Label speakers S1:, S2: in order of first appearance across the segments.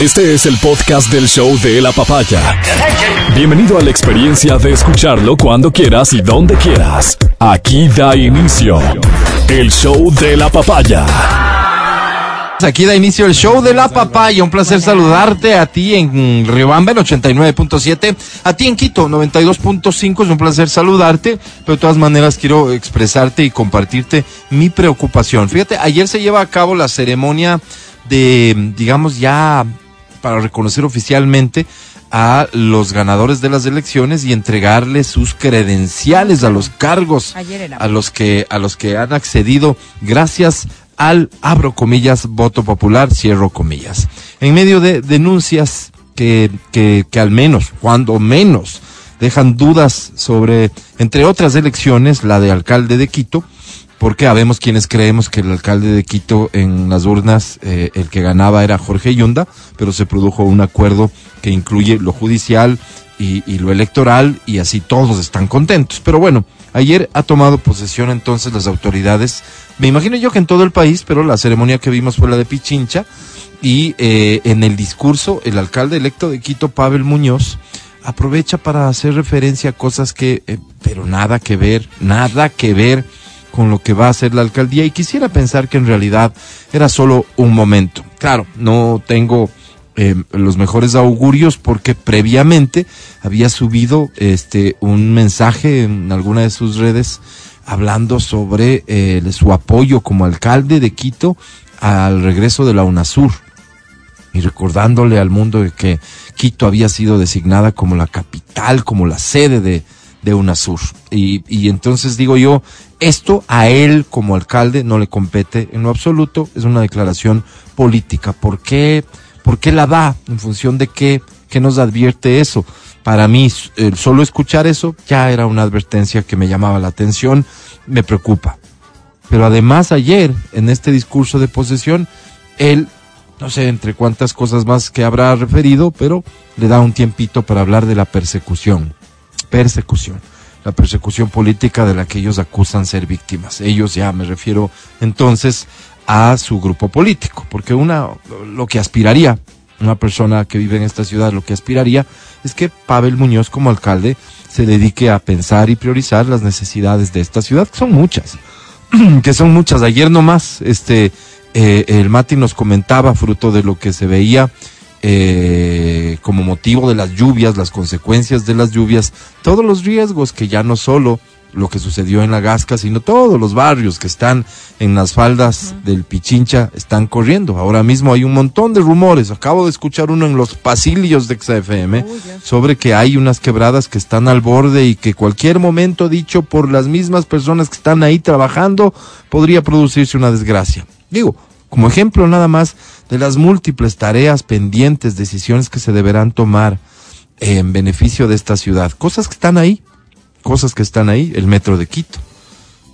S1: Este es el podcast del show de la papaya. Bienvenido a la experiencia de escucharlo cuando quieras y donde quieras. Aquí da inicio el show de la papaya.
S2: Aquí da inicio el show de la papaya. Un placer saludarte a ti en Riobamba en 89.7, a ti en Quito 92.5. Es un placer saludarte, pero de todas maneras quiero expresarte y compartirte mi preocupación. Fíjate, ayer se lleva a cabo la ceremonia de, digamos, ya para reconocer oficialmente a los ganadores de las elecciones y entregarles sus credenciales a los cargos a los que a los que han accedido gracias al abro comillas voto popular cierro comillas en medio de denuncias que que, que al menos cuando menos dejan dudas sobre entre otras elecciones la de alcalde de Quito porque habemos quienes creemos que el alcalde de Quito en las urnas, eh, el que ganaba era Jorge Yunda, pero se produjo un acuerdo que incluye lo judicial y, y lo electoral y así todos están contentos. Pero bueno, ayer ha tomado posesión entonces las autoridades, me imagino yo que en todo el país, pero la ceremonia que vimos fue la de Pichincha y eh, en el discurso el alcalde electo de Quito, Pavel Muñoz, aprovecha para hacer referencia a cosas que, eh, pero nada que ver, nada que ver con lo que va a hacer la alcaldía y quisiera pensar que en realidad era solo un momento. Claro, no tengo eh, los mejores augurios porque previamente había subido este un mensaje en alguna de sus redes hablando sobre eh, su apoyo como alcalde de Quito al regreso de la UNASUR y recordándole al mundo de que Quito había sido designada como la capital, como la sede de, de UNASUR. Y, y entonces digo yo, esto a él como alcalde no le compete en lo absoluto, es una declaración política. ¿Por qué, por qué la da? ¿En función de qué, qué nos advierte eso? Para mí, eh, solo escuchar eso ya era una advertencia que me llamaba la atención, me preocupa. Pero además ayer, en este discurso de posesión, él, no sé entre cuántas cosas más que habrá referido, pero le da un tiempito para hablar de la persecución. Persecución la persecución política de la que ellos acusan ser víctimas. Ellos ya me refiero entonces a su grupo político, porque una lo que aspiraría una persona que vive en esta ciudad lo que aspiraría es que Pavel Muñoz como alcalde se dedique a pensar y priorizar las necesidades de esta ciudad, que son muchas, que son muchas. Ayer nomás, este, eh, el Mati nos comentaba, fruto de lo que se veía, eh, como motivo de las lluvias, las consecuencias de las lluvias, todos los riesgos que ya no solo lo que sucedió en la Gasca, sino todos los barrios que están en las faldas uh -huh. del Pichincha están corriendo. Ahora mismo hay un montón de rumores, acabo de escuchar uno en los pasillos de XFM, oh, yeah. sobre que hay unas quebradas que están al borde y que cualquier momento dicho por las mismas personas que están ahí trabajando podría producirse una desgracia. Digo, como ejemplo nada más de las múltiples tareas pendientes, decisiones que se deberán tomar en beneficio de esta ciudad. Cosas que están ahí, cosas que están ahí, el metro de Quito,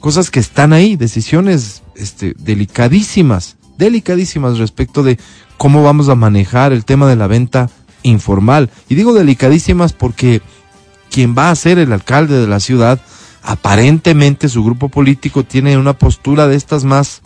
S2: cosas que están ahí, decisiones este, delicadísimas, delicadísimas respecto de cómo vamos a manejar el tema de la venta informal. Y digo delicadísimas porque quien va a ser el alcalde de la ciudad, aparentemente su grupo político tiene una postura de estas más,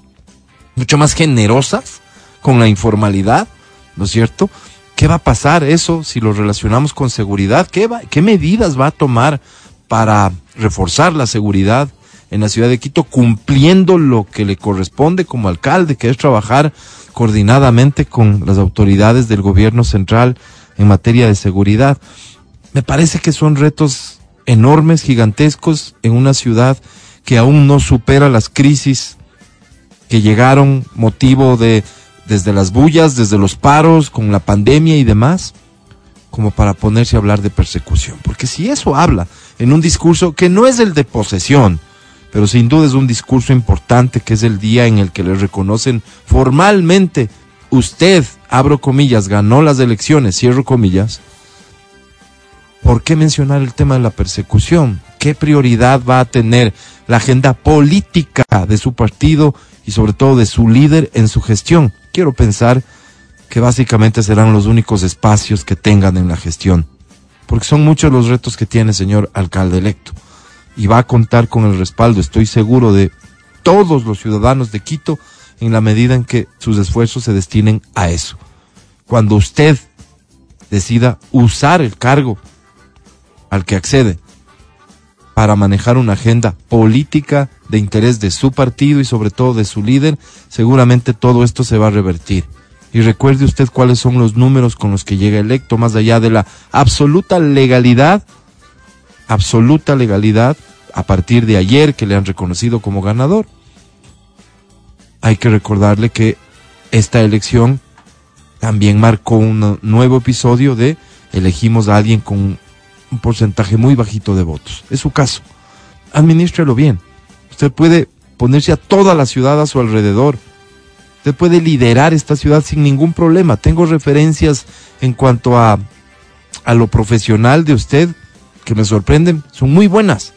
S2: mucho más generosas con la informalidad, ¿no es cierto? ¿Qué va a pasar eso si lo relacionamos con seguridad? ¿Qué, va, qué medidas va a tomar para reforzar la seguridad en la ciudad de Quito, cumpliendo lo que le corresponde como alcalde, que es trabajar coordinadamente con las autoridades del gobierno central en materia de seguridad? Me parece que son retos enormes, gigantescos, en una ciudad que aún no supera las crisis que llegaron motivo de desde las bullas, desde los paros, con la pandemia y demás, como para ponerse a hablar de persecución. Porque si eso habla en un discurso que no es el de posesión, pero sin duda es un discurso importante que es el día en el que le reconocen formalmente, usted, abro comillas, ganó las elecciones, cierro comillas, ¿por qué mencionar el tema de la persecución? ¿Qué prioridad va a tener la agenda política de su partido y sobre todo de su líder en su gestión? quiero pensar que básicamente serán los únicos espacios que tengan en la gestión, porque son muchos los retos que tiene señor alcalde electo, y va a contar con el respaldo, estoy seguro, de todos los ciudadanos de Quito en la medida en que sus esfuerzos se destinen a eso. cuando usted decida usar el cargo al que accede para manejar una agenda política de interés de su partido y sobre todo de su líder, seguramente todo esto se va a revertir. Y recuerde usted cuáles son los números con los que llega electo, más allá de la absoluta legalidad, absoluta legalidad a partir de ayer que le han reconocido como ganador. Hay que recordarle que esta elección también marcó un nuevo episodio de elegimos a alguien con un porcentaje muy bajito de votos. Es su caso. Administrelo bien. Usted puede ponerse a toda la ciudad a su alrededor. Usted puede liderar esta ciudad sin ningún problema. Tengo referencias en cuanto a, a lo profesional de usted que me sorprenden. Son muy buenas.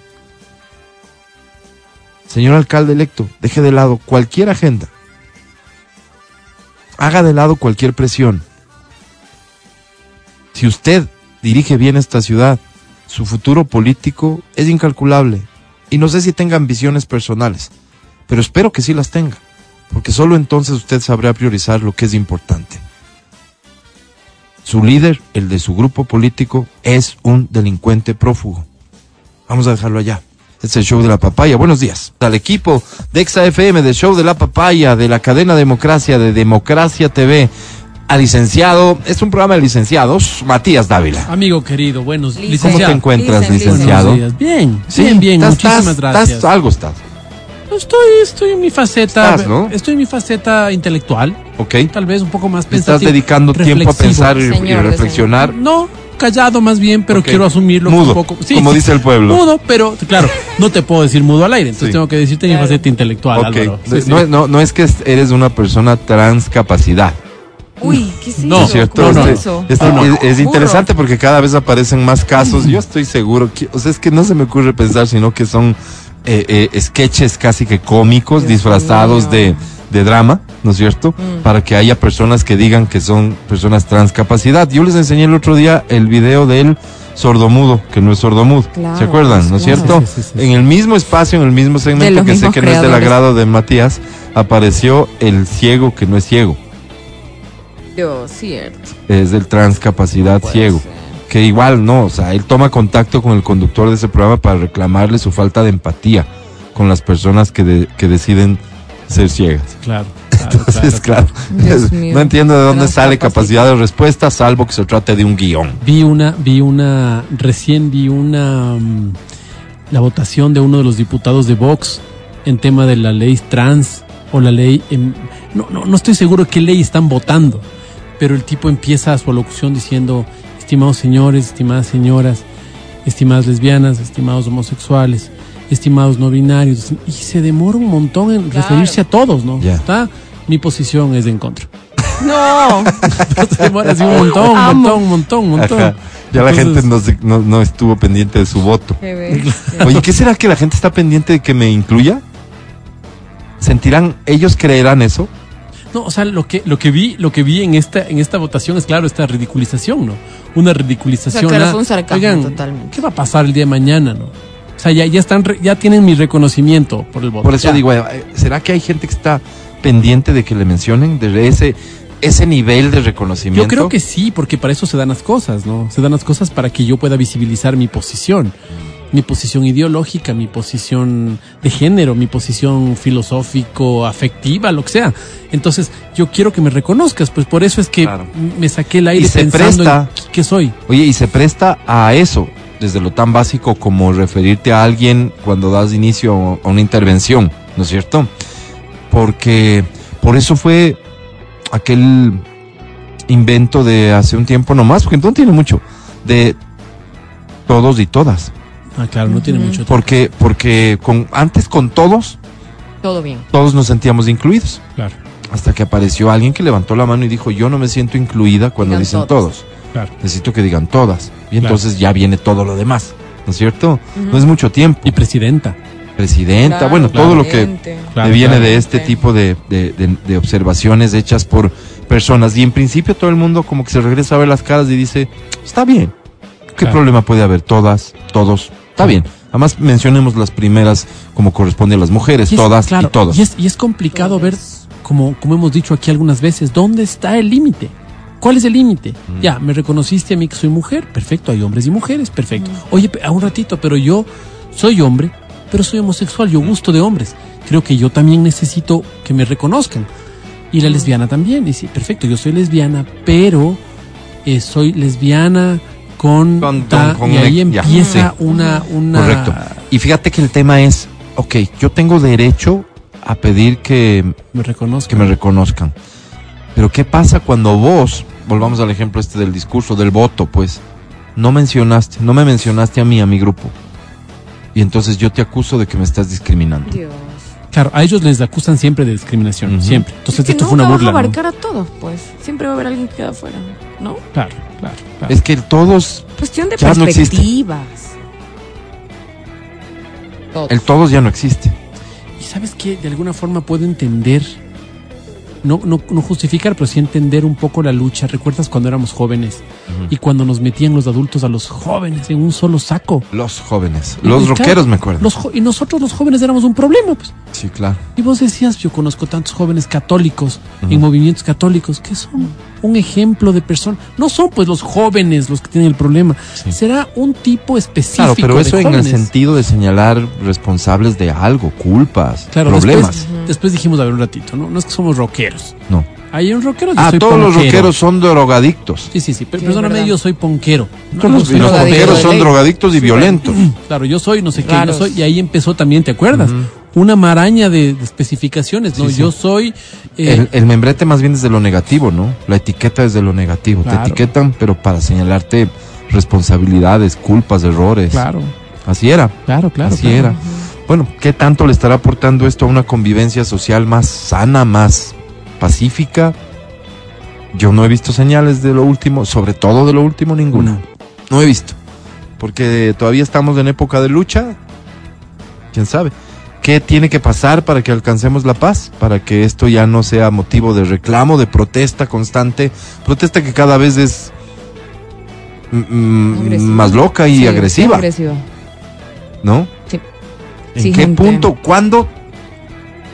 S2: Señor alcalde electo, deje de lado cualquier agenda. Haga de lado cualquier presión. Si usted dirige bien esta ciudad. Su futuro político es incalculable. Y no sé si tenga ambiciones personales, pero espero que sí las tenga, porque solo entonces usted sabrá priorizar lo que es importante. Su líder, el de su grupo político, es un delincuente prófugo. Vamos a dejarlo allá. Este es el show de la papaya. Buenos días. Al equipo de ExaFM, del show de la papaya, de la cadena Democracia, de Democracia TV a licenciado, es un programa de licenciados, Matías Dávila.
S3: Amigo querido, buenos
S2: Lice. ¿Cómo te encuentras, Lice, licenciado?
S3: Buenos días. Bien, sí, bien, bien,
S2: estás,
S3: muchísimas
S2: estás,
S3: gracias.
S2: Estás, algo estás.
S3: Estoy, estoy en mi faceta,
S2: Estás, ¿no?
S3: estoy en mi faceta intelectual,
S2: Ok.
S3: tal vez un poco más pensativo.
S2: Estás dedicando tiempo a
S3: reflexivo.
S2: pensar y, y
S4: Señor,
S2: reflexionar.
S3: No, callado más bien, pero
S2: Ok.
S3: quiero asumirlo
S2: Mudo,
S3: un poco.
S2: como dice el pueblo.
S3: Mudo, pero claro, no te puedo decir mudo al aire, entonces
S2: Sí.
S3: tengo que decirte mi faceta intelectual,
S2: Ok.
S3: Álvaro. Sí, sí.
S2: no, no- no es que es- eres una persona transcapacidad.
S4: Uy, ¿qué es
S3: No,
S4: eso?
S2: ¿no es cierto?
S4: ¿Cómo
S3: no, no.
S4: es
S2: Este-
S4: eso?
S2: este
S3: Ah, no.
S2: es, es
S4: Burro.
S2: interesante porque cada vez aparecen más casos. Yo estoy seguro que, o sea, es que no se me ocurre pensar, sino que son eh, eh, sketches casi que cómicos,
S4: Dios
S2: disfrazados
S4: mío.
S2: de, de drama, ¿no es cierto?
S3: Mm.
S2: Para que haya personas que digan que son personas transcapacidad. Yo les enseñé el otro día el video del sordomudo, que no es sordomudo.
S4: Claro,
S2: ¿Se acuerdan? ¿No es
S4: claro.
S2: cierto?
S3: Sí, sí, sí, sí.
S2: En el mismo espacio, en el mismo segmento,
S4: los
S2: que sé
S4: mismos
S2: que no es del
S4: creadores.
S2: agrado de Matías, apareció el ciego que no es ciego,
S4: Dios, cierto.
S2: es del transcapacidad
S4: Puede
S2: ciego
S4: ser.
S2: que igual no, o sea, él toma contacto con el conductor de ese programa para reclamarle su falta de empatía con las personas que, de- que deciden ser ciegas.
S3: Claro, claro,
S2: Entonces,
S3: claro, claro.
S2: claro,
S4: Dios
S2: es-
S4: mío.
S2: no entiendo de dónde sale
S4: Transcapacita.
S2: capacidad de respuesta, salvo que se trate de un guión.
S3: Vi una, vi una, recién vi una, mm, la votación de uno de los diputados de Vox en tema de la ley trans o la ley, em, no, no, no estoy seguro qué ley están votando, pero el tipo empieza su alocución diciendo, estimados señores, estimadas señoras, estimadas lesbianas, estimados homosexuales, estimados no binarios, y se demora un montón en
S4: Claro.
S3: referirse a todos, ¿no?
S2: Ya.
S3: Está, mi posición es de en contra.
S4: No,
S3: Se demora así un montón, un
S4: Amo.
S3: montón, un montón, un montón.
S2: Ajá. Ya la
S3: Entonces-
S2: gente no, se- no- no estuvo pendiente de su voto.
S4: qué bello.
S2: Oye, ¿qué será que la gente está pendiente de que me incluya? ¿Sentirán, ellos creerán eso?
S3: No, o sea, lo que, lo que vi, lo que vi en esta, en esta votación es claro, esta ridiculización, ¿no? Una ridiculización.
S4: O sea, claro,
S3: ah,
S4: fue un sarcasmo
S3: oigan,
S4: totalmente.
S3: ¿Qué va a pasar el día de mañana, no? O sea, ya, ya están, re- ya tienen mi reconocimiento por el voto.
S2: Por eso
S3: ya.
S2: digo, eh, ¿será que hay gente que está pendiente de que le mencionen desde ese, ese nivel de reconocimiento?
S3: Yo creo que sí, porque para eso se dan las cosas, ¿no? Se dan las cosas para que yo pueda visibilizar mi posición,
S2: Mm.
S3: mi posición ideológica, mi posición de género, mi posición filosófico, afectiva, lo que sea. Entonces, yo quiero que me reconozcas, pues por eso es que
S2: Claro.
S3: m- me saqué el aire
S2: Y se
S3: pensando en
S2: presta.
S3: qué soy.
S2: Oye, y se presta a eso, desde lo tan básico como referirte a alguien cuando das inicio a una intervención, ¿no es cierto? Porque por eso fue aquel invento de hace un tiempo nomás, porque no tiene mucho, de todos y todas.
S3: Ah, claro, no tiene
S4: Ujú.
S3: mucho tiempo.
S2: Porque, porque con, antes con todos,
S4: Todo bien.
S2: todos nos sentíamos incluidos.
S3: Claro,
S2: Hasta que apareció alguien que levantó la mano y dijo, yo no me siento incluida cuando
S4: Digan
S2: dicen todos.
S4: todos.
S3: claro.
S2: Necesito que digan todas. Y
S3: Claro.
S2: entonces ya viene todo lo demás. ¿No es cierto?
S4: Ujú.
S2: No es mucho tiempo.
S3: Y presidenta.
S2: Presidenta,
S4: Claro,
S2: bueno, todo lo que
S4: gente.
S3: Claro,
S2: me viene de
S4: claro.
S2: este
S4: Sí.
S2: tipo de, de- de- de observaciones hechas por personas. Y en principio todo el mundo como que se regresa a ver las caras y dice, está bien. ¿Qué
S3: Claro.
S2: problema puede haber? Todas, todos, está bien. Además mencionemos las primeras como corresponde a las mujeres,
S3: Y es-
S2: todas
S3: claro,
S2: y todos.
S3: Y es, y es complicado ver, como, como hemos dicho aquí algunas veces, dónde está el límite. ¿Cuál es el límite?
S2: Mm.
S3: Ya, me reconociste a mí que soy mujer, perfecto, hay hombres y mujeres, perfecto. Oye, pe- a un ratito, pero yo soy hombre, pero soy homosexual,
S2: Mm.
S3: yo gusto de hombres. Creo que yo también necesito que me reconozcan. Y la lesbiana también, y sí, perfecto, yo soy lesbiana, pero eh, soy lesbiana con...
S2: Con-
S3: ta-
S2: con- con
S3: y ahí
S2: le- ya,
S3: empieza
S2: sí.
S3: una, una...
S2: Correcto. Y fíjate que el tema es, ok, yo tengo derecho a pedir que,
S3: Me reconozco.
S2: que me reconozcan. Pero ¿qué pasa cuando vos, volvamos al ejemplo este del discurso, del voto, pues, no mencionaste, no me mencionaste a mí, a mi grupo? Y entonces yo te acuso de que me estás discriminando.
S4: Dios.
S3: Claro, a ellos les acusan siempre de discriminación,
S2: Ujú.
S3: siempre. Entonces
S2: Pues
S4: Es que
S3: esto fue una
S4: nunca
S3: burla.
S4: vas a
S3: ¿no?
S4: abarcar a todos, pues. Siempre va a haber alguien que queda afuera, ¿no?
S3: Claro, claro, claro.
S2: Es que todos,
S4: Cuestión de
S2: Ya no existe.
S4: perspectivas. Todos.
S2: el todos ya no existe.
S3: Y sabes que de alguna forma puedo entender, no, no, no justificar, pero sí entender un poco la lucha. ¿Recuerdas cuando éramos jóvenes y cuando nos metían los adultos a los jóvenes en un solo saco?
S2: Los jóvenes,
S3: Y- y
S2: los
S3: claro,
S2: rockeros, me acuerdo.
S3: Los jo- y nosotros los jóvenes éramos un problema, pues.
S2: Sí, claro.
S3: Y vos decías, yo conozco tantos jóvenes católicos
S2: Ujú.
S3: en movimientos católicos que son un ejemplo de persona. No son pues los jóvenes los que tienen el problema.
S2: Sí.
S3: Será un tipo
S2: Claro,
S3: específico
S2: pero
S3: de
S2: eso en el
S3: jóvenes.
S2: sentido de señalar responsables de algo, culpas,
S3: Claro,
S2: problemas.
S3: Después, después dijimos, a ver un ratito, ¿no? No es que somos rockeros.
S2: No.
S3: Hay un rockero, yo
S2: Ah,
S3: soy
S2: todos los
S3: ponquero.
S2: rockeros son drogadictos.
S3: Sí, sí, sí. Pero
S4: Sí, es
S3: perdóname,
S4: verdad.
S3: yo soy ponquero. No,
S2: Todos los,
S3: no,
S2: y los
S3: no,
S4: drogadictos.
S2: rockeros son
S4: Sí.
S2: drogadictos y violentos.
S3: Claro, yo soy, no sé qué, yo
S4: Raros.
S3: soy. Y ahí empezó también, ¿te acuerdas? Una maraña de, de especificaciones, ¿no?
S2: Sí, sí.
S3: Yo soy. eh,
S2: El, el membrete más bien desde lo negativo, ¿no? La etiqueta desde lo negativo.
S3: Claro.
S2: Te etiquetan, pero para señalarte responsabilidades, culpas, errores.
S3: Claro,
S2: Así era,
S3: claro, claro.
S2: así
S3: claro.
S2: era. Bueno, ¿qué tanto le estará aportando esto a una convivencia social más sana, más pacífica? Yo no he visto señales de lo último, sobre todo de lo último, ninguna. No he visto. Porque todavía estamos en época de lucha. ¿Quién sabe? ¿Qué tiene que pasar para que alcancemos la paz? Para que esto ya no sea motivo de reclamo, de protesta constante. Protesta que cada vez es mm, mm,
S4: Agresiva.
S2: más loca y
S4: Sí,
S2: agresiva,
S4: agresiva.
S2: ¿no?
S4: Sí.
S2: ¿En
S4: Sí,
S2: qué
S4: gente.
S2: punto, cuándo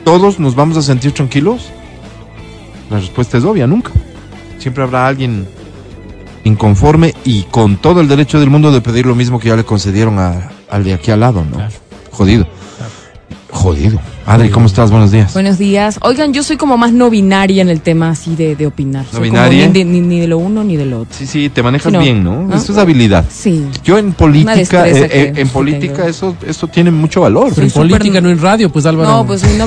S2: todos nos vamos a sentir tranquilos? La respuesta es obvia, nunca. Siempre habrá alguien inconforme y con todo el derecho del mundo de pedir lo mismo que ya le concedieron a- al de aquí al lado, ¿no?
S3: Claro.
S2: Jodido. Jodido. Adri, ¿cómo estás? Buenos días.
S4: Buenos días. Oigan, yo soy como más no binaria en el tema así de, de opinar.
S2: ¿No
S4: Soy como
S2: binaria?
S4: Ni de, ni- ni de lo uno ni del otro.
S2: Sí, sí, te manejas
S4: No.
S2: bien, ¿no?
S4: ¿No?
S2: Eso es habilidad.
S4: Sí.
S2: Yo en política,
S4: destreza
S2: eh, eh,
S4: que-
S2: en
S4: que
S2: política
S4: tengo.
S2: eso, eso tiene mucho valor.
S3: Pero en
S4: Soy súper-
S3: política, no en radio, pues Álvaro.
S4: No, pues soy no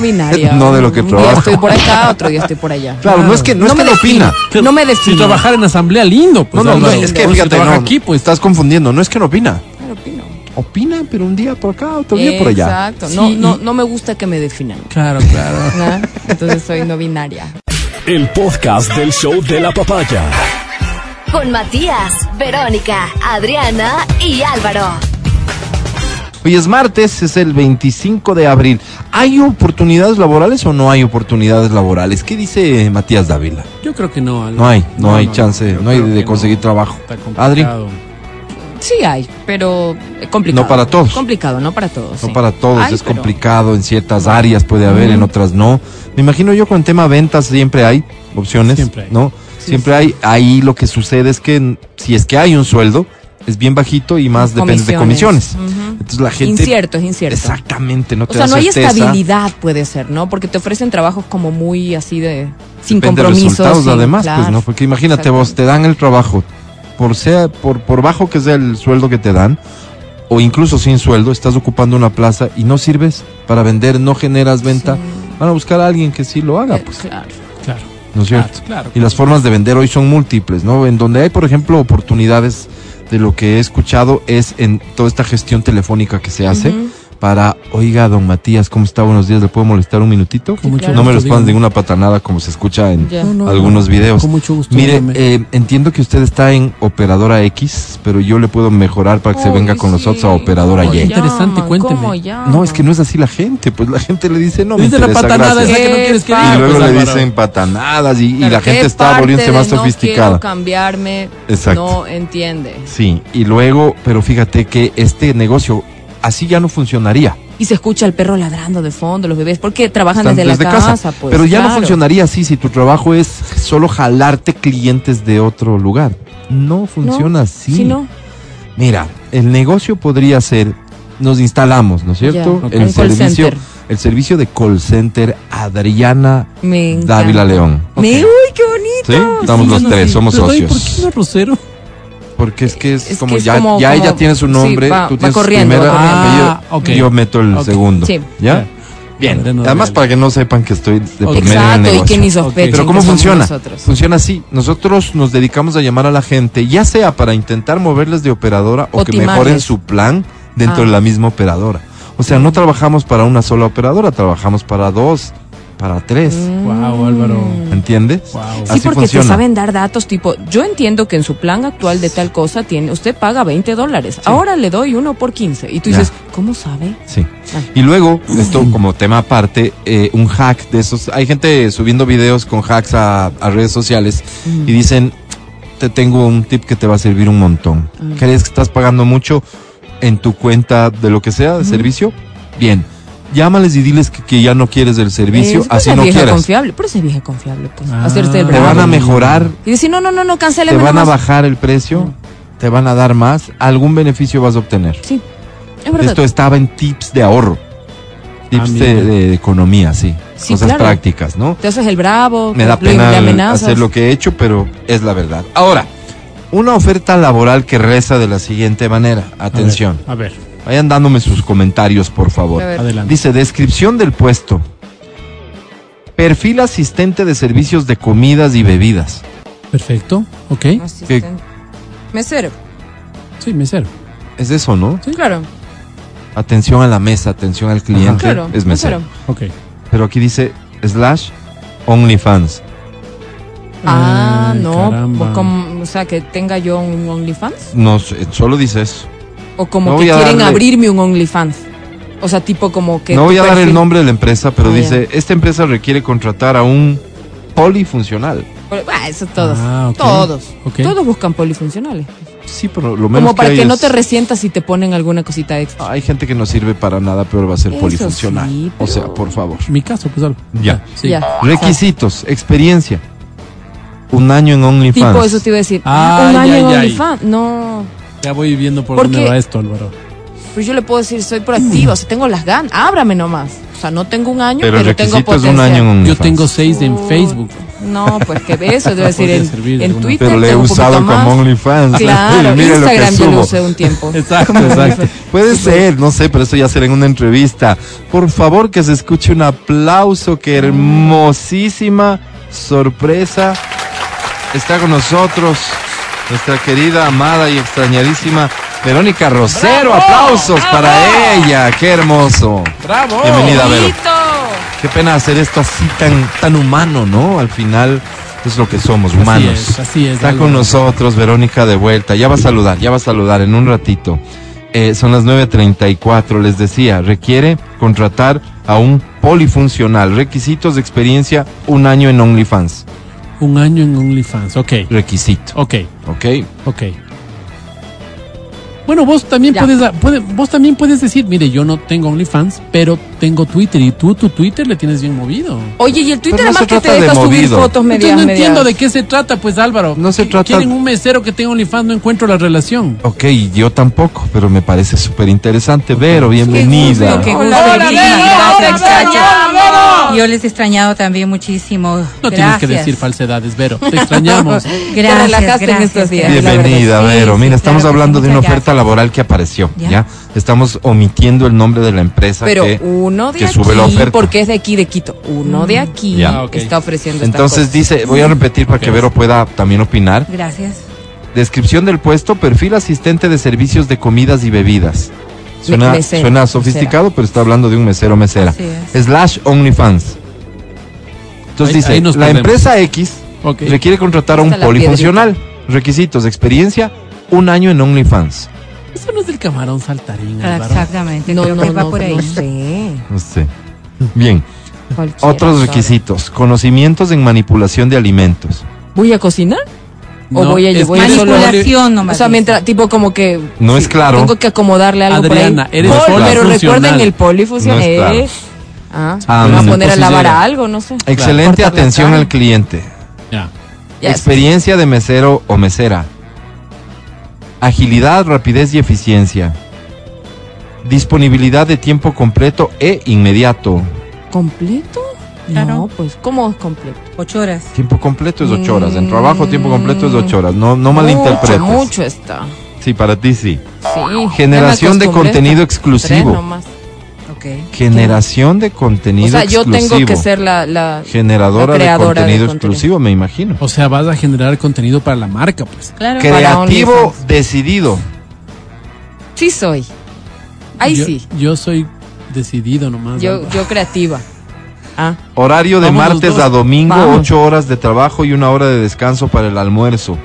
S4: binaria.
S2: No de lo que
S4: Un día
S2: trabajas.
S4: estoy por acá, otro día estoy por allá.
S2: Claro, no es que no, es que lo
S4: defino,
S2: opina.
S4: No me
S3: Si
S4: defino.
S3: trabajar en asamblea, lindo. Pues,
S2: No, no, no,
S3: Álvaro.
S2: es que
S3: Pero si
S2: fíjate, no,
S3: trabaja aquí, pues.
S2: estás confundiendo, no es que no opina.
S4: Claro, opino.
S2: Opina, pero un día por acá, otro día por allá.
S4: Exacto. No,
S3: Sí,
S4: no,
S3: y-
S4: no me gusta que me definan.
S3: Claro, claro.
S4: ¿no? Entonces soy no binaria.
S1: El podcast del show de la papaya.
S5: Con Matías, Verónica, Adriana y Álvaro.
S2: Hoy es martes, es el 25 de abril. ¿Hay oportunidades laborales o no hay oportunidades laborales? ¿Qué dice Matías Dávila?
S3: Yo creo que no. Álvaro.
S2: No hay, no hay chance,
S3: yo
S2: no hay
S3: creo
S2: de
S3: que
S2: conseguir trabajo.
S3: Está
S2: Adri.
S3: complicado.
S4: Sí hay, pero eh, complicado.
S2: No para todos.
S4: Complicado, no para todos. sí.
S2: No para todos,
S4: Hay,
S2: es
S4: pero-
S2: complicado, en ciertas áreas puede haber, en otras no. Me imagino yo con tema ventas siempre hay opciones,
S3: Siempre hay.
S2: ¿no?
S4: Sí,
S2: siempre hay, ahí lo que sucede es que n- si es que hay un sueldo, es bien bajito y más depende de comisiones.
S4: Ujú.
S2: Entonces la gente...
S4: Incierto, es incierto.
S2: Exactamente, no te
S4: O sea,
S2: da
S4: no hay
S2: certeza.
S4: estabilidad, puede ser, ¿no? Porque te ofrecen trabajos como muy así de. sin
S2: Depende de
S4: compromisos.
S2: resultados
S4: sin-
S2: además, pues
S4: claro.
S2: no, porque imagínate vos, te dan el trabajo, por sea, por, por bajo que sea el sueldo que te dan, o incluso sin sueldo, estás ocupando una plaza y no sirves para vender, no generas venta, van a buscar a alguien que sí lo haga,
S4: Eh,
S2: pues,
S4: Claro.
S3: Claro.
S2: ¿no es cierto?
S3: Claro.
S2: Y las formas de vender hoy son múltiples, ¿no? En donde hay, por ejemplo, oportunidades de lo que he escuchado es en toda esta gestión telefónica que se hace
S4: Ujú.
S2: para, oiga, don Matías, ¿cómo está? Buenos días, ¿le puedo molestar un minutito?
S3: Con mucho
S2: No me respondas
S3: gusto, dígame.
S2: ninguna patanada como se escucha en
S4: Ya.
S2: algunos videos.
S3: Con mucho gusto.
S2: Mire,
S3: dígame.
S2: eh, entiendo que usted está en operadora X, pero yo le puedo mejorar para que se
S4: Uy,
S2: venga con
S4: sí.
S2: nosotros a operadora
S4: ¿Cómo
S3: Oye,
S2: Y.
S3: ya. Interesante,
S4: llaman?
S3: cuénteme.
S4: ¿Cómo llaman?
S2: No, es que no es así la gente, pues la gente le dice no me
S3: Dice la
S2: interesa,
S3: patanada, es la
S2: gracias.
S3: que no
S4: Qué
S3: quieres que
S4: padre.
S3: diga.
S2: Y luego
S3: pues,
S2: le
S3: Álvaro.
S2: dicen patanadas y, y la
S4: Claro, ¿qué
S2: gente está
S4: parte
S2: volviéndose
S4: de
S2: más
S4: No
S2: sofisticada.
S4: quiero cambiarme.
S2: Exacto.
S4: No entiende.
S2: Sí, y luego, pero fíjate que este negocio así ya no funcionaría.
S4: y se escucha el perro ladrando de fondo, los bebés, porque trabajan
S2: Están
S4: desde, la casa, pues.
S2: Pero ya no
S4: claro.
S2: funcionaría así si tu trabajo es solo jalarte clientes de otro lugar. No funciona así.
S4: Sí, no.
S2: Mira, el negocio podría ser, nos instalamos, ¿no es cierto?
S4: Ya,
S3: ok.
S2: El
S4: un call
S2: servicio,
S4: center.
S2: el servicio de call center Adriana
S4: Me encanta.
S2: Dávila León.
S4: Me, uy, qué bonito.
S2: ¿Sí? Estamos los
S3: Funciona
S2: tres,
S3: así.
S2: somos
S3: Pero, oye,
S2: socios.
S3: ¿Por qué no Rosero?
S2: Porque es que es,
S4: Es
S2: como,
S4: que es
S2: ya,
S4: como-
S2: ya
S4: como-
S2: ella tiene su
S4: sí,
S2: nombre,
S4: va-
S2: tú
S4: va
S2: tienes su
S4: corriendo,
S2: primer
S3: va
S2: apellido,
S3: corriendo.
S2: yo meto el
S3: Ah, Ok.
S2: segundo.
S4: Sí.
S2: ¿ya?
S3: Bien.
S2: Además, para que no sepan que estoy de por Pues medio del
S4: Exacto, y
S2: negocio.
S4: que ni sospechen.
S2: Pero
S4: que
S2: ¿cómo
S4: somos
S2: funciona? Pues
S4: Nosotros.
S2: Funciona así. Nosotros nos dedicamos a llamar a la gente, ya sea para intentar moverles de operadora o,
S4: O
S2: que
S4: timarles.
S2: mejoren su plan dentro
S4: Ah.
S2: de la misma operadora. O sea, no trabajamos para una sola operadora, trabajamos para dos, para tres.
S3: Wow, Álvaro.
S2: ¿Entiendes?
S3: Wow.
S4: Mm. Sí,
S2: Así
S4: porque
S2: funciona.
S4: te saben dar datos tipo, yo entiendo que en su plan actual de tal cosa tiene, usted paga 20 dólares, ahora le doy uno por 15. Y tú
S2: Ya.
S4: dices, ¿cómo sabe?
S2: Sí.
S4: Ah.
S2: Y luego, esto como tema aparte, eh, un hack de esos. Hay gente subiendo videos con hacks a, a redes sociales y dicen, te tengo un tip que te va a servir un montón.
S4: Mm.
S2: ¿Crees que estás pagando mucho en tu cuenta de lo que sea, de servicio? Bien. Llámales y diles que, que ya no quieres el servicio,
S4: Eh, pero
S2: así
S4: esa
S2: no
S4: vieja
S2: quieras.
S4: confiable, pero ese vieja confiable, pues,
S3: Ah.
S4: hacerse el
S2: Te
S4: bravo.
S2: van a mejorar,
S4: Y decir, no, no, no, no,
S2: te
S4: cancéleme
S2: van a
S4: nomás".
S2: bajar el precio, te van a dar más, algún beneficio vas a obtener.
S4: Sí, es verdad. Ah,
S2: Esto estaba en tips de ahorro. Tips
S3: mira.
S2: de, de economía, sí.
S4: Sí,
S2: Cosas
S4: claro.
S2: prácticas, ¿no?
S4: Te haces el bravo,
S2: Me da
S4: lo- le
S2: pena el-
S4: amenazas.
S2: hacer lo que he hecho, pero es la verdad. Ahora, una oferta laboral que reza de la siguiente manera. Atención.
S3: A ver,
S2: Vayan dándome sus comentarios, por favor.
S4: A ver.
S3: adelante.
S2: Dice, descripción del puesto. Perfil asistente de servicios de comidas y bebidas.
S3: Perfecto. Ok.
S4: Asistente. Mesero,
S3: Sí, mesero.
S2: Es eso, ¿no?
S4: sí, claro,
S2: Atención a la mesa, atención al cliente.
S4: claro.
S2: es mesero.
S3: Ok.
S2: Pero aquí dice slash OnlyFans.
S4: Ah,
S3: Ay,
S4: no,
S3: caramba.
S4: o como- o sea, que tenga yo un OnlyFans,
S2: No sé, eh, solo dice eso.
S4: o como
S2: No
S4: que
S2: voy a
S4: quieren
S2: darle-
S4: abrirme un OnlyFans, o sea, tipo como que...
S2: No
S4: tu
S2: voy a dar el
S4: perfil-
S2: nombre de la empresa, pero
S4: Ah,
S2: dice, esta empresa requiere contratar a un polifuncional.
S4: Ah, eso todos,
S3: Ah, ok.
S4: todos,
S3: Ok.
S4: todos buscan polifuncionales,
S2: Sí, pero lo menos
S4: como para que,
S2: hay
S4: no
S2: es- Ah,
S4: te resientas si te ponen alguna cosita extra.
S2: Hay gente que no sirve para nada, pero va a ser
S4: Eso
S2: polifuncional.
S4: sí,
S2: O
S4: pero-
S2: sea, por favor.
S3: Mi caso, pues algo.
S2: Ya.
S3: Sí.
S4: Ya.
S2: Requisitos, experiencia. Un año en OnlyFans.
S4: Tipo, eso te iba a decir,
S3: Ah,
S4: un año
S3: ya,
S4: en
S3: ya, ya.
S4: OnlyFans, no,
S3: Ya voy viendo por
S4: Porque-
S3: dónde va esto, Álvaro.
S4: pues yo le puedo decir, soy proactiva, o sea, tengo las ganas, ábrame nomás, o sea, no tengo un año,
S2: pero
S4: pero,
S2: el
S4: tengo
S2: requisito es
S4: potencial.
S2: un año en OnlyFans.
S3: Yo tengo seis en
S4: Puta.
S3: Facebook.
S4: No, pues que de eso, debe decir,
S3: Podría servir
S4: en,
S3: de
S4: en
S3: alguna-
S4: Twitter
S2: Pero le he
S4: tengo un poquito
S2: usado
S4: más.
S2: como OnlyFans.
S4: Claro,
S2: Mire lo que
S4: Instagram yo lo
S2: subo.
S4: usé un tiempo.
S3: Exacto.
S2: Exacto. Puede ser, no sé, pero eso ya será en una entrevista. Por favor, que se escuche un aplauso. Qué hermosísima sorpresa. Está con nosotros nuestra querida, amada y extrañadísima Verónica Rosero. Aplausos para ella. Qué hermoso.
S3: ¡Bravo!
S2: Bienvenida, Vero.
S4: Bonito.
S2: Qué pena hacer esto así tan, tan humano, ¿no? Al final es lo que somos, humanos.
S3: Así es, así es.
S2: Está
S3: Álvaro.
S2: con nosotros Verónica de vuelta. Ya va a saludar, ya va a saludar en un ratito. Eh, son las 9.34, les decía, requiere contratar a un polifuncional. Requisitos de experiencia, un año en OnlyFans.
S3: Un año en OnlyFans. Ok.
S2: Requisito,
S3: Ok.
S2: ¿ok?
S3: Ok. Bueno, vos también
S4: Ya.
S3: puedes, puede- vos también puedes decir, mire, yo no tengo OnlyFans, pero tengo Twitter y tú tu Twitter le tienes bien movido.
S4: Oye, y el
S2: Pero
S4: Twitter
S2: no
S4: además
S2: se
S4: que te
S2: trata de
S4: deja subir
S2: movido.
S4: fotos medias,
S3: Entonces no
S4: medias.
S3: entiendo de qué se trata, pues Álvaro.
S2: No se
S3: Qu-
S2: trata-
S3: Quieren un mesero que tenga OnlyFans, no encuentro la relación.
S2: Ok, yo tampoco, pero me parece súper interesante. Vero,
S4: Qué
S2: bienvenida.
S4: gusto, qué gusto.
S6: Hola,
S4: Hola,
S6: Vero,
S4: Vero, te
S6: hola,
S4: extraño.
S6: Yo les he extrañado también muchísimo.
S3: No tienes que decir falsedades, Vero. Te extrañamos.
S6: Gracias,
S4: Te relajaste en
S6: gracias,
S4: estos días.
S6: gracias.
S2: Bienvenida,
S6: Sí,
S2: Vero.
S6: sí,
S2: Mira, estamos
S6: claro que
S2: hablando
S6: sí,
S2: de una
S6: muchas
S2: oferta laboral que apareció, ¿ya?
S6: Ya. uh,
S2: Estamos omitiendo el nombre de la empresa
S4: Pero
S2: que,
S4: uno de
S2: que
S4: aquí,
S2: sube la oferta.
S4: porque es de aquí, de Quito. Uno de aquí
S2: Ya.
S3: Ah, ok.
S4: está ofreciendo
S2: Entonces dice, voy a repetir para que
S3: Ok.
S2: Vero pueda también opinar.
S6: Gracias.
S2: Descripción del puesto, perfil asistente de servicios de comidas y bebidas. Suena,
S4: mesera,
S2: suena sofisticado, pero está hablando de un mesero mesera.
S6: Así es.
S2: Slash OnlyFans. Entonces
S3: Ahí-
S2: dice,
S3: ahí nos
S2: la
S3: perdemos.
S2: empresa X
S3: Ok.
S2: requiere contratar a
S4: Ahí
S2: un
S4: está la
S2: polifuncional. Requisitos, experiencia, un año en OnlyFans.
S3: Eso no es del camarón saltarín,
S6: Ah,
S3: Álvaro.
S6: Exactamente.
S4: No,
S6: creo
S4: no,
S3: Pues
S6: que va
S4: no,
S6: por ahí.
S4: no sé.
S2: No sé. Bien,
S4: Cualquiera,
S2: otros
S4: ¿sabes?
S2: requisitos, conocimientos en manipulación de alimentos.
S4: ¿Voy a cocinar? o
S3: No,
S4: voy a
S3: es
S4: voy
S3: que
S4: a
S3: eres
S4: solo
S6: Manipulación nomás
S4: o sea
S6: dice.
S4: mientras tipo como que
S2: No es claro.
S4: tengo que acomodarle algo
S3: Adriana,
S4: por ahí
S3: eres
S4: Pol-
S2: polifuncional.
S4: pero recuerden el polifusión
S2: No es claro.
S4: eh. ah,
S2: Ah,
S4: me
S2: no
S4: van
S2: sé,
S4: a poner a
S3: pues sí
S4: lavar
S3: llega.
S4: a algo no sé
S2: Excelente
S4: Cortar la
S2: atención
S4: carne.
S2: al cliente.
S3: Ya.
S4: Ya,
S2: Experiencia de mesero o mesera. Agilidad, rapidez y eficiencia. Disponibilidad de tiempo completo e inmediato.
S4: completo
S6: Claro.
S4: no pues cómo es completo
S6: Ocho horas.
S2: Tiempo completo es ocho horas. En
S4: Mm.
S2: trabajo, tiempo completo es ocho horas. No, no malinterpretes.
S4: Mucho, mucho está.
S2: Sí, para ti sí.
S4: Sí.
S2: Generación
S4: ya me
S2: de
S4: acostumbré
S2: contenido
S4: hasta
S2: exclusivo.
S4: tres nomás.
S6: Ok.
S2: Generación de contenido
S4: O sea, yo
S2: exclusivo.
S4: tengo que ser la. la
S2: generadora
S4: la
S2: de
S4: creadora de
S2: contenido
S4: contenido.
S2: exclusivo, me imagino.
S3: O sea, vas a generar contenido para la marca, pues.
S6: Claro.
S4: Para
S2: Creativo
S4: OnlyFans.
S2: decidido.
S4: sí, soy. Ahí
S3: Yo-
S4: sí.
S3: Yo soy decidido nomás.
S4: Yo,
S3: Alba.
S4: yo creativa. Ah,
S2: Horario de
S3: Vamos los
S2: martes
S3: dos.
S2: a domingo,
S4: Vamos.
S2: ocho horas de trabajo y una hora de descanso para el almuerzo.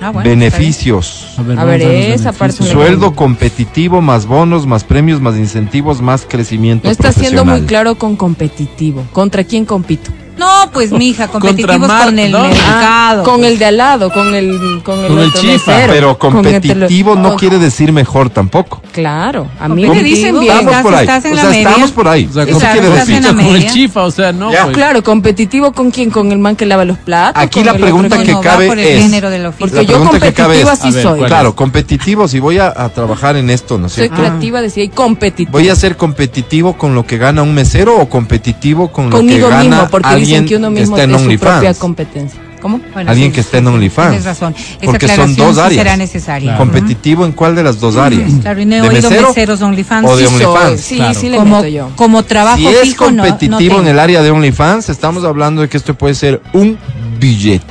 S6: Ah, bueno,
S2: Beneficios.
S3: ver,
S4: A
S3: vamos
S4: ver,
S3: los
S4: esa
S3: beneficios.
S4: parte me-
S2: Sueldo competitivo, más bonos, más premios, más incentivos, más crecimiento
S4: no está siendo
S2: profesional.
S4: muy claro con competitivo. ¿Contra quién compito?
S6: está bien. No, pues mija, competitivos
S3: Mar-
S6: con el
S3: ¿no?
S6: mercado.
S4: Ah, con el de al lado, con el. Con el,
S3: Con el
S4: otro
S3: chifa,
S4: mesero,
S2: Pero
S4: con el tele-
S2: competitivo no
S4: con-
S2: quiere decir mejor tampoco.
S4: Claro, a mí me
S6: Competitivo.
S4: dicen bien.
S2: Estamos
S6: estás-
S2: por ahí.
S6: estás en
S2: O
S6: la
S2: sea,
S6: media.
S2: estamos por ahí.
S3: O sea,
S2: Eso
S3: como-
S2: quiere
S6: Exacto,
S2: decir.
S6: estás en la
S3: Como el
S6: media.
S3: chifa, o sea, no.
S2: Ya.
S3: pues.
S4: Claro, competitivo con quién? Con el man que lava los platos.
S2: Aquí
S4: con
S2: la
S4: el otro
S2: pregunta
S4: man-
S2: que
S6: no, va
S2: cabe
S6: por el
S2: es-
S6: género de la oficina.
S4: Porque
S2: La
S4: yo
S2: pregunta que cabe
S4: competitiva
S2: es-
S4: sí
S3: A ver,
S4: soy.
S3: ¿cuál?
S2: Claro, competitivo. Si voy a, a trabajar en esto, ¿no es
S4: Soy
S2: cierto?
S4: creativa, decía, y competitiva.
S2: Ah. Voy a ser competitivo con lo que gana un mesero o competitivo con lo
S4: conmigo
S2: que gana
S4: mismo, porque
S2: alguien
S4: dicen que uno mismo
S2: que está en
S4: es su propia
S2: OnlyFans.
S4: competencia. ¿Cómo?
S6: Bueno,
S2: Alguien que esté en OnlyFans.
S6: Tienes razón. Esa
S2: Porque son
S6: aclaración
S2: dos
S6: sí
S2: áreas.
S6: será necesaria.
S2: Competitivo en cuál de las
S4: Mm,
S2: dos áreas?
S6: Claro, y no he
S2: ¿De
S6: oído
S2: mesero?
S6: meseros OnlyFans.
S2: o de
S6: Sí,
S4: soy,
S2: OnlyFans.
S4: sí,
S3: Claro.
S4: sí le
S6: como,
S4: meto yo.
S6: como trabajo
S2: Si es
S6: fijo, no- no
S2: competitivo en
S6: tengo.
S2: el área de OnlyFans, estamos hablando de que esto puede ser un billete.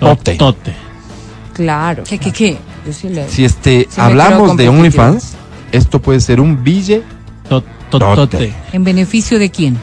S3: Tote. Tote.
S4: Claro. ¿Qué, qué, qué? Yo sí le...
S2: Si este
S4: Sí me creo
S2: hablamos de
S4: competitiva.
S2: OnlyFans, esto puede ser un billete
S3: Tot-
S2: Tote.
S3: Totote.
S6: ¿En beneficio de quién?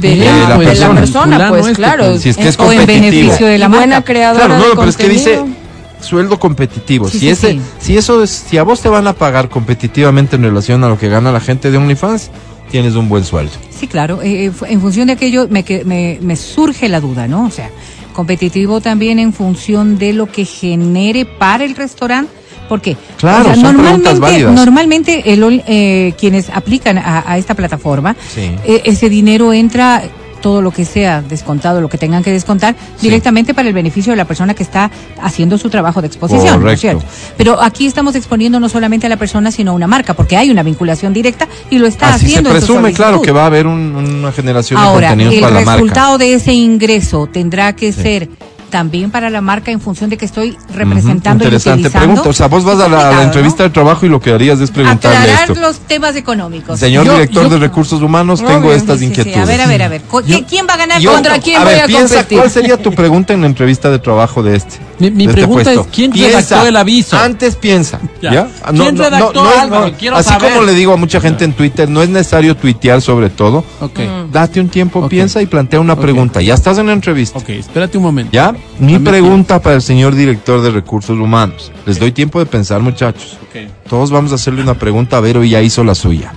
S4: De,
S2: Eh,
S4: la,
S2: la
S4: de la
S2: persona.
S4: persona,
S3: Fulano
S4: pues
S3: este,
S4: claro.
S3: pues.
S2: Si es que es
S6: o en
S2: competitivo.
S6: beneficio de la
S4: buena
S6: marca.
S4: creadora
S2: Claro, no,
S4: de
S2: pero es que dice
S4: contenido.
S2: sueldo competitivo.
S6: Sí,
S2: si
S6: sí,
S2: ese,
S6: sí.
S2: si eso es, si a vos te van a pagar competitivamente en relación a lo que gana la gente de OnlyFans, tienes un buen sueldo.
S6: Sí, claro. eh, eh, fu- en función de aquello me, que- me, me surge la duda, ¿no? O sea, competitivo también en función de lo que genere para el restaurante. ¿Por qué?
S2: Claro,
S6: O sea,
S2: son preguntas
S6: normalmente,
S2: válidas.
S6: normalmente el ol- eh, quienes aplican a, a esta plataforma,
S2: Sí.
S6: eh, ese dinero entra todo lo que sea descontado, lo que tengan que descontar,
S2: Sí.
S6: directamente para el beneficio de la persona que está haciendo su trabajo de exposición, ¿no
S2: Correcto.
S6: es cierto? Pero aquí estamos exponiendo no solamente a la persona, sino a una marca, porque hay una vinculación directa y lo está
S2: Así se
S6: haciendo. en su
S2: presume, claro,
S6: solicitud.
S2: que va a haber un- una generación de
S6: Ahora,
S2: contenidos
S6: el
S2: para la marca.
S6: resultado de ese ingreso tendrá que ser también para la marca en función de que estoy representando
S2: Ujú,
S6: y
S2: Interesante
S6: utilizando.
S2: pregunta. O sea, vos vas a la- a la,
S6: Complicado, ¿no?
S2: entrevista de trabajo y lo que harías es preguntarle
S6: Aclarar
S2: esto.
S6: los temas económicos.
S2: Señor
S3: Yo-
S2: director
S3: yo-
S2: de recursos humanos,
S6: Obvio,
S2: tengo estas
S6: sí, sí, sí.
S2: inquietudes.
S6: A ver, a ver, a ver. Co-
S3: Yo-
S6: ¿qué- ¿Quién va a ganar
S2: Yo-
S6: contra
S4: quién
S2: a
S4: voy
S2: ver,
S4: a
S2: piensa
S4: competir?
S2: cuál sería tu pregunta en la entrevista de trabajo de este.
S3: Mi- mi
S2: de este
S3: pregunta es, ¿quién redactó
S2: Piensa,
S3: el aviso?
S2: Antes piensa.
S3: Ya.
S2: ¿ya?
S3: ¿Quién redactó, Álvaro? Quiero
S2: así
S3: saber.
S2: como le digo a mucha gente en Twitter, no es necesario tuitear sobre todo.
S3: Ok.
S2: Date un tiempo,
S3: Mm. Ok.
S2: piensa y plantea una
S3: Ok.
S2: pregunta. Ya estás en la entrevista.
S3: Ok, espérate un momento.
S2: ¿Ya? Mi
S3: Dame
S2: pregunta para el señor director de recursos humanos. Les doy tiempo de pensar, muchachos.
S3: Ok.
S2: Todos vamos a hacerle una pregunta a Vero y ya hizo la suya.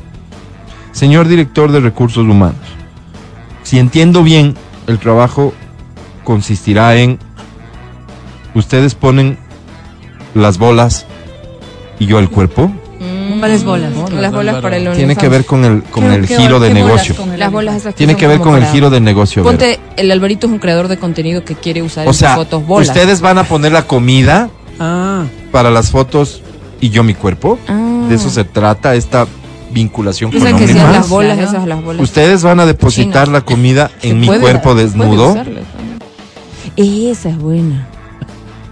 S2: Señor director de recursos humanos, si entiendo bien, el trabajo consistirá en ustedes ponen las bolas y yo el cuerpo.
S6: Mm, ¿Cuáles
S2: Mm,
S6: bolas?
S4: Las bolas para el
S2: Tiene que ver con el con
S6: ¿Qué-
S2: el
S6: qué-
S2: giro de
S6: qué bolas
S2: negocio.
S6: con el
S4: Las
S6: OnlyFans?
S4: bolas esas que
S2: Tiene
S4: son
S2: que ver
S4: como
S2: con el
S4: para-
S2: giro de negocio. Vero.
S4: Ponte, el Alvarito es un creador de contenido que quiere usar
S2: O
S4: en
S2: sea,
S4: sus fotos bolas.
S2: ustedes van a poner la comida
S3: Ah,
S2: para las fotos y yo mi cuerpo.
S4: Ah.
S2: De eso se trata esta vinculación con
S4: Dicen que
S2: OnlyFans.
S4: sean las bolas,
S6: Claro.
S4: esas las bolas.
S2: Ustedes van a depositar
S4: Chino.
S2: la comida
S4: Se
S2: en mi
S4: puede-
S2: cuerpo
S4: puede
S2: desnudo.
S4: usarlo también. Esa es buena.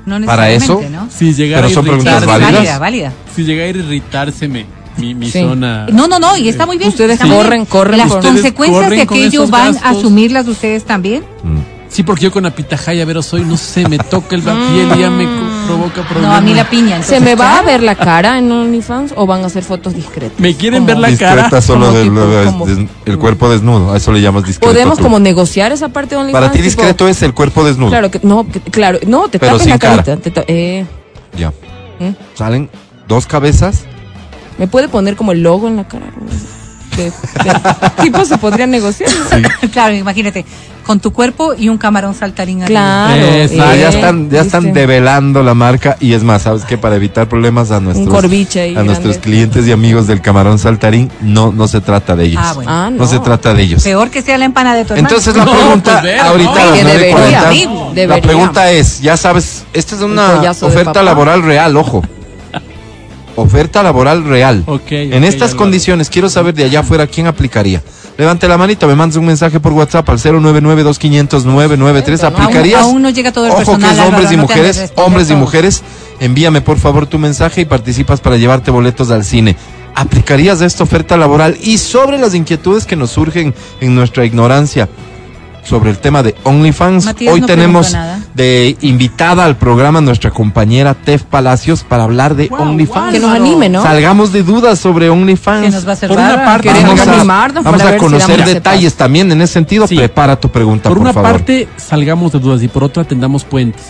S6: No
S2: Para eso,
S6: necesariamente, ¿no?
S3: si llegara a
S2: Pero son preguntas
S3: irritarse.
S6: Válida, válida,
S2: válidas.
S3: Si llegara a irritárseme mi, mi
S4: Sí.
S3: zona.
S6: No, no, no, y está muy bien.
S4: Ustedes
S6: está muy
S4: corren,
S6: bien.
S4: corren
S6: Las
S4: con-
S6: consecuencias
S3: corren
S6: de
S3: con
S6: aquello
S3: esos
S6: van a
S3: gastos.
S6: asumirlas ustedes también.
S2: Mm.
S3: Sí, porque yo con la pitahaya, pero soy, no sé, me toca el la piel y ya me co- provoca problemas.
S6: Mm. No, a mí la piña.
S4: ¿Se
S6: entonces,
S4: me va a
S6: claro.
S4: ver la cara en OnlyFans o van a hacer fotos discretas?
S3: Me quieren ver la
S2: Discreta
S3: cara.
S2: solo
S4: Como
S2: del-
S4: tipo,
S2: del-
S4: como-
S2: des- el cuerpo desnudo. A eso le llamas discreto.
S4: ¿Podemos
S2: tú.
S4: como negociar esa parte de OnlyFans?
S2: Para ti
S4: Tipo,
S2: discreto es el cuerpo desnudo.
S4: Claro, que, no, que- claro, no, te
S2: Pero
S4: tapas
S2: sin
S4: la
S2: cara.
S4: carita. te ta- eh,
S2: Ya.
S4: ¿Mm?
S2: Salen dos cabezas.
S4: ¿Me puede poner como el logo en la cara? de, de tipos se podría negociar. ¿no?
S6: claro, imagínate, con tu cuerpo y un camarón saltarín arriba.
S4: Claro.
S3: Exacto.
S2: Ah,
S4: eh,
S2: ya están, ya están
S4: ¿viste?
S2: develando la marca y es más, sabes que para evitar problemas a nuestros,
S4: corviche ahí
S2: a nuestros
S4: grande.
S2: clientes y amigos del camarón saltarín, no, no se trata de ellos.
S6: Ah, bueno.
S4: Ah,
S2: no.
S4: no.
S2: se trata de ellos.
S6: Peor que sea la empanada de tu hermano.
S2: Entonces la
S3: No,
S2: pregunta
S3: pues, ver,
S2: ahorita
S3: no.
S2: a las
S4: Oye,
S2: 9:40,
S4: debería,
S2: la
S4: debería.
S2: pregunta es, ya sabes, esta es
S4: El
S2: una
S4: pollazo de
S2: oferta
S4: papá.
S2: laboral real, ojo. Oferta laboral real.
S3: Ok,
S2: en
S3: ok,
S2: estas
S3: Álvaro.
S2: condiciones, quiero saber de allá afuera quién aplicaría. Levante la manita, me mandas un mensaje por WhatsApp al 099-2500-993.
S4: Perfecto, ¿no?
S2: ¿Aplicarías?
S6: Aún- aún no llega todo el
S2: Ojo
S6: personal,
S2: que es hombres
S6: Álvaro,
S2: y
S6: no te han de
S2: mujeres,
S6: responder
S2: hombres y
S6: todo.
S2: mujeres. Envíame por favor tu mensaje y participas para llevarte boletos al cine. ¿Aplicarías esta oferta laboral? Y sobre las inquietudes que nos surgen en nuestra ignorancia sobre el tema de OnlyFans,
S6: Matías
S2: hoy
S6: no
S2: tenemos
S6: preguntó nada.
S2: de invitada al programa nuestra compañera Tef Palacios para hablar de OnlyFans.
S4: Que nos anime, ¿no? Ah,
S2: Salgamos de dudas sobre
S6: Que nos
S2: OnlyFans.
S6: va a hacer
S3: Por una
S6: barba.
S3: parte-
S4: Queremos
S2: Vamos a,
S4: animarnos
S2: vamos
S4: para
S2: a
S4: ver si
S2: conocer
S4: damos ese
S2: detalles también en ese sentido.
S3: Sí.
S2: Prepara tu pregunta, por,
S3: Por una
S2: favor.
S3: parte, salgamos de dudas y por otra, tendamos puentes.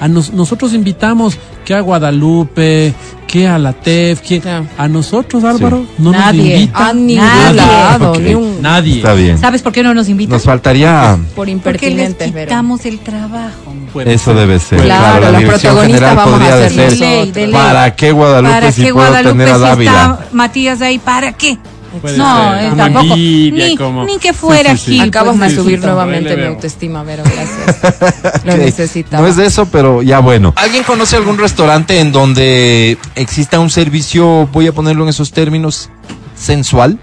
S3: A nos- nosotros invitamos que a Guadalupe, que a la TEF, que
S4: Ya.
S3: a nosotros, Álvaro, no
S6: Nadie.
S3: nos invitan.
S4: A ningún
S6: Nadie.
S4: Ah, lado,
S2: Ok.
S4: ni un-
S3: Nadie.
S2: Está bien.
S6: ¿Sabes por qué no nos invitan?
S2: Nos faltaría
S4: por
S6: Porque les
S4: impertinentes, pero.
S6: quitamos el trabajo.
S3: Puede
S2: eso
S3: ser.
S2: debe ser.
S4: Claro,
S2: la
S4: los
S2: dirección
S4: protagonistas
S2: general
S4: vamos a
S2: podría
S4: hacer
S2: ser.
S4: nosotros.
S6: Ley, de ley.
S2: ¿Para qué Guadalupe
S6: ¿Para
S2: si
S6: qué
S2: pues, puedo tener
S6: Guadalupe
S2: a
S6: si
S2: Dávila?
S6: está Matías ahí? ¿Para qué?
S3: Puede
S6: no,
S3: ser.
S6: él
S3: Como
S6: tampoco.
S3: envidia,
S6: ni,
S3: como-
S6: ni que fuera
S3: Sí, sí, sí.
S6: Gil.
S4: Acabas
S6: pues,
S4: de subir
S6: Maxito.
S4: nuevamente mi
S3: Relevo.
S4: autoestima, Vero, gracias. Lo
S2: Ok,
S4: necesitaba.
S2: No es de eso, pero ya bueno. ¿Alguien conoce algún restaurante en donde exista un servicio, voy a ponerlo en esos términos, sensual?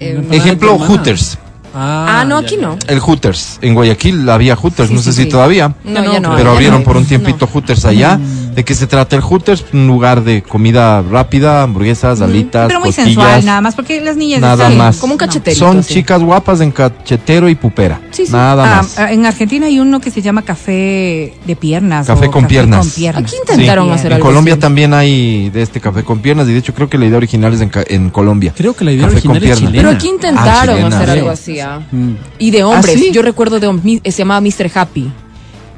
S4: Eh,
S3: Ah,
S2: Ejemplo,
S3: qué buena.
S2: Hooters.
S4: ah, no,
S3: ya,
S4: aquí
S3: ya.
S4: no.
S2: El Hooters. En Guayaquil había Hooters,
S4: Sí,
S2: no sé
S4: sí,
S2: si
S4: sí.
S2: todavía.
S4: No, ya no.
S2: pero
S4: ya
S2: abrieron
S4: no.
S2: por un tiempito Hooters allá. ¿De qué se trata el Hooters? Un lugar de comida rápida, hamburguesas, alitas,
S6: Pero muy
S2: costillas.
S6: sensual, nada más, porque las niñas
S2: Nada
S6: están-
S2: más.
S4: Como un cacheterito.
S2: Son
S4: así.
S2: chicas guapas en cachetero y pupera.
S4: Sí, sí.
S2: Nada
S6: Ah,
S2: más.
S6: ah, en Argentina hay uno que se llama café de piernas.
S2: Café
S6: o
S2: con piernas.
S6: con piernas.
S4: Aquí intentaron
S6: Sí.
S4: hacer
S2: en
S4: algo
S2: Colombia
S4: así.
S2: también hay de este café con piernas y de hecho creo que la idea original es en, ca- en Colombia.
S3: Creo que la idea
S2: Café con
S3: original es
S2: pierna.
S3: chilena.
S4: Pero aquí intentaron
S2: chilena.
S4: hacer
S2: Ah, Sí.
S4: algo así. ah.
S3: Mm.
S4: Y de hombres.
S2: ¿Ah, sí?
S4: Yo recuerdo de hom- mi- eh, se llamaba Mr. Happy.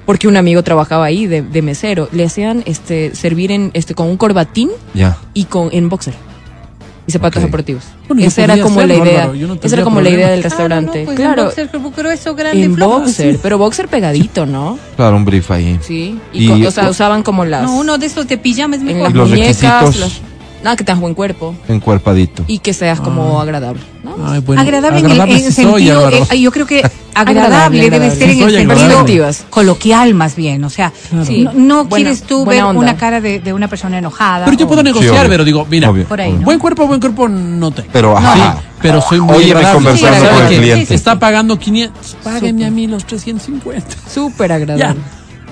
S4: Porque un amigo trabajaba ahí de, de mesero. Le hacían este servir en este con un corbatín
S2: Ya.
S4: y con en boxer. Y zapatos
S2: Ok.
S4: deportivos.
S3: Bueno, yo
S4: Esa era
S3: podría
S4: como la
S3: hacerlo,
S4: idea.
S3: Álvaro, yo no
S4: Esa era
S3: tendría
S4: como la
S3: problema.
S4: idea del
S6: Ah, no,
S4: restaurante.
S6: no, pues,
S4: claro.
S6: En boxer, con grueso, grande,
S4: en
S6: flojo.
S4: boxer, pero boxer pegadito, ¿no?
S2: Claro, un brief ahí.
S4: Sí. Y, co-
S2: Y-
S4: o sea, usaban como las
S6: No, uno de esos de pijama es
S4: en
S6: mejor.
S4: las
S2: Y los
S4: muñecas,
S2: requisitos.
S4: las- nada que te hagas buen cuerpo
S2: Encuerpadito.
S4: y que seas como agradable, ¿no?
S3: Ay, bueno,
S6: agradable, en el- en el,
S3: sí soy,
S6: sentido,
S3: Álvaro.
S6: eh, yo creo que agradable,
S4: Agradable,
S6: debe ser en
S3: agradable. Soy
S6: el sentido
S3: agradable.
S4: Perspectivas.
S6: coloquial más bien, o sea,
S4: Sí.
S6: no, no
S4: Buena-
S6: quieres tú ver
S4: buena onda.
S6: una cara de, de una persona enojada.
S3: Pero yo
S6: o-
S3: puedo negociar,
S2: obvio.
S3: pero digo, mira,
S2: Obvio.
S6: Por ahí, ¿no?
S3: buen cuerpo, buen cuerpo no tengo.
S2: Pero ajá.
S3: Sí, pero soy muy
S2: Óyeme
S3: agradable.
S2: conversando
S3: ¿Sabe
S6: con el
S3: qué?
S2: cliente.
S3: Está pagando 500, páguenme
S4: Súper.
S3: a mí los 350.
S4: Súper
S3: Ya,
S4: agradable.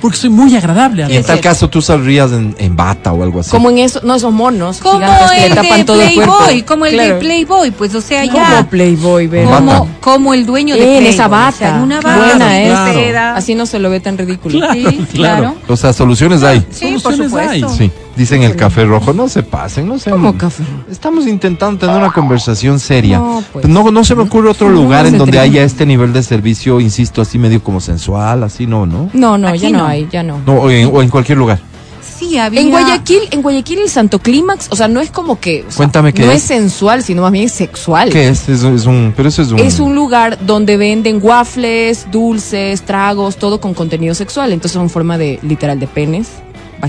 S3: porque soy muy agradable.
S2: Y en
S3: Álvaro.
S2: tal caso tú saldrías en, en bata o algo así.
S4: Como en eso, no esos monos
S6: Como
S4: gigantes que
S6: el
S4: le tapan
S6: de
S4: todo el cuerpo.
S6: Playboy, como el
S4: Claro.
S6: de Playboy, pues o sea,
S4: Como
S6: ya.
S4: Playboy, ¿verdad?
S2: Con
S6: Como,
S2: bata.
S6: como el dueño de
S4: Eh, en
S6: Playboy.
S4: esa
S6: o sea,
S4: bata.
S6: una
S4: Buena
S6: bata
S4: es.
S6: de seda.
S4: Así no se lo ve tan ridículo.
S3: Claro.
S6: Sí, claro.
S2: O sea, soluciones hay.
S4: Ah,
S6: Sí, por
S3: Soluciones hay.
S6: supuesto.
S2: Sí. Dicen el café rojo. No se pasen, no sean.
S4: Como café.
S2: Estamos intentando tener una conversación seria.
S4: No,
S2: No,
S4: pues.
S2: no, se me ocurre otro
S4: No,
S2: lugar
S4: se
S2: en donde
S4: trata.
S2: haya este nivel de servicio, insisto, así medio como sensual, así no, ¿no?
S4: No, no,
S6: Aquí
S4: ya no,
S6: no.
S4: hay, ya no.
S2: No, o en, o en cualquier lugar.
S6: Sí, había.
S4: En Guayaquil, en Guayaquil el Santo Clímax, o sea, no es como que, o sea,
S2: Cuéntame qué
S4: no
S2: es.
S4: es sensual, sino más bien es sexual.
S2: ¿Qué este es? Es, es un. Pero eso es un.
S4: Es un lugar donde venden waffles, dulces, tragos, todo con contenido sexual. Entonces son forma de literal de penes,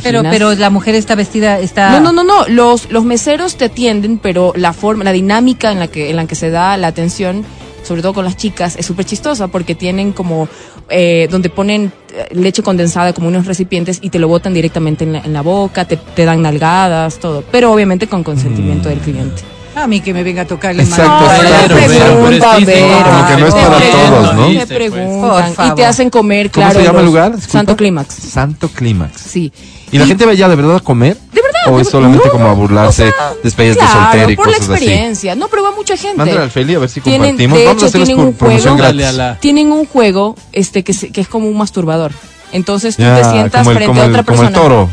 S6: Pero,
S4: vaginas.
S6: pero la mujer está vestida, está.
S4: no, no, no, no. Los, los meseros te atienden, pero la forma, la dinámica en la que, en la que se da la atención, sobre todo con las chicas, es súper chistosa porque tienen como eh, donde ponen eh, leche condensada como unos recipientes y te lo botan directamente en la, en la boca, te, te dan nalgadas, todo. Pero obviamente con consentimiento
S2: Mm.
S4: del cliente.
S6: A mí que me venga a tocarle
S2: Exacto,
S6: mano.
S2: exacto.
S3: Pero, pero, pero es triste,
S4: Vero.
S2: Como que no es
S4: Te
S2: para
S4: preguntan,
S2: todos, ¿no? pues.
S4: Te
S6: Por
S4: preguntan y
S6: favor.
S4: te hacen comer,
S2: ¿Cómo
S4: claro.
S2: se llama el
S4: los-
S2: lugar? Disculpa.
S4: Santo Clímax.
S2: Santo Clímax.
S4: Sí.
S2: ¿Y la gente va allá de verdad a comer?
S4: ¿De verdad?
S2: ¿O
S4: de
S2: es
S4: ver-
S2: solamente
S4: no,
S2: como a burlarse
S4: o sea,
S2: de despedidas
S4: claro,
S2: de soltero y
S4: por la
S2: cosas así?
S4: experiencia. No, pero va mucha gente.
S2: Mándale al Feli a ver si
S4: Tienen-
S2: compartimos.
S4: de
S2: Vamos a
S4: hecho,
S2: hacerles
S4: tienen
S2: por-
S4: un
S2: promoción
S4: juego.
S2: gratis.
S3: Dale a la-
S4: Tienen un juego este que, se- que es como un masturbador. Entonces tú
S2: Ya,
S4: te sientas
S2: como el-
S4: frente
S2: como
S4: a
S2: el-
S4: otra
S2: como el
S4: persona.
S2: toro.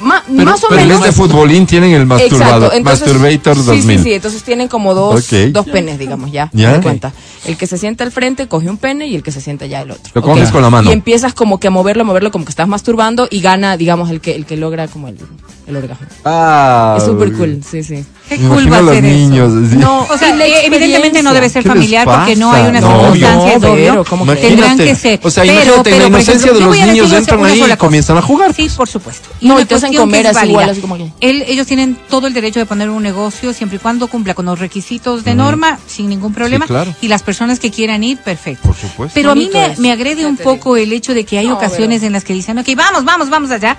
S4: Ma-
S3: Pero-
S4: más o
S2: Pero en
S4: menos.
S2: vez de futbolín tienen el masturbado,
S4: Exacto, entonces-
S2: Masturbator
S4: sí,
S2: 2000.
S4: Sí, sí, entonces tienen como dos,
S2: Ok.
S4: dos penes, digamos, ya.
S2: Ya.
S4: haz de
S2: Ok.
S4: cuenta. El que se sienta al frente coge un pene y el que se sienta ya el otro.
S2: Lo
S4: Ok.
S2: coges con la mano.
S4: Y empiezas como que a moverlo, a moverlo, como que estás masturbando y gana, digamos, el que, el que logra como el, el orgasmo.
S2: Ah,
S4: es súper cool, sí, sí.
S6: ¿Qué
S2: Me imagino
S6: cool va
S2: a
S6: a
S2: los
S6: ser eso?
S2: niños, así.
S6: No, o sea,
S4: Y la
S6: eh, evidentemente no
S4: experiencia.
S6: debe ser
S2: ¿Qué les
S6: familiar porque no
S2: pasa?
S6: hay unas
S2: No,
S6: circunstancias,
S4: no,
S6: obvio.
S4: pero ¿cómo crees?
S6: Tendrán que
S2: Imagínate.
S6: ser.
S2: O sea,
S6: pero,
S2: imagínate,
S6: pero,
S2: la
S6: por
S2: inocencia
S6: ejemplo,
S2: de
S6: yo
S2: los
S6: voy a decir
S2: niños
S6: una-
S2: entran
S6: una
S2: ahí
S6: sola
S2: y
S6: cosa.
S2: comienzan a jugar.
S6: Sí, por supuesto.
S4: No,
S6: una
S4: y te hacen
S6: cuestión que
S4: comer
S6: es
S4: así igual,
S6: válida.
S4: así como que-
S6: Él- ellos tienen todo el derecho de poner un negocio siempre y cuando cumpla con los requisitos de norma, sin ningún problema.
S2: claro.
S6: Y las personas que quieran ir, perfecto.
S2: Por supuesto.
S6: Pero a mí
S4: Bonito
S6: me,
S4: es.
S6: me agrede
S4: Ya
S6: un
S4: te digo.
S6: poco el hecho de que hay
S4: No,
S6: ocasiones
S4: pero-
S6: en las que dicen, ok, vamos, vamos, vamos allá.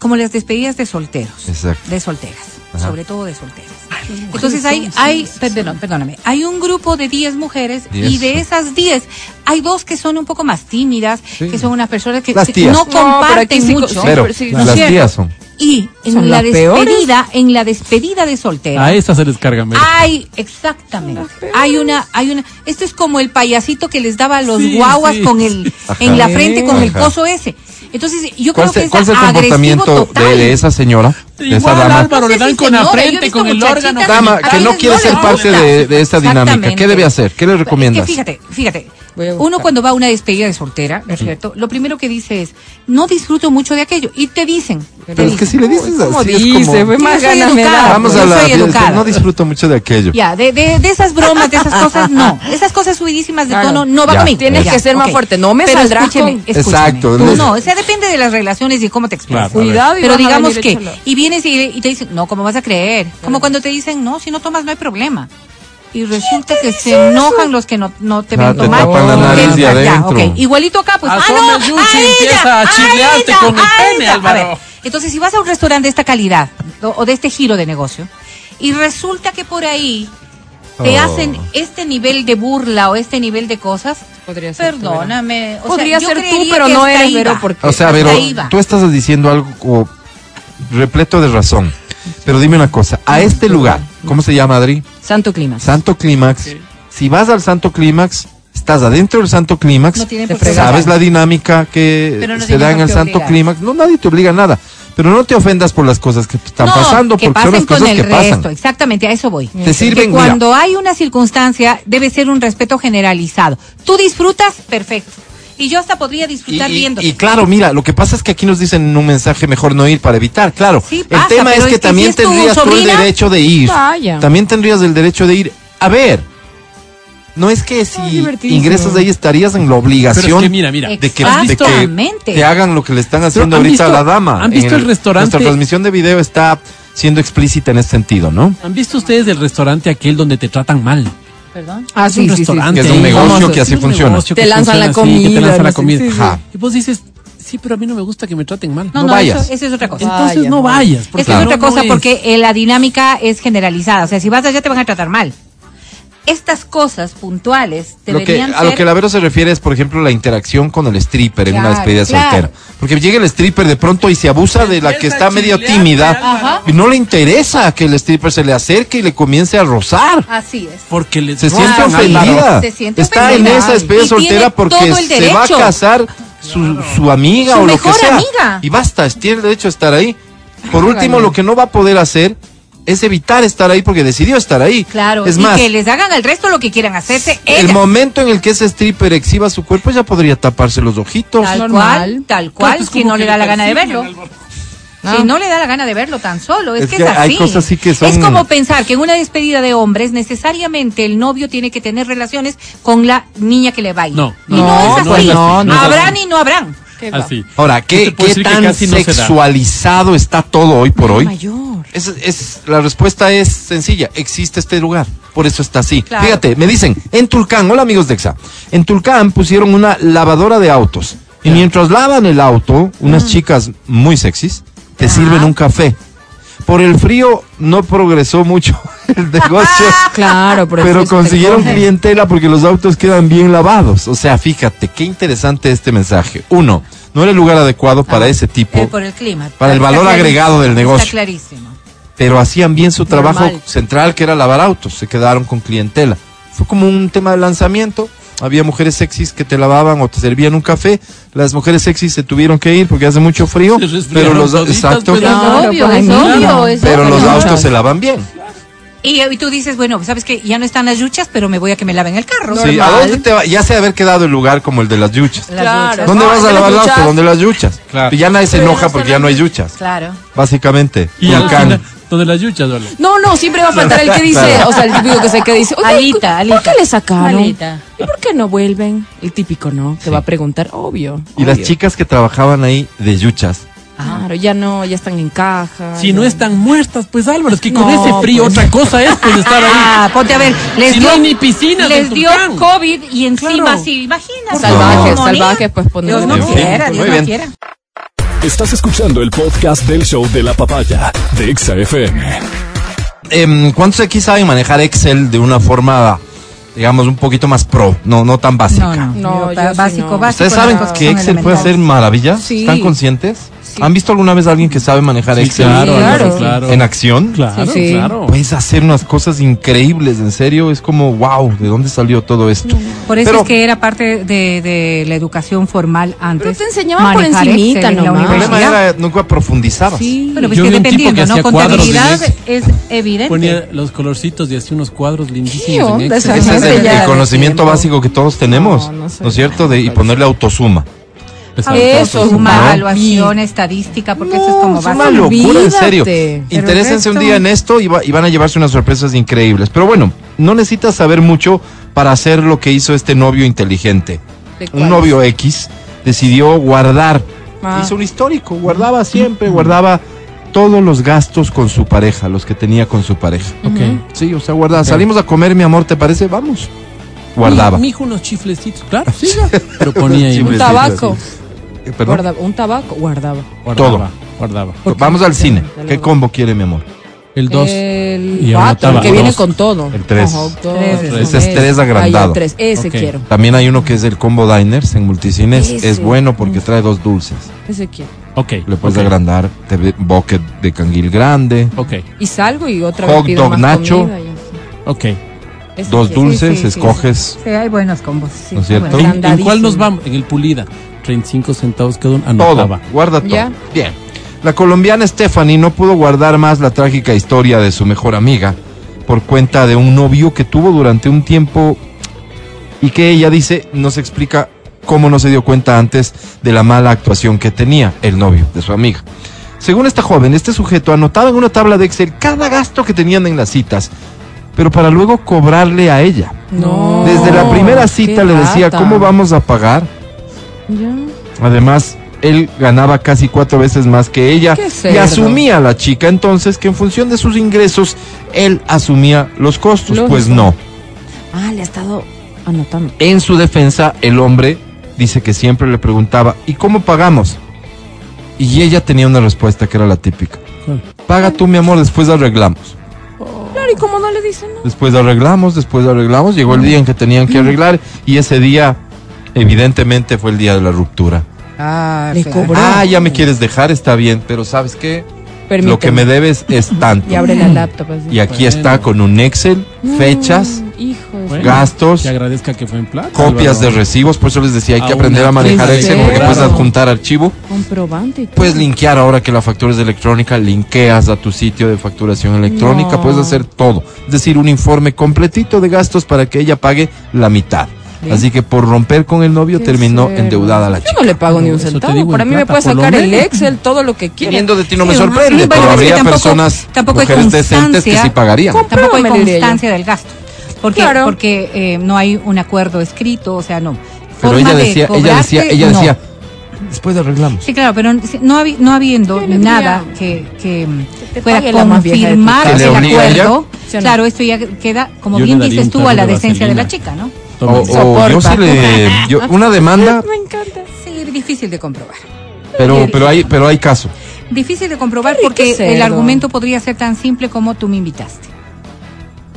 S6: Como las despedidas de solteros.
S2: Exacto.
S6: De solteras.
S2: Ajá.
S6: Sobre todo de solteras. Entonces hay, hay, perdón, perdóname, hay un grupo de 10 mujeres
S2: Diez.
S6: y de esas 10 hay dos que son un poco más tímidas,
S2: Sí.
S6: que son unas personas que
S2: Las
S6: que
S2: tías.
S6: no
S2: No,
S4: pero aquí
S6: comparten
S4: sí co-
S6: mucho.
S4: sí,
S2: Pero
S4: pero sí,
S6: ¿no
S2: las
S6: es cierto?
S2: tías son.
S6: Y en
S4: Son
S6: la
S4: las peores.
S6: despedida, en la despedida de
S3: A
S6: soltera,
S3: esa se les carga menos.
S4: Ah.
S6: hay exactamente, hay una, hay una, esto es como el payasito que les daba a los
S3: Sí,
S6: guaguas
S3: sí.
S6: con el,
S2: Ajá.
S6: en la frente con el
S2: Ajá.
S6: coso ese. Entonces, yo
S2: ¿Cuál,
S6: creo que
S2: se- cuál es el
S6: agresivo
S2: comportamiento
S6: total.
S2: de esa señora? De esa
S3: Igual,
S2: dama.
S3: Álvaro, le
S6: Entonces,
S3: dan
S6: sí,
S3: Ah, con la
S6: señora, yo he
S3: frente,
S6: visto
S3: con el
S6: muchachitas
S3: órgano.
S6: que
S2: Dama que
S6: a
S2: no
S6: veces
S2: quiere ser
S6: les
S2: parte
S6: gusta.
S2: de, de esta dinámica. ¿Qué
S6: Exactamente.
S2: debe hacer? ¿Qué le recomiendas?
S6: Es que fíjate, fíjate.
S4: Voy a buscar.
S6: Uno cuando va a una despedida de soltera, ¿no es
S2: Mm.
S6: cierto? Lo primero que dice es, no disfruto mucho de aquello. Y te dicen. te
S2: Pero es que
S6: dicen.
S2: si le dices
S4: ¿Cómo
S2: así
S4: dice?
S2: es como...
S4: Fue más
S6: Yo soy
S4: ganas me da.
S6: educada.
S2: Vamos
S6: pues, yo
S2: a
S6: soy educada.
S2: la... No disfruto mucho de aquello.
S6: Ya, de, de, de esas bromas, de esas cosas, no. Esas cosas subidísimas de
S4: Claro.
S6: tono, no va
S2: Ya,
S6: conmigo.
S4: Tienes
S6: Ya,
S4: que ser más
S6: ok.
S4: fuerte. No me
S6: Pero
S4: saldrás
S6: escúcheme,
S4: con-
S6: escúcheme.
S2: Exacto.
S6: Tú no, o sea, depende de las relaciones y cómo te expresas.
S3: Claro, a ver.
S4: Cuidado y
S6: Pero
S4: vas a
S6: digamos
S4: venir
S6: que,
S4: hecho loco.
S6: y vienes y, y te dicen, no, ¿cómo vas a creer? Como cuando te dicen, no, si no tomas no hay problema. Y resulta que se enojan los que no, no te
S2: Claro,
S6: ven
S2: Ah, te
S6: tomar.
S2: tapan la
S6: Que-
S2: nariz de
S6: ya,
S2: adentro.
S6: ok. Igualito acá, pues, ah, no,
S3: Asoma el yuchi
S6: a
S3: y
S6: ella,
S3: empieza a chilearte
S6: ella,
S3: con el
S6: a
S3: pene,
S6: ella. A
S3: Álvaro.
S6: ver, entonces, si vas a un restaurante de esta calidad o, o de este giro de negocio y resulta que por ahí te
S2: Oh.
S6: hacen este nivel de burla o este nivel de cosas,
S4: Podría ser tú,
S6: perdóname. o sea,
S4: Podría
S6: yo
S4: ser tú,
S6: creería
S4: pero
S6: que
S4: no
S6: hasta
S4: eres
S6: ahí
S4: Vero
S6: va.
S4: porque-
S2: O sea,
S6: Hasta
S2: pero
S6: ahí va.
S2: tú estás diciendo algo como repleto de razón. Pero dime una cosa, a este lugar, ¿cómo se llama, Adri?
S4: Santo clima.
S2: Santo Clímax. Si vas al Santo Clímax, estás adentro del Santo Clímax,
S6: No tienen
S4: Te
S6: por qué
S4: fregas.
S2: sabes
S6: obligar.
S2: la dinámica que
S6: Pero no
S2: se
S6: tienen
S2: da en
S6: por
S2: el
S6: qué
S2: Santo
S6: obligar.
S2: Clímax. No, nadie te obliga a nada. Pero no te ofendas por las cosas que te están
S6: No,
S2: pasando,
S6: que
S2: porque son las
S6: pasen
S2: cosas
S6: con el
S2: que
S6: resto,
S2: pasan.
S6: exactamente, a eso voy.
S2: Te sirven,
S6: que
S2: mira.
S6: cuando hay una circunstancia debe ser un respeto generalizado. Tú disfrutas, perfecto. Y yo hasta podría
S2: Y,
S6: disfrutar
S2: y-
S6: viendo.
S2: y claro, mira, lo que pasa es que aquí nos dicen en un mensaje mejor no ir para evitar, claro.
S6: Sí,
S2: el
S6: pasa,
S2: tema
S6: pero
S2: es
S6: es
S2: que
S6: que si
S2: también
S6: es tu
S2: tendrías tú el
S6: sobrina,
S2: derecho de ir.
S4: vaya.
S2: También tendrías el derecho de ir. A ver, no es que si
S4: divertidísimo.
S2: ingresas ahí estarías en la obligación
S3: Pero es que mira, mira.
S2: de que, de que
S6: Exactamente.
S2: te hagan lo que le están haciendo
S3: ¿han
S2: ahorita a
S3: visto-
S2: la dama.
S3: han
S2: En
S3: visto el restaurante?
S2: Nuestra transmisión de video está siendo explícita en este sentido, ¿no?
S3: ¿Han visto ustedes el restaurante aquel donde te tratan mal?
S6: Perdón.
S4: Ah,
S3: Es un restaurante.
S2: Que es un negocio que así
S3: Es un
S2: funciona.
S3: negocio
S4: Te
S3: que
S4: lanzan la
S3: funciona así, que te
S4: comida,
S3: lanzan la
S4: no sé,
S3: comida.
S4: sí, sí.
S2: Ajá.
S3: Y vos dices, sí, pero a mí no me gusta que me traten mal.
S6: No,
S2: No
S6: no,
S2: vayas.
S6: Eso, eso es otra cosa.
S3: Entonces
S4: Vaya,
S3: no
S4: no.
S3: vayas.
S6: Esa
S3: porque
S6: es
S3: no,
S6: otra
S3: no
S6: cosa
S3: es.
S6: porque eh, la dinámica es generalizada. O sea, si vas allá te van a tratar mal. Estas cosas puntuales
S2: Lo que,
S6: deberían
S2: a lo
S6: ser-
S2: que la Vero se refiere es, por ejemplo, la interacción con el stripper en una
S6: Claro,
S2: despedida
S6: claro.
S2: soltera. Porque llega el stripper de pronto y se abusa de la que está medio tímida.
S6: Ajá.
S2: Y no le interesa que el stripper se le acerque y le comience a rozar.
S6: Así es.
S3: Porque les
S2: Se
S3: roban, Ah,
S2: siente
S3: Álvaro.
S2: ofendida.
S6: Se siente
S2: está en
S6: ofendida.
S2: esa despedida
S6: Y tiene
S2: soltera porque
S6: todo el
S2: se va a
S6: derecho.
S2: casar su, su amiga
S6: Su
S2: o lo que
S6: mejor
S2: sea.
S6: amiga.
S2: Y basta, tiene el derecho a estar ahí. Por último, lo que no va a poder hacer es evitar estar ahí porque decidió estar ahí.
S6: Claro.
S2: es
S6: y
S2: más,
S6: que les hagan al resto lo que quieran hacerse.
S2: el
S6: ellas.
S2: momento en el que ese stripper exhiba su cuerpo ya podría taparse los ojitos.
S6: Tal
S4: normal.
S6: cual, tal cual,
S3: Entonces,
S6: si
S3: como
S6: no
S3: que
S6: le da la gana de
S3: persiguen,
S6: verlo.
S3: Álvaro.
S6: Si no le da la gana de verlo tan solo, es,
S2: Es
S6: que,
S2: que
S6: es así.
S2: hay cosas sí que son-
S6: Es como pensar que en una despedida de hombres necesariamente el novio tiene que tener relaciones con la niña que le baila.
S3: No,
S6: y no,
S3: no,
S6: es
S3: no
S6: así.
S3: es así, no es así.
S6: habrán y no habrán.
S3: Así.
S2: Ahora,
S3: Yo
S2: ¿qué,
S3: te puedo
S2: qué
S3: decir que
S2: tan
S3: casi no se da.
S2: sexualizado está todo hoy por hoy?
S4: Mayor.
S2: Es, es- la respuesta es sencilla, existe este lugar, por eso está así.
S6: Claro.
S2: Fíjate, me dicen, en Tulcán, hola amigos de EXA, en Tulcán pusieron una lavadora de autos y mientras lavan el auto, unas chicas muy sexys te sirven un café. Por el frío no progresó mucho el negocio.
S4: Claro, pero,
S2: Pero
S4: eso te
S2: consiguieron
S4: coge.
S2: clientela porque los autos quedan bien lavados. O sea, fíjate, qué interesante este mensaje. Uno, no era el lugar adecuado para ese tipo,
S6: Eh, por el clima.
S2: para el
S6: Está
S2: valor
S6: clarísimo,
S2: agregado del
S6: Está
S2: negocio.
S6: clarísimo.
S2: pero hacían bien su trabajo
S4: Normal.
S2: central, que era lavar autos. Se quedaron con clientela. Fue como un tema de lanzamiento. Había mujeres sexys que te lavaban o te servían un café. Las mujeres sexys se tuvieron que ir porque hace mucho frío.
S3: Se resfriaron
S2: Pero los,
S3: toditas,
S2: exacto,
S3: pero-
S6: Es
S4: Claro,
S6: obvio,
S4: pues,
S6: es
S4: claro.
S6: obvio, es
S2: pero
S6: obvio.
S2: los
S4: no.
S2: autos se lavan bien.
S6: Y, eh, y tú dices, bueno, sabes que ya no están las yuchas, pero me voy a que me laven el carro.
S2: Sí, ¿a dónde te va? Ya se haber quedado el lugar como el de las yuchas.
S6: Las
S4: Claro.
S6: yuchas.
S2: ¿Dónde
S4: Ah,
S2: vas a
S4: de las
S2: lavar el auto?
S4: yuchas.
S2: ¿Dónde las yuchas?
S3: Claro.
S2: Y ya nadie se enoja porque ya no hay yuchas.
S6: Claro.
S2: Básicamente.
S3: Y al
S2: Tulcán.
S3: final, Donde las yuchas, Lola.
S4: No, no, siempre va a faltar el que dice, o sea, el típico que se que dice, "Oye,
S7: Alita,
S4: ¿por qué
S7: alita.
S4: le sacaron?
S7: Alita.
S4: ¿Y por qué no vuelven? El típico, ¿no? Te va a preguntar, obvio.
S2: Y las
S4: obvio.
S2: chicas que trabajaban ahí de yuchas.
S4: Claro, ya no, ya están en caja.
S3: Si
S4: ya-
S3: no están muertas, pues Álvaro, es que con
S4: No,
S3: ese frío
S4: pues.
S3: otra cosa es pues estar ahí.
S6: Ah, ponte a ver, les
S3: Si no
S6: dio,
S3: hay ni piscinas en
S6: les dio
S3: Tulcán.
S6: COVID y encima
S3: Claro.
S6: sí, imagínate.
S4: Salvajes,
S6: No,
S4: salvajes, pues poner.
S6: Dios no
S2: Dios
S6: quiera,
S2: mío.
S6: Dios
S2: Muy
S6: no
S2: bien.
S6: quiera.
S1: Estás escuchando el podcast del show de la papaya de Exa FM.
S2: Em, ¿Cuántos aquí saben manejar Excel de una forma, digamos, un poquito más pro? No, no tan básica.
S6: No, no,
S4: No,
S6: digo,
S4: yo sí
S6: básico,
S4: no.
S6: básico.
S2: ¿Ustedes
S6: las
S2: saben
S6: cosas
S2: que
S6: son
S2: Excel puede hacer
S6: elementales.
S2: maravillas?
S4: Sí.
S2: ¿Están conscientes?
S4: Sí.
S2: ¿Han visto alguna vez a alguien que sabe manejar
S3: Sí,
S2: Excel
S3: claro,
S4: claro.
S3: claro, claro.
S2: en acción?
S3: Claro,
S4: Sí, sí.
S3: claro.
S2: Puedes hacer unas cosas increíbles, en serio, es como, wow, ¿de dónde salió todo esto?
S6: Por eso
S2: Pero-
S6: es que era parte de, de la educación formal antes.
S4: Pero te enseñaban por
S6: manejar
S4: encimita
S6: Excel en la
S4: nomás.
S2: El problema
S6: universidad.
S2: era nunca profundizabas.
S6: Sí, pero pues
S3: Yo
S6: que
S3: vi un tipo
S6: dependiendo,
S3: que
S6: ¿no?
S3: hacía cuadros de
S6: Contabilidad
S3: Excel.
S6: es evidente.
S3: Ponía los colorcitos y hacía unos cuadros
S4: ¿Qué
S3: lindísimos. en
S4: onda
S3: Excel.
S4: esa
S2: Ese es
S4: gente
S2: el,
S4: ya
S2: el
S4: de
S2: conocimiento
S4: tiempo?
S2: básico que todos tenemos,
S4: No,
S2: ¿no
S4: no
S2: es
S4: sé.
S2: cierto? De, y ponerle autosuma.
S3: Pesado.
S4: Eso es
S6: suma,
S2: ¿no?
S6: evaluación, estadística, porque eso es como
S2: es una
S6: básico.
S2: locura, en
S4: Olvídate.
S2: serio.
S4: Pero
S2: Interésense un
S6: resto-
S2: día en esto y, va- y van a llevarse unas sorpresas increíbles. Pero bueno, no necesitas saber mucho para hacer lo que hizo este novio inteligente.
S4: ¿De cuál?
S2: Un novio X decidió guardar,
S4: Ah.
S2: hizo un histórico, guardaba siempre, guardaba todos los gastos con su pareja, los que tenía con su pareja.
S3: Ok.
S2: Sí, o sea, guardaba. Salimos a comer, mi amor, ¿te parece? Vamos. Guardaba.
S3: Mi, mijo, unos chiflecitos, claro, sí, ya. Pero ponía ahí.
S4: Un
S2: Chiflecitos.
S4: tabaco.
S2: Eh, perdón.
S4: Guardaba, un tabaco guardaba.
S2: Todo.
S3: Guardaba, guardaba.
S2: Vamos al cine.
S4: Ya lo
S2: ¿Qué
S4: veo.
S2: combo quiere, mi amor?
S3: El 2.
S4: El
S3: Y
S4: cuatro, el
S3: anotaba
S4: que
S3: dos.
S4: viene con todo.
S2: El tres.
S4: Ajá, todo,
S6: Tres,
S4: con
S3: ese es
S4: ese.
S2: tres agrandado.
S4: Ay, el tres, ese
S3: Ok.
S4: quiero.
S2: También hay uno que es el combo diners en multicines.
S4: Ese.
S2: Es bueno porque trae dos dulces.
S4: Ese quiero.
S3: Ok.
S2: Le puedes
S3: ok,
S2: agrandar te ve- bucket de canguil grande,
S3: Ok,
S4: Y salgo y otra
S2: Hot
S4: vez pido
S2: dog
S4: más
S2: nacho.
S4: comida y así.
S3: ok.
S4: Ese
S2: dos
S4: quiero.
S2: dulces,
S6: sí, sí.
S2: escoges.
S6: Sí, hay buenos combos. sí,
S2: ¿No es cierto?
S6: bueno.
S3: ¿En, en cuál nos
S4: Agrandadísimo.
S3: vamos? En el Pulida. 35 centavos cada uno.
S2: Todo,
S3: Anotaba.
S2: guarda todo.
S4: Ya.
S2: Bien. La colombiana Stephanie no pudo guardar más la trágica historia de su mejor amiga por cuenta de un novio que tuvo durante un tiempo y que ella dice, nos explica cómo no se dio cuenta antes de la mala actuación que tenía el novio de su amiga. Según esta joven, este sujeto anotaba en una tabla de Excel cada gasto que tenían en las citas, pero para luego cobrarle a ella.
S4: No.
S2: Desde la primera
S4: Oh, qué
S2: cita le decía,
S4: lata.
S2: ¿cómo vamos a pagar?
S4: Ya.
S2: Además, él ganaba casi cuatro veces más que ella
S4: Qué cerdo.
S2: y asumía a la chica entonces que en función de sus ingresos él asumía los costos.
S4: Lógico.
S2: Pues no.
S4: Ah, le ha estado anotando.
S2: En su defensa, el hombre dice que siempre le preguntaba ¿y cómo pagamos? Y ella tenía una respuesta que era la típica.
S3: ¿Cuál?
S2: Paga tú, mi amor, después arreglamos.
S4: Claro, y como no le dicen nada.
S2: Después arreglamos, después arreglamos. Llegó el día en que tenían que arreglar y ese día, evidentemente, fue el día de la ruptura.
S6: Ah,
S4: Le
S6: sí.
S4: cobró.
S2: Ah, ya me quieres dejar, está bien, pero ¿sabes qué?
S4: Permíteme.
S2: Lo que me debes es tanto.
S4: Y abre la laptop así.
S2: Y aquí
S3: Bueno.
S2: está con un Excel,
S4: No,
S2: fechas,
S4: Hijo de-
S3: Bueno,
S2: gastos,
S3: Que agradezca que fue en plata.
S2: copias de
S3: Álvaro.
S2: recibos. Por eso les decía, hay que
S3: Aún
S2: aprender a
S3: hay
S2: manejar
S4: que
S2: Excel
S4: hacer,
S2: porque puedes
S4: claro.
S2: adjuntar archivo.
S4: Comprobante. y todo.
S2: Puedes linkear ahora que la factura es electrónica, linkeas a tu sitio de facturación electrónica,
S4: No.
S2: puedes hacer todo. Es decir, un informe completito de gastos para que ella pague la mitad.
S4: ¿Sí?
S2: Así que por romper con el novio
S4: Qué
S2: terminó
S4: cerdo.
S2: endeudada la
S4: Yo
S2: chica.
S4: no le pago ni un
S3: Eso te
S4: centavo.
S3: digo,
S4: Para
S3: en
S4: mí me
S3: plata,
S4: puede
S3: por lo
S4: sainiendo el
S3: menos.
S4: Excel, todo lo que quiera.
S2: Viniendo de ti no
S6: Sí,
S2: me
S6: mamá.
S2: sorprende,
S6: Bueno,
S2: pero
S6: es que
S2: habría
S6: tampoco-
S2: personas,
S6: tampoco hay
S2: mujeres decentes que
S6: constancia.
S2: sí pagarían.
S6: Tampoco hay
S4: Pruébame, diría yo.
S6: constancia del gasto. Porque,
S4: Claro.
S6: porque eh, no hay un acuerdo escrito, o sea, no.
S2: Pero
S6: Forma
S2: ella
S6: de
S2: decía, ella
S6: cobrarte,
S2: decía, ella
S6: no.
S2: decía, después arreglamos.
S6: Sí, claro, pero no, habi- no habiendo
S4: Qué alegría.
S6: nada que, que
S4: te
S6: pueda
S4: pague la más vieja de tu
S6: confirmar
S2: casa. ¿Que
S6: el
S2: le obliga a ella?
S6: acuerdo,
S4: ¿Sí o no?
S6: claro, esto ya queda, como
S3: Yo
S6: bien
S3: le daría
S6: dices
S3: un
S6: tú,
S3: tarro
S6: a la
S3: de
S6: decencia de la
S3: vaselina.
S6: chica, ¿no?
S2: O,
S3: Toma.
S2: o yo sí le, yo- una demanda,
S4: Me encanta.
S6: Sí, difícil de comprobar.
S2: pero, pero hay, pero hay caso.
S6: Difícil de comprobar
S4: Qué rico
S6: porque el
S4: cerdo.
S6: argumento podría ser tan simple como tú me invitaste.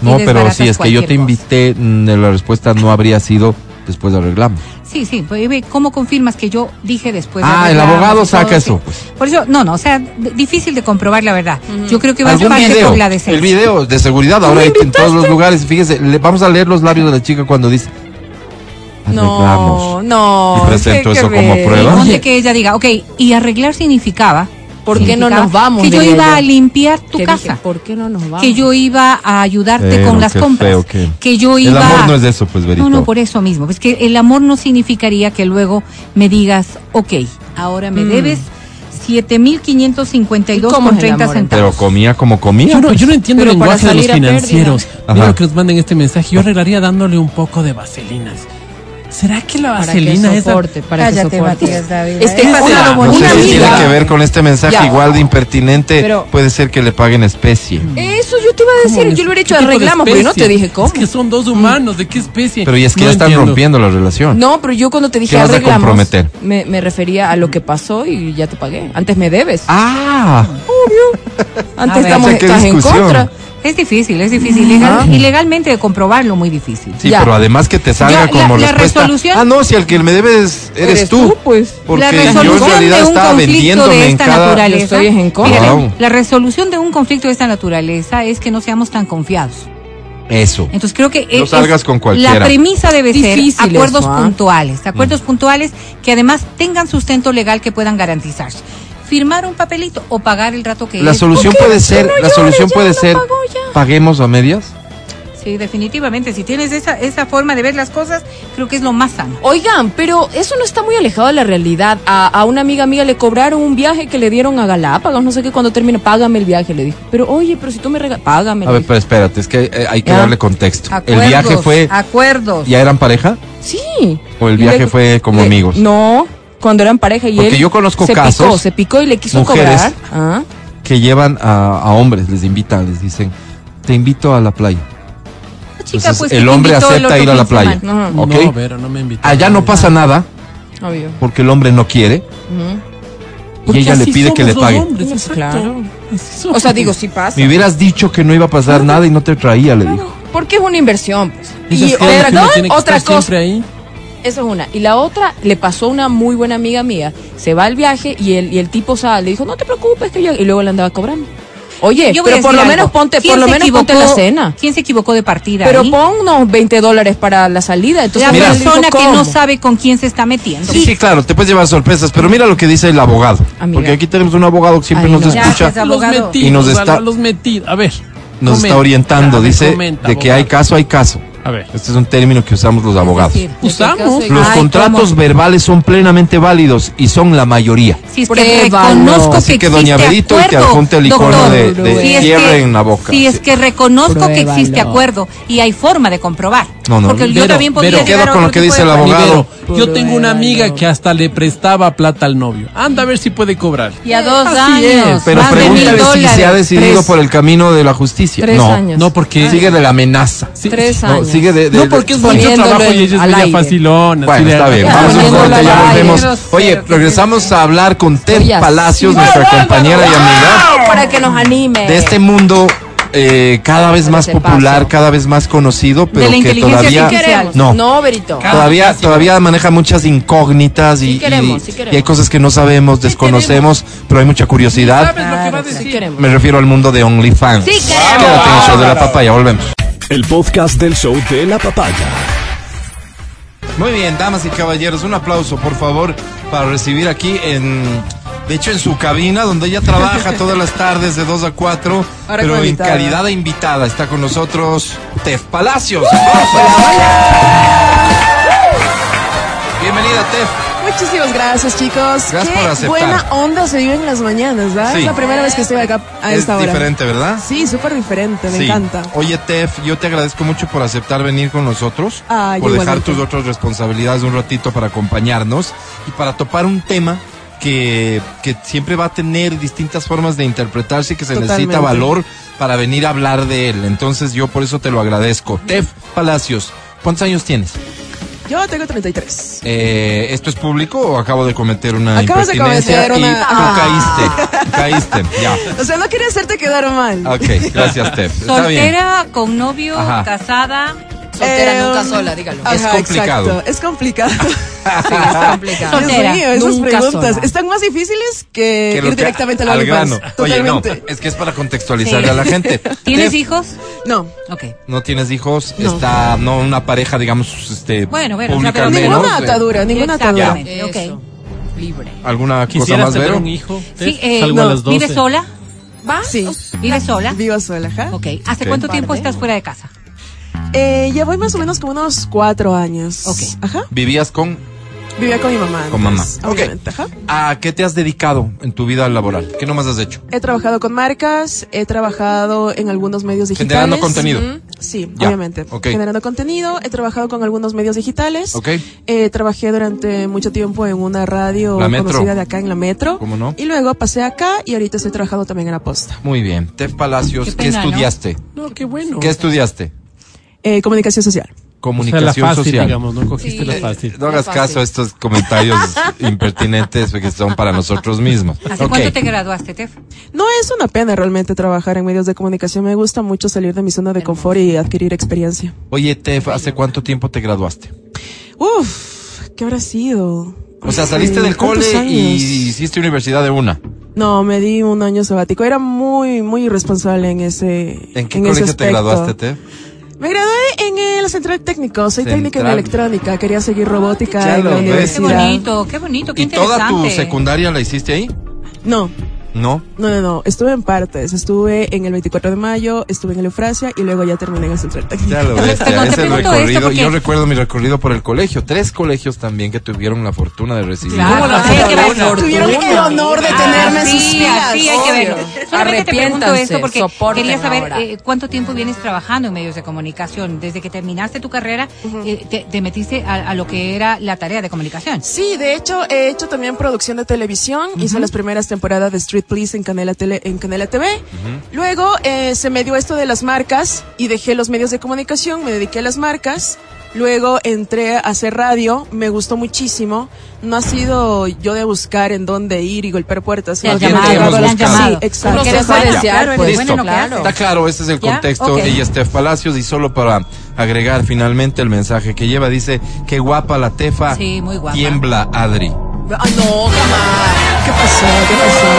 S2: No, pero
S6: desbaratas
S2: si es que yo te
S6: cualquier cosa.
S2: invité, mm, la respuesta no habría sido después arreglamos.
S6: Sí, sí, pues, ve, ¿cómo confirmas que yo dije después? de
S2: Ah, el
S6: arreglamos
S2: abogado
S6: y todo,
S2: saca
S6: sí?
S2: eso. pues.
S6: Por eso, no, no, o sea, d- difícil de comprobar la verdad. Yo creo que va a
S2: Algún
S6: parte
S2: video,
S6: por la
S2: el
S6: decencia.
S2: video de seguridad ahora hay en todos los lugares. Fíjese, le- vamos a leer los labios de la chica cuando dice
S4: No,
S2: arreglamos.
S4: no.
S2: Ah, Y presento
S4: qué- qué
S2: eso como
S4: ver.
S6: Y
S2: prueba.
S6: ¿Eh? ponte
S4: Oye,
S6: que ella diga, ok, y arreglar significaba.
S4: ¿Por qué no
S6: significaba
S4: nos vamos?
S6: Que yo
S4: diría
S6: iba a limpiar tu
S4: Que
S6: casa.
S4: dije, ¿Por qué no nos vamos?
S6: que yo iba a ayudarte
S2: Pero
S6: con las
S2: qué
S6: compras.
S2: feo que-
S6: Que yo iba.
S2: El amor no es de eso, pues Verito.
S6: No, no, por eso mismo. Pues que el amor no significaría que luego me digas, ok, ahora me
S4: Mm.
S6: debes 7.552
S4: ¿Cómo se
S6: treinta
S4: enamoran?
S6: centavos.
S2: Pero comía como comía. pues.
S3: Yo no, yo no entiendo el
S4: Pero para
S3: lenguaje de los
S4: salir a pérdida.
S3: financieros.
S2: Ajá.
S3: Mira lo que nos mandan este mensaje. Yo arreglaría dándole un poco de vaselinas. ¿Será que la
S4: Para que
S3: vaselina es
S4: soporte, para
S6: Cállate,
S4: que soporte.
S6: Matías Dávila,
S4: Es que
S6: ¿eh?
S4: es
S3: Una-
S4: una,
S2: No sé
S4: una
S2: si tiene
S4: amiga.
S2: que ver con este mensaje
S4: Ya.
S2: igual de impertinente.
S4: Pero- Mm.
S2: puede ser que le paguen especie.
S4: Eso yo te iba a decir, yo lo hubiera hecho arreglamos, pero
S3: pero
S4: yo no te dije cómo.
S3: Es que son dos humanos, ¿de qué especie?
S2: Pero y es que
S3: No
S2: ya están
S3: entiendo.
S2: rompiendo la relación.
S4: No, pero yo cuando te dije
S2: ¿Qué vas a
S4: arreglamos,
S2: comprometer?
S4: Me, me refería a lo que pasó y ya te pagué. Antes me debes.
S2: Ah,
S4: Antes
S6: a ver.
S4: estamos
S2: O sea, qué
S4: estás en
S2: discusión.
S4: contra.
S6: Es difícil, es difícil. Legal, Y legalmente de comprobarlo, muy difícil.
S2: sí,
S4: Ya.
S2: pero además que te salga
S6: Ya, la-
S2: como
S6: la
S2: respuesta.
S6: resolución-
S2: ah, no, si el que me debes eres,
S4: Eres
S2: tú.
S4: tú, pues.
S6: la
S2: Porque yo en
S6: resolución
S2: realidad
S6: de un
S2: estaba
S6: conflicto
S2: vendiéndome
S6: de
S2: en
S6: esta
S2: cada.
S6: naturaleza.
S4: Yo estoy en contra.
S6: Fíjate,
S2: Wow.
S6: La resolución de un conflicto de esta naturaleza es que no seamos tan confiados.
S2: Eso.
S6: Entonces creo que
S2: No salgas con cualquiera. Mm.
S6: la premisa debe ser
S4: Difícil
S6: acuerdos
S4: eso, ¿ah?
S6: puntuales, acuerdos puntuales que además tengan sustento legal que puedan garantizarse. Firmar un papelito o pagar el rato que
S2: La
S6: es.
S2: solución puede ser,
S4: No
S2: la
S4: llores,
S2: solución
S4: ya,
S2: puede
S4: lo
S2: ser,
S4: pagó ya.
S2: paguemos a medias.
S6: Sí, definitivamente. Si tienes esa, esa forma de ver las cosas, creo que es lo más sano.
S4: Oigan, pero eso no está muy alejado de la realidad. A, a una amiga mía le cobraron un viaje que le dieron a Galápagos, no sé qué, cuando termina, págame el viaje, le dijo. Pero oye, pero si tú me regalas, págame.
S2: A ver, pero espérate, es que eh, hay que
S4: Ya.
S2: darle contexto.
S6: Acuerdos,
S2: el viaje fue,
S6: Acuerdos.
S2: ¿ya eran pareja?
S4: Sí.
S2: ¿O el
S4: Y
S2: viaje fue como
S4: le-
S2: amigos?
S4: No, cuando eran pareja y
S2: Porque
S4: él
S2: yo conozco
S4: se
S2: casos,
S4: picó, se picó y le quiso
S2: mujeres,
S4: cobrar. Ah,
S2: Que llevan a, a hombres, les invitan, les dicen, te invito a la playa. Entonces, el hombre acepta ir a la playa.
S4: no,
S2: Ok.
S3: Ah, No, pero no me invitó.
S2: Allá no pasa nada
S4: obvio.
S2: porque el hombre no quiere
S4: Ujú.
S2: y
S3: Porque
S2: ella le
S3: así
S2: pide que
S3: somos
S2: le
S3: los
S2: pague.
S3: hombres,
S4: Pues
S3: exacto.
S4: claro.
S3: Así
S4: O
S3: somos.
S4: sea, digo, sí pasa.
S2: Me hubieras dicho que no iba a pasar nada y no te traía, le dijo.
S4: Porque es una inversión. pues.
S3: Esas
S4: Y
S3: cosas que uno
S4: perdón,
S3: tiene que
S4: otra
S3: estar
S4: cosa.
S3: siempre ahí.
S4: Esa es una. Y la otra, le pasó a una muy buena amiga mía. Se va al viaje y el, y el tipo sale. Le dijo, no te preocupes, que yo. Y luego le andaba cobrando. Oye,
S6: Yo voy a
S4: pero por
S6: decir
S4: lo
S6: algo.
S4: menos ponte, por
S6: ¿Quién
S4: lo
S6: se
S4: menos ponte la
S6: equivocó-
S4: cena.
S6: ¿Quién se equivocó de partida?
S4: Pero
S6: ahí?
S4: pon unos 20 dólares para la salida. Entonces,
S6: la
S2: Mira.
S4: le digo,
S6: persona que
S4: ¿cómo?
S6: no sabe con quién se está metiendo.
S2: Sí, claro, te puedes llevar sorpresas, pero mira lo que dice el abogado.
S4: Amiga.
S2: Porque aquí tenemos un abogado que siempre
S4: Ay,
S2: nos
S4: no.
S6: Ya,
S2: escucha.
S6: que es abogado.
S3: Los metidos,
S2: Y nos está-
S3: Alba, los metidos. A ver.
S2: nos
S3: comenta.
S2: está orientando,
S3: A ver,
S2: dice
S3: comenta,
S2: de que hay
S3: abogado.
S2: caso, hay caso.
S3: A ver.
S2: Este es un término que usamos los abogados.
S6: Sí,
S3: Usamos.
S2: Los
S6: Ay,
S2: contratos verbales son plenamente válidos y son la mayoría.
S6: Si es que
S4: Pruébalo.
S6: reconozco
S2: Así
S6: que,
S2: que doña
S6: existe
S2: Berito y te
S6: acuerdo,
S2: adjunte el icono
S6: doctor,
S2: de-
S4: de
S6: si es
S2: tierra
S6: que-
S2: en la boca.
S6: Si es que reconozco que existe
S4: Pruébalo.
S6: acuerdo y hay forma de comprobar.
S2: No, no,
S6: porque yo
S3: Vero,
S6: también podría
S3: Vero.
S6: llegar
S2: Quedo
S6: a
S2: con lo
S6: otro
S2: que
S6: tipo
S2: dice
S6: de
S2: el
S6: acuerdo.
S2: abogado.
S3: Pero yo tengo una amiga que hasta le prestaba plata al novio. Anda a ver si puede cobrar.
S6: Y a dos
S3: Así es.
S6: años.
S2: Pero
S6: más de
S2: pregúntale
S6: mil
S2: si
S6: dólares.
S2: se ha decidido
S4: Tres.
S2: por el camino de la justicia.
S4: Tres
S2: no,
S4: años.
S3: No, porque.
S2: sigue de la amenaza.
S3: sí,
S4: Tres
S3: sí.
S2: No,
S4: años.
S2: sigue de, de-
S3: No,
S2: de-
S3: porque es
S2: Sí.
S3: mucho
S4: Poniéndolo
S3: trabajo y
S4: en-
S3: ella es
S4: al
S3: media
S4: aire.
S3: facilona.
S2: Bueno,
S3: así de- "Ah,
S2: está bien.
S4: Ya,
S2: Vamos a un
S4: poniéndolo
S2: corte,
S4: al
S2: ya
S4: aire.
S2: volvemos.
S6: Grosero,
S2: Oye,
S6: qué
S2: regresamos a hablar con Ted
S4: Soy así.
S2: Palacios, nuestra compañera y amiga.
S4: Para que nos anime.
S2: de este mundo eh, cada vez más
S4: Ese
S2: popular,
S4: paso.
S2: cada vez más conocido, pero
S6: la
S2: que
S6: inteligencia
S2: todavía
S6: artificial.
S2: no,
S4: No, Berito.
S2: todavía todavía maneja muchas incógnitas y,
S4: Sí queremos,
S2: y-
S4: sí queremos.
S2: y hay cosas que no sabemos, desconocemos, pero hay mucha curiosidad.
S3: ¿Sabes lo que va a decir?
S4: Sí queremos.
S2: Me refiero al mundo de OnlyFans.
S6: Sí queremos.
S2: Quédate en el show de la papaya, volvemos.
S1: El podcast del show de la papaya.
S2: Muy bien, damas y caballeros, un aplauso por favor para recibir aquí en... De hecho, en su cabina, donde ella trabaja todas las tardes de 2 a 4,
S4: Ahora
S2: pero
S4: como
S2: en
S4: invitada.
S2: calidad de invitada, está con nosotros Tef Palacios. Bienvenida, Tef.
S7: Muchísimas gracias, chicos.
S2: Gracias por
S7: Qué
S2: aceptar.
S7: buena onda se vive en las mañanas, ¿verdad?
S2: Sí.
S7: Es la primera vez que estoy acá a
S2: es
S7: esta hora.
S2: diferente, ¿verdad?
S7: Sí, súper diferente, me
S2: Sí.
S7: encanta.
S2: Oye, Tef, yo te agradezco mucho por aceptar venir con nosotros,
S7: Ay,
S2: por dejar
S7: Ah, igualmente.
S2: tus otras responsabilidades un ratito para acompañarnos y para topar un tema que, que siempre va a tener distintas formas de interpretarse y que se necesita
S7: Totalmente.
S2: valor para venir a hablar de él. Entonces yo por eso te lo agradezco. Tef Palacios, ¿cuántos años tienes?
S7: Yo tengo 33.
S2: Eh, ¿Esto es público o acabo de cometer una
S7: Acabas de
S2: impertinencia
S7: cometer
S2: y
S7: una-
S2: tú
S7: Ah.
S2: caíste? Caíste, ya.
S7: O sea, no quería hacerte quedar mal.
S2: Ok, gracias, Tef. Está bien.
S6: Soltera, con novio,
S2: Ajá.
S6: casada.
S4: Soltera
S7: Eh,
S4: nunca sola, dígalo.
S7: Ajá,
S2: Es complicado.
S7: exacto, Es complicado.
S4: Sí, es complicado.
S7: Dios
S6: Soltera,
S7: mío, esas
S4: nunca
S7: preguntas
S4: sola.
S7: están más difíciles
S6: Eh,
S7: que,
S2: que lo
S7: ir
S2: que-
S7: directamente al
S2: al
S7: OnlyFans.
S2: grano. Oye, no,
S7: Totalmente.
S2: es que es para contextualizarle
S6: Sí.
S2: a la gente.
S6: ¿Tienes
S2: Tef,
S6: hijos?
S7: no.
S6: Ok.
S2: No tienes hijos, está no una pareja, digamos, este
S6: Bueno, bueno, o sea,
S2: pública
S6: pero
S2: al
S7: ninguna
S2: menos. eh,
S7: atadura, ninguna atadura.
S6: Exactamente,
S4: Eso.
S6: Ok.
S4: Libre.
S2: ¿Alguna cosa
S3: ¿Quisieras
S2: más,
S3: tener
S2: Vero?
S3: un hijo?
S6: Sí,
S3: Te-
S6: eh,
S3: Salgo a
S6: no,
S3: las 12.
S6: ¿Vives sola?
S4: ¿Va?
S7: Sí.
S6: ¿Vives sola?
S7: Vivo sola, ajá.
S6: Ok. ¿Hace
S2: Ok.
S6: cuánto tiempo estás fuera de casa?
S7: Eh, ya voy más o menos como unos cuatro años.
S6: Ok.
S7: Ajá.
S2: Vivías con
S7: Vivía con mi mamá.
S2: Con mamá.
S7: antes,
S2: Ok.
S7: obviamente, ajá.
S2: ¿A qué te has dedicado en tu vida laboral? ¿Qué nomás has hecho?
S7: He trabajado con marcas, he trabajado en algunos medios digitales.
S2: Generando contenido.
S7: Sí,
S2: Ya,
S7: obviamente.
S2: ok.
S7: Generando contenido, he trabajado con algunos medios digitales.
S2: Ok.
S7: Eh, trabajé durante mucho tiempo en una radio
S2: La Metro.
S7: conocida de acá en la Metro.
S2: ¿Cómo no?
S7: Y luego pasé acá y ahorita estoy trabajando también en la posta.
S2: Muy bien. Tef Palacios,
S6: Qué
S2: ¿qué,
S6: pena, ¿no?
S2: estudiaste?
S3: No, qué bueno.
S2: ¿Qué estudiaste?
S7: Eh, comunicación social.
S3: O sea, la
S2: Comunicación
S3: fácil,
S2: social.
S3: digamos, ¿no? Cogiste
S4: Sí.
S3: la fácil.
S2: No hagas
S4: Muy fácil.
S2: caso a estos comentarios impertinentes que son para nosotros mismos.
S6: ¿Hace
S2: Ok.
S6: cuánto te graduaste, Tef?
S7: No es una pena realmente trabajar en medios de comunicación. Me gusta mucho salir de mi zona de confort y adquirir experiencia.
S2: Oye, Tef, ¿hace cuánto tiempo te graduaste?
S7: Uf, ¿qué habrá sido?
S2: O sea, saliste
S7: Eh,
S2: del
S7: ¿cuántos
S2: cole y
S7: años?
S2: hiciste universidad de una.
S7: No, me di un año sabático. Era muy, muy irresponsable en ese.
S2: ¿En qué
S7: ese
S2: colegio te
S7: aspecto.
S2: graduaste, Tef?
S7: Me gradué en el Central Técnico. Soy técnica en
S2: Central.
S7: electrónica. Quería seguir robótica
S2: Pues Ya
S7: en
S2: lo
S7: la
S2: ves.
S6: Qué
S7: universidad.
S6: bonito, qué bonito, qué
S2: ¿Y toda
S6: interesante.
S2: tu secundaria la hiciste ahí?
S7: No,
S2: No.
S7: no, no, no. Estuve en partes. Estuve en el 24 de mayo, estuve en el Eufrasia y luego ya terminé en el Central Técnico.
S2: Ya lo
S6: Pero,
S2: ves, ya
S6: perdón, te
S2: es el
S6: pregunto
S2: recorrido.
S6: este esto porque-
S2: Yo recuerdo mi recorrido por el colegio. Tres colegios también que tuvieron la fortuna de recibir.
S6: Claro, sí, hay que ver.
S4: Tuvieron el honor de
S6: Ah,
S4: tenerme
S6: sí, ah, Sí, hay que verlo. Solamente te pregunto
S4: Arrepiéntanse,
S6: esto porque
S4: soporten
S6: quería saber
S4: ahora.
S6: eh, cuánto tiempo vienes trabajando en medios de comunicación. Desde que terminaste tu carrera, eh, te, te metiste a, a lo que era la tarea de comunicación.
S7: Sí, de hecho he hecho también producción de televisión, hice las primeras temporadas de Street Please en Canela, Tele- en Canela TV. Luego eh, se me dio esto de las marcas y dejé los medios de comunicación, me dediqué a las marcas. Luego entré a hacer radio, me gustó muchísimo. No ha sido yo de buscar en dónde ir y golpear puertas.
S6: Te han
S7: sino que
S2: llamado,
S7: me
S2: te han
S7: buscado.
S6: llamado.
S7: Sí, exacto.
S6: Porque eres
S4: Consejo
S6: buena,
S4: desear,
S6: claro, eres
S2: pues.
S6: buena en lo que
S4: Listo.
S6: haces.
S2: Está claro, este es el
S6: ¿Ya?
S2: contexto.
S6: Ok.
S2: Ella es Tef Palacios y solo para agregar finalmente el mensaje que lleva, dice, qué guapa la Tefa.
S6: Sí, muy guapa.
S2: Tiembla, Adri.
S4: Ah, no, jamás.
S7: ¿Qué pasó? ¿Qué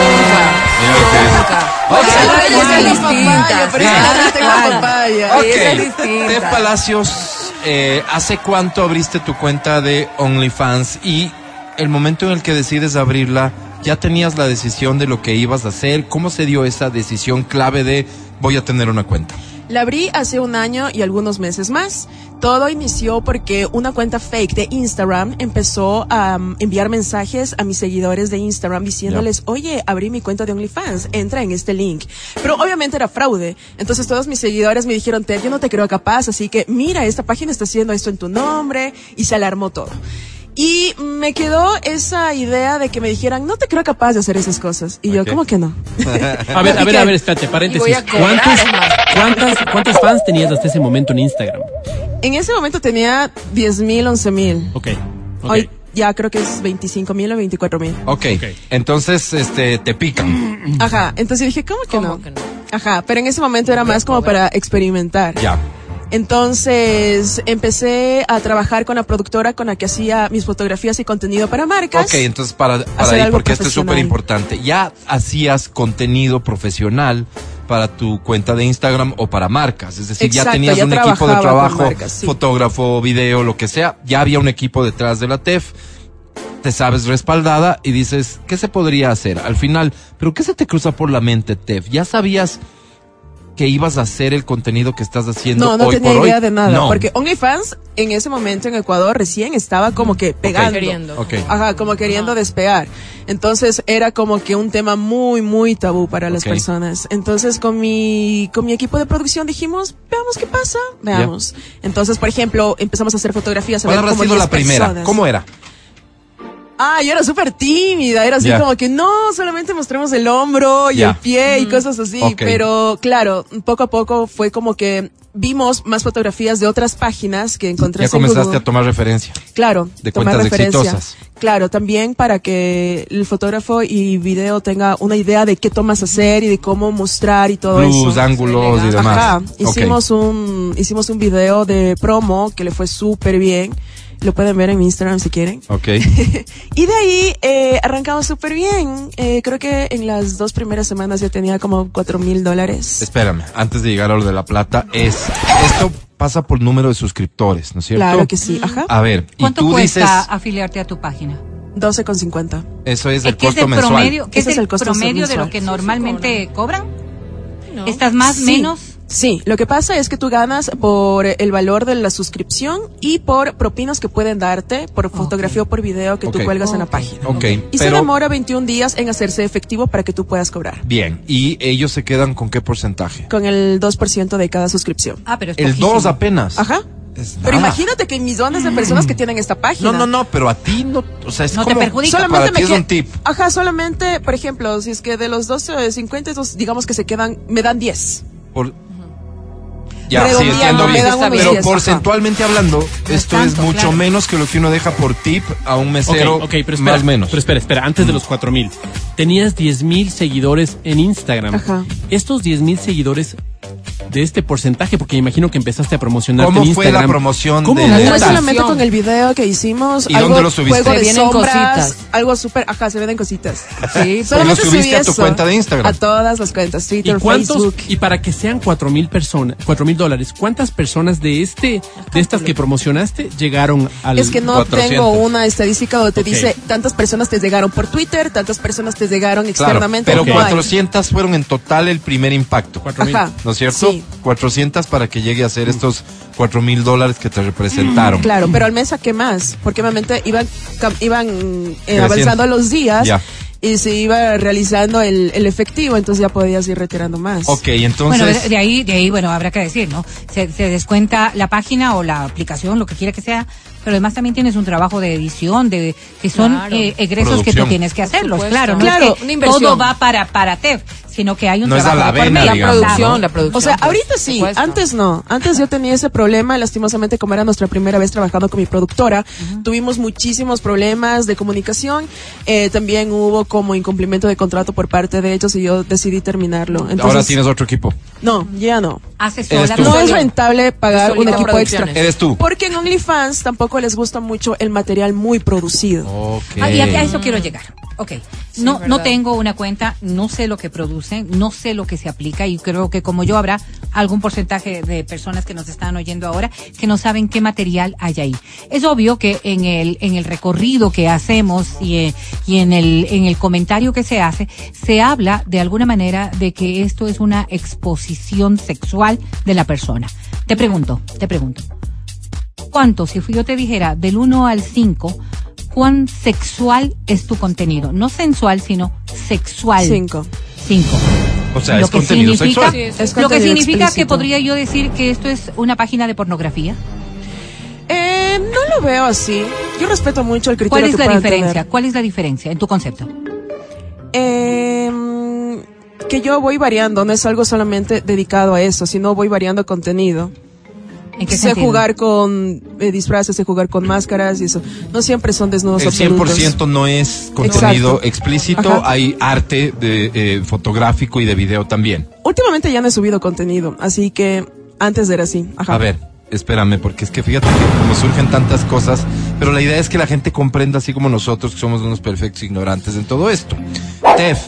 S2: Mira lo que dice.
S7: pasó?
S4: Porque
S2: Ok.
S4: ahora ya
S6: Igual,
S4: están
S6: distintas.
S4: distintas.
S7: Pero yo no tengo papaya.
S2: Ok.
S4: esa es distinta.
S2: Tef Palacios, eh, ¿hace cuánto abriste tu cuenta de OnlyFans? Y el momento en el que decides abrirla, ¿ya tenías la decisión de lo que ibas a hacer? ¿Cómo se dio esa decisión clave de voy a tener una cuenta?
S7: La abrí hace un año y algunos meses más. Todo inició porque una cuenta fake de Instagram empezó a um, enviar mensajes a mis seguidores de Instagram diciéndoles, oye, abrí mi cuenta de OnlyFans, entra en este link. Pero obviamente era fraude. Entonces todos mis seguidores me dijeron, Ted, yo no te creo capaz, así que mira, esta página está haciendo esto en tu nombre y se alarmó todo. Y me quedó esa idea de que me dijeran, no te creo capaz de hacer esas cosas. Y yo,
S2: Ok.
S7: ¿cómo que no?
S3: A ver, a ver, a ver, espérate,
S4: Y voy
S3: paréntesis.
S4: a cobrar,
S3: ¿Cuántos,
S4: es más.
S3: cuántas, ¿Cuántos fans tenías hasta ese momento en Instagram?
S7: En ese momento tenía 10 mil, 11 mil.
S3: Ok. ok.
S7: Hoy ya creo que es 25 mil o 24 mil.
S2: ok, entonces este, te pican.
S7: Ajá, entonces dije, ¿cómo, que,
S4: ¿Cómo
S7: no?
S4: que no?
S7: Ajá, pero en ese momento era más como para experimentar.
S2: Ya.
S7: Entonces empecé a trabajar con la productora con la que hacía mis fotografías y contenido para marcas.
S2: Ok, entonces para, para
S7: Hacer
S2: ahí,
S7: algo
S2: porque esto es
S7: profesional.
S2: súper importante. ¿Ya hacías contenido profesional para tu cuenta de Instagram o para marcas? Es decir, ya
S7: Exacto,
S2: tenías
S7: ya
S2: un equipo de
S7: trabajaba con
S2: trabajo,
S7: marcas, sí.
S2: fotógrafo, video, lo que sea. Ya había un equipo detrás de la TEF. Te sabes respaldada y dices, ¿qué se podría hacer? Al final, ¿pero qué se te cruza por la mente, TEF? ¿Ya sabías que ibas a hacer el contenido que estás haciendo
S7: No, no
S2: hoy
S7: tenía
S2: por
S7: idea
S2: hoy?
S7: de nada,
S2: No.
S7: porque OnlyFans en ese momento en Ecuador recién estaba como que pegando.
S4: Queriendo.
S2: Ok.
S7: Ajá, como queriendo despegar. Entonces era como que un tema muy, muy tabú para las
S2: Ok.
S7: personas. Entonces con mi, con mi equipo de producción dijimos, veamos qué pasa, veamos. Entonces, por ejemplo, empezamos a hacer fotografías. A
S2: ¿Cuál
S7: ver
S2: habrá
S7: como
S2: sido
S7: 10
S2: la primera?
S7: personas.
S2: ¿Cómo era?
S7: Ah, yo era súper tímida, era así
S2: Ya.
S7: como que no, solamente mostremos el hombro y
S2: Ya.
S7: el pie y cosas así,
S2: Ok.
S7: pero claro, poco a poco fue como que vimos más fotografías de otras páginas que encontré
S2: Ya
S7: en
S2: comenzaste
S7: Google.
S2: a tomar referencia.
S7: Claro,
S2: de
S7: tomar
S2: cuentas
S7: referencia.
S2: exitosas.
S7: Claro, también para que el fotógrafo y video tenga una idea de qué tomas hacer y de cómo mostrar y todo
S2: Plus,
S7: eso.
S2: ángulos y demás.
S7: Ajá,
S2: Ok.
S7: hicimos un hicimos un video de promo que le fue súper bien. Lo pueden ver en mi Instagram si quieren.
S2: Ok.
S7: Y de ahí eh, arrancamos súper bien. Eh, creo que en las dos primeras semanas ya tenía como cuatro mil dólares.
S2: Espérame, antes de llegar a lo de la plata, es esto pasa por número de suscriptores, ¿no es cierto?
S7: Claro que sí, Ah, ajá.
S2: A ver, y
S6: ¿Cuánto
S2: tú
S6: cuesta
S2: dices,
S6: afiliarte a tu página?
S7: 12,50. con cincuenta.
S2: eso es el
S6: que es
S2: costo
S6: el
S2: mensual.
S6: promedio, que es
S7: Ese es
S6: el
S7: el costo
S6: promedio de lo
S7: mensual.
S6: que
S7: Sí,
S6: normalmente cobran.
S4: No.
S6: ¿Estás más,
S7: Sí.
S6: menos?
S7: Sí, lo que pasa es que tú ganas por el valor de la suscripción y por propinas que pueden darte por fotografía o por video que
S2: Ok.
S7: tú cuelgas en la
S6: Ok.
S7: página.
S2: Ok,
S7: Y se
S2: pero-
S7: demora 21 días en hacerse efectivo para que tú puedas cobrar
S2: Bien, ¿y ellos se quedan con qué porcentaje?
S7: con el 2% de cada suscripción.
S6: Ah, pero es
S2: El
S6: poquísimo.
S2: 2 apenas.
S7: Ajá.
S2: Es
S7: Pero
S2: nada.
S7: imagínate que hay millones de personas que tienen esta página.
S2: Ah. No, no, no, pero a ti no, o sea, es
S6: No te
S2: como
S6: perjudica.
S2: para
S7: Solamente
S2: ti
S7: me
S2: es
S7: qued-
S2: un tip.
S7: Ajá, solamente, por ejemplo, si es que de los 12 o de 50, entonces digamos que se quedan, me dan 10.
S2: Por- Ya, sí,
S7: Redondeando,
S2: entiendo
S7: me
S2: bien.
S7: dan unos
S2: Pero
S7: diez,
S2: porcentualmente hablando, esto es
S6: tanto,
S2: mucho
S6: claro.
S2: menos que lo que uno deja por tip a un mesero,
S3: ok, pero espera,
S2: más o menos.
S3: Pero espera, espera, antes de los 4000. Tenías 10000 seguidores en Instagram.
S7: Ajá.
S3: Estos 10000 seguidores de este porcentaje, porque me imagino que empezaste a promocionar
S2: ¿Cómo
S3: en
S2: fue la
S3: Instagram.
S2: promoción
S3: ¿Cómo
S2: de-
S3: montas?
S7: Fue
S4: Notación.
S7: solamente con el video que hicimos.
S2: ¿Y
S7: algo,
S2: dónde lo subiste?
S7: Juego
S4: Se
S7: de
S4: vienen
S7: sombras,
S4: cositas.
S7: algo súper. Ajá, se vienen cositas.
S4: Sí,
S7: Solamente
S2: ¿Y lo subiste
S7: subí
S2: a tu
S7: eso.
S2: cuenta de Instagram?
S7: A todas las cuentas,
S3: ¿Y
S7: Twitter,
S3: cuántos?
S7: Facebook.
S3: Y para que sean cuatro mil personas, cuatro mil dólares, ¿cuántas personas de este, de estas que promocionaste llegaron al
S7: Es que no
S2: 400.
S7: tengo una estadística donde te
S3: Ok.
S7: dice tantas personas te llegaron por Twitter, tantas personas te llegaron
S2: Claro,
S7: externamente.
S2: pero
S3: Ok.
S7: no hay.
S2: 400 fueron en total el primer impacto.
S3: cuatro Mm. mil?
S7: Ajá.
S2: ¿No es cierto?
S7: Sí.
S2: 400 para que llegue a ser estos 4 mil dólares que te representaron.
S7: Claro, pero al mes saqué más, porque obviamente iban, cam- iban eh,
S2: Creciendo.
S7: avanzando los días
S2: Ya.
S7: y se iba realizando el, el efectivo, entonces ya podías ir retirando más.
S2: Ok, entonces.
S6: Bueno, eh, de de ahí, de ahí, bueno, habrá que decir, ¿no? Se, se descuenta la página o la aplicación, lo que quiera que sea, pero además también tienes un trabajo de edición, de que son
S4: Claro.
S6: eh, egresos que
S2: Producción.
S6: tú tienes que hacerlos,
S4: supuesto.
S6: claro, no
S7: Claro,
S6: es que
S4: una inversión.
S6: todo va para para TEF, sino que hay un
S2: No es a
S6: trabajo
S2: la
S6: de por
S2: vena,
S6: medio.
S2: digamos,
S4: La producción,
S6: Claro.
S4: la producción.
S7: O sea,
S4: pues,
S7: ahorita
S4: por
S7: sí,
S4: supuesto.
S7: antes no. Antes yo tenía ese problema, lastimosamente, como era nuestra primera vez trabajando con mi productora, tuvimos muchísimos problemas de comunicación. eh, también hubo como incumplimiento de contrato por parte de ellos y yo decidí terminarlo. Entonces,
S2: Ahora tienes otro equipo.
S7: No, ya no.
S6: Asesora,
S2: Eres tú.
S7: No
S6: todo
S7: es
S6: eso.
S7: rentable pagar un
S4: Solita
S7: equipo extra.
S4: Producciones.
S2: Eres tú.
S7: Porque en OnlyFans tampoco les gusta mucho el material muy producido.
S2: Ok.
S6: Ah, y a, a eso quiero llegar. Ok. no, no
S4: verdad.
S6: tengo una cuenta, no sé lo que producen, no sé lo que se aplica y creo que como yo habrá algún porcentaje de personas que nos están oyendo ahora que no saben qué material hay ahí. Es obvio que en el, en el recorrido que hacemos y, eh, y en, el, en el comentario que se hace, se habla de alguna manera de que esto es una exposición sexual de la persona. Te pregunto, te pregunto. ¿Cuánto? Si yo te dijera del 1 al 5, ¿cuán sexual es tu contenido? No sensual, sino sexual.
S7: Cinco.
S6: 5.
S2: O sea, es contenido sexual.
S4: Sí, es
S6: lo que
S7: contenido
S6: significa que
S7: explícito.
S6: podría yo decir que esto es una página de pornografía.
S7: Eh, no lo veo así. Yo respeto mucho el criterio
S6: ¿Cuál es
S7: que
S6: la
S7: puedan
S6: diferencia?
S7: tener.
S6: ¿Cuál es la diferencia en tu concepto?
S7: Eh, mm, que yo voy variando, no es algo solamente dedicado a eso, sino voy variando contenido.
S6: ¿En qué
S7: sé
S6: sentido?
S7: jugar con eh, disfraces, sé jugar con máscaras y eso. No siempre son desnudos
S2: El 100%
S7: absolutos.
S2: no es contenido
S7: Exacto.
S2: explícito,
S7: Ajá.
S2: hay arte de, eh, fotográfico y de video también.
S7: Últimamente ya no he subido contenido, así que antes era así. Ajá.
S2: A ver, espérame, porque es que fíjate que como surgen tantas cosas, pero la idea es que la gente comprenda, así como nosotros, que somos unos perfectos ignorantes en todo esto. Tef,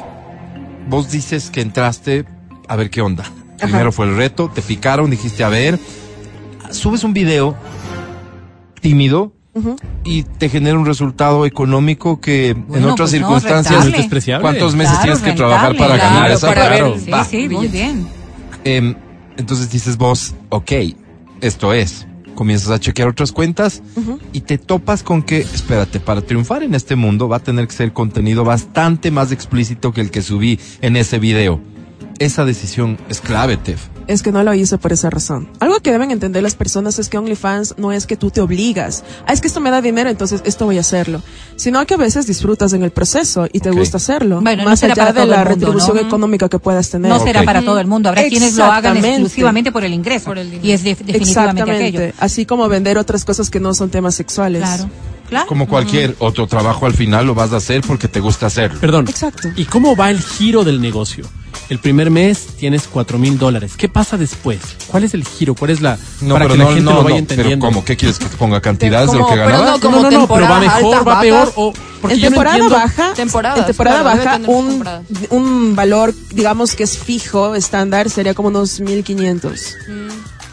S2: vos dices que entraste a ver qué onda. Primero fue el reto, te picaron, dijiste a ver, subes un video tímido. Y te genera un resultado económico que en
S6: Bueno,
S2: otras
S6: pues no,
S2: circunstancias.
S6: rentable. No es
S3: despreciable.
S2: ¿Cuántos meses
S6: Claro,
S2: tienes que trabajar para
S6: rentable,
S2: ganar
S4: claro,
S2: esa
S4: para ver,
S2: claro,
S6: Sí,
S2: va.
S6: sí, muy
S4: billetes.
S6: bien.
S2: Em, entonces dices vos, ok, esto es. Comienzas a chequear otras cuentas y te topas con que, espérate, para triunfar en este mundo va a tener que ser contenido bastante más explícito que el que subí en ese video. Esa decisión es clave, Tef.
S7: Es que no lo hice por esa razón. Algo que deben entender las personas es que OnlyFans no es que tú te obligas. Ah, es que esto me da dinero, entonces esto voy a hacerlo. Sino que a veces disfrutas en el proceso y te
S2: Ok.
S7: gusta hacerlo.
S6: Bueno, no
S7: más
S6: será
S7: allá
S6: para
S7: de
S6: todo
S7: la
S6: el mundo,
S7: retribución
S6: ¿no?
S7: económica que puedas tener.
S6: No
S2: Ok.
S6: será para todo el mundo. Habrá quienes lo hagan
S7: Exactamente.
S6: exclusivamente por el ingreso.
S4: Por el dinero.
S6: y es def- definitivamente aquello.
S7: Exactamente. Así como vender otras cosas que no son temas sexuales.
S6: Claro. Claro.
S2: Como cualquier otro trabajo al final lo vas a hacer porque te gusta hacerlo.
S3: Perdón.
S7: Exacto.
S3: ¿Y cómo va el giro del negocio? El primer mes tienes cuatro mil dólares. ¿Qué pasa después? ¿Cuál es el giro? ¿Cuál es la
S2: No,
S3: para
S2: pero
S3: que la
S2: no,
S3: gente
S2: no,
S3: lo
S2: no,
S3: vaya
S2: pero
S3: entendiendo?
S2: ¿cómo? ¿Qué quieres que te ponga cantidades de lo
S4: Como-
S2: que
S4: pero
S2: ganabas?
S4: no, como
S3: no, no, pero va
S4: temporadas
S3: mejor,
S4: altas,
S3: va peor
S4: bajas.
S3: o porque
S7: en
S3: yo no
S7: temporada
S3: entiendo-
S7: baja,
S4: Temporadas,
S7: en temporada
S4: claro, debe
S7: baja
S4: tener sus
S7: un,
S4: temporadas.
S7: un valor, digamos que es fijo, estándar, sería como unos 1500.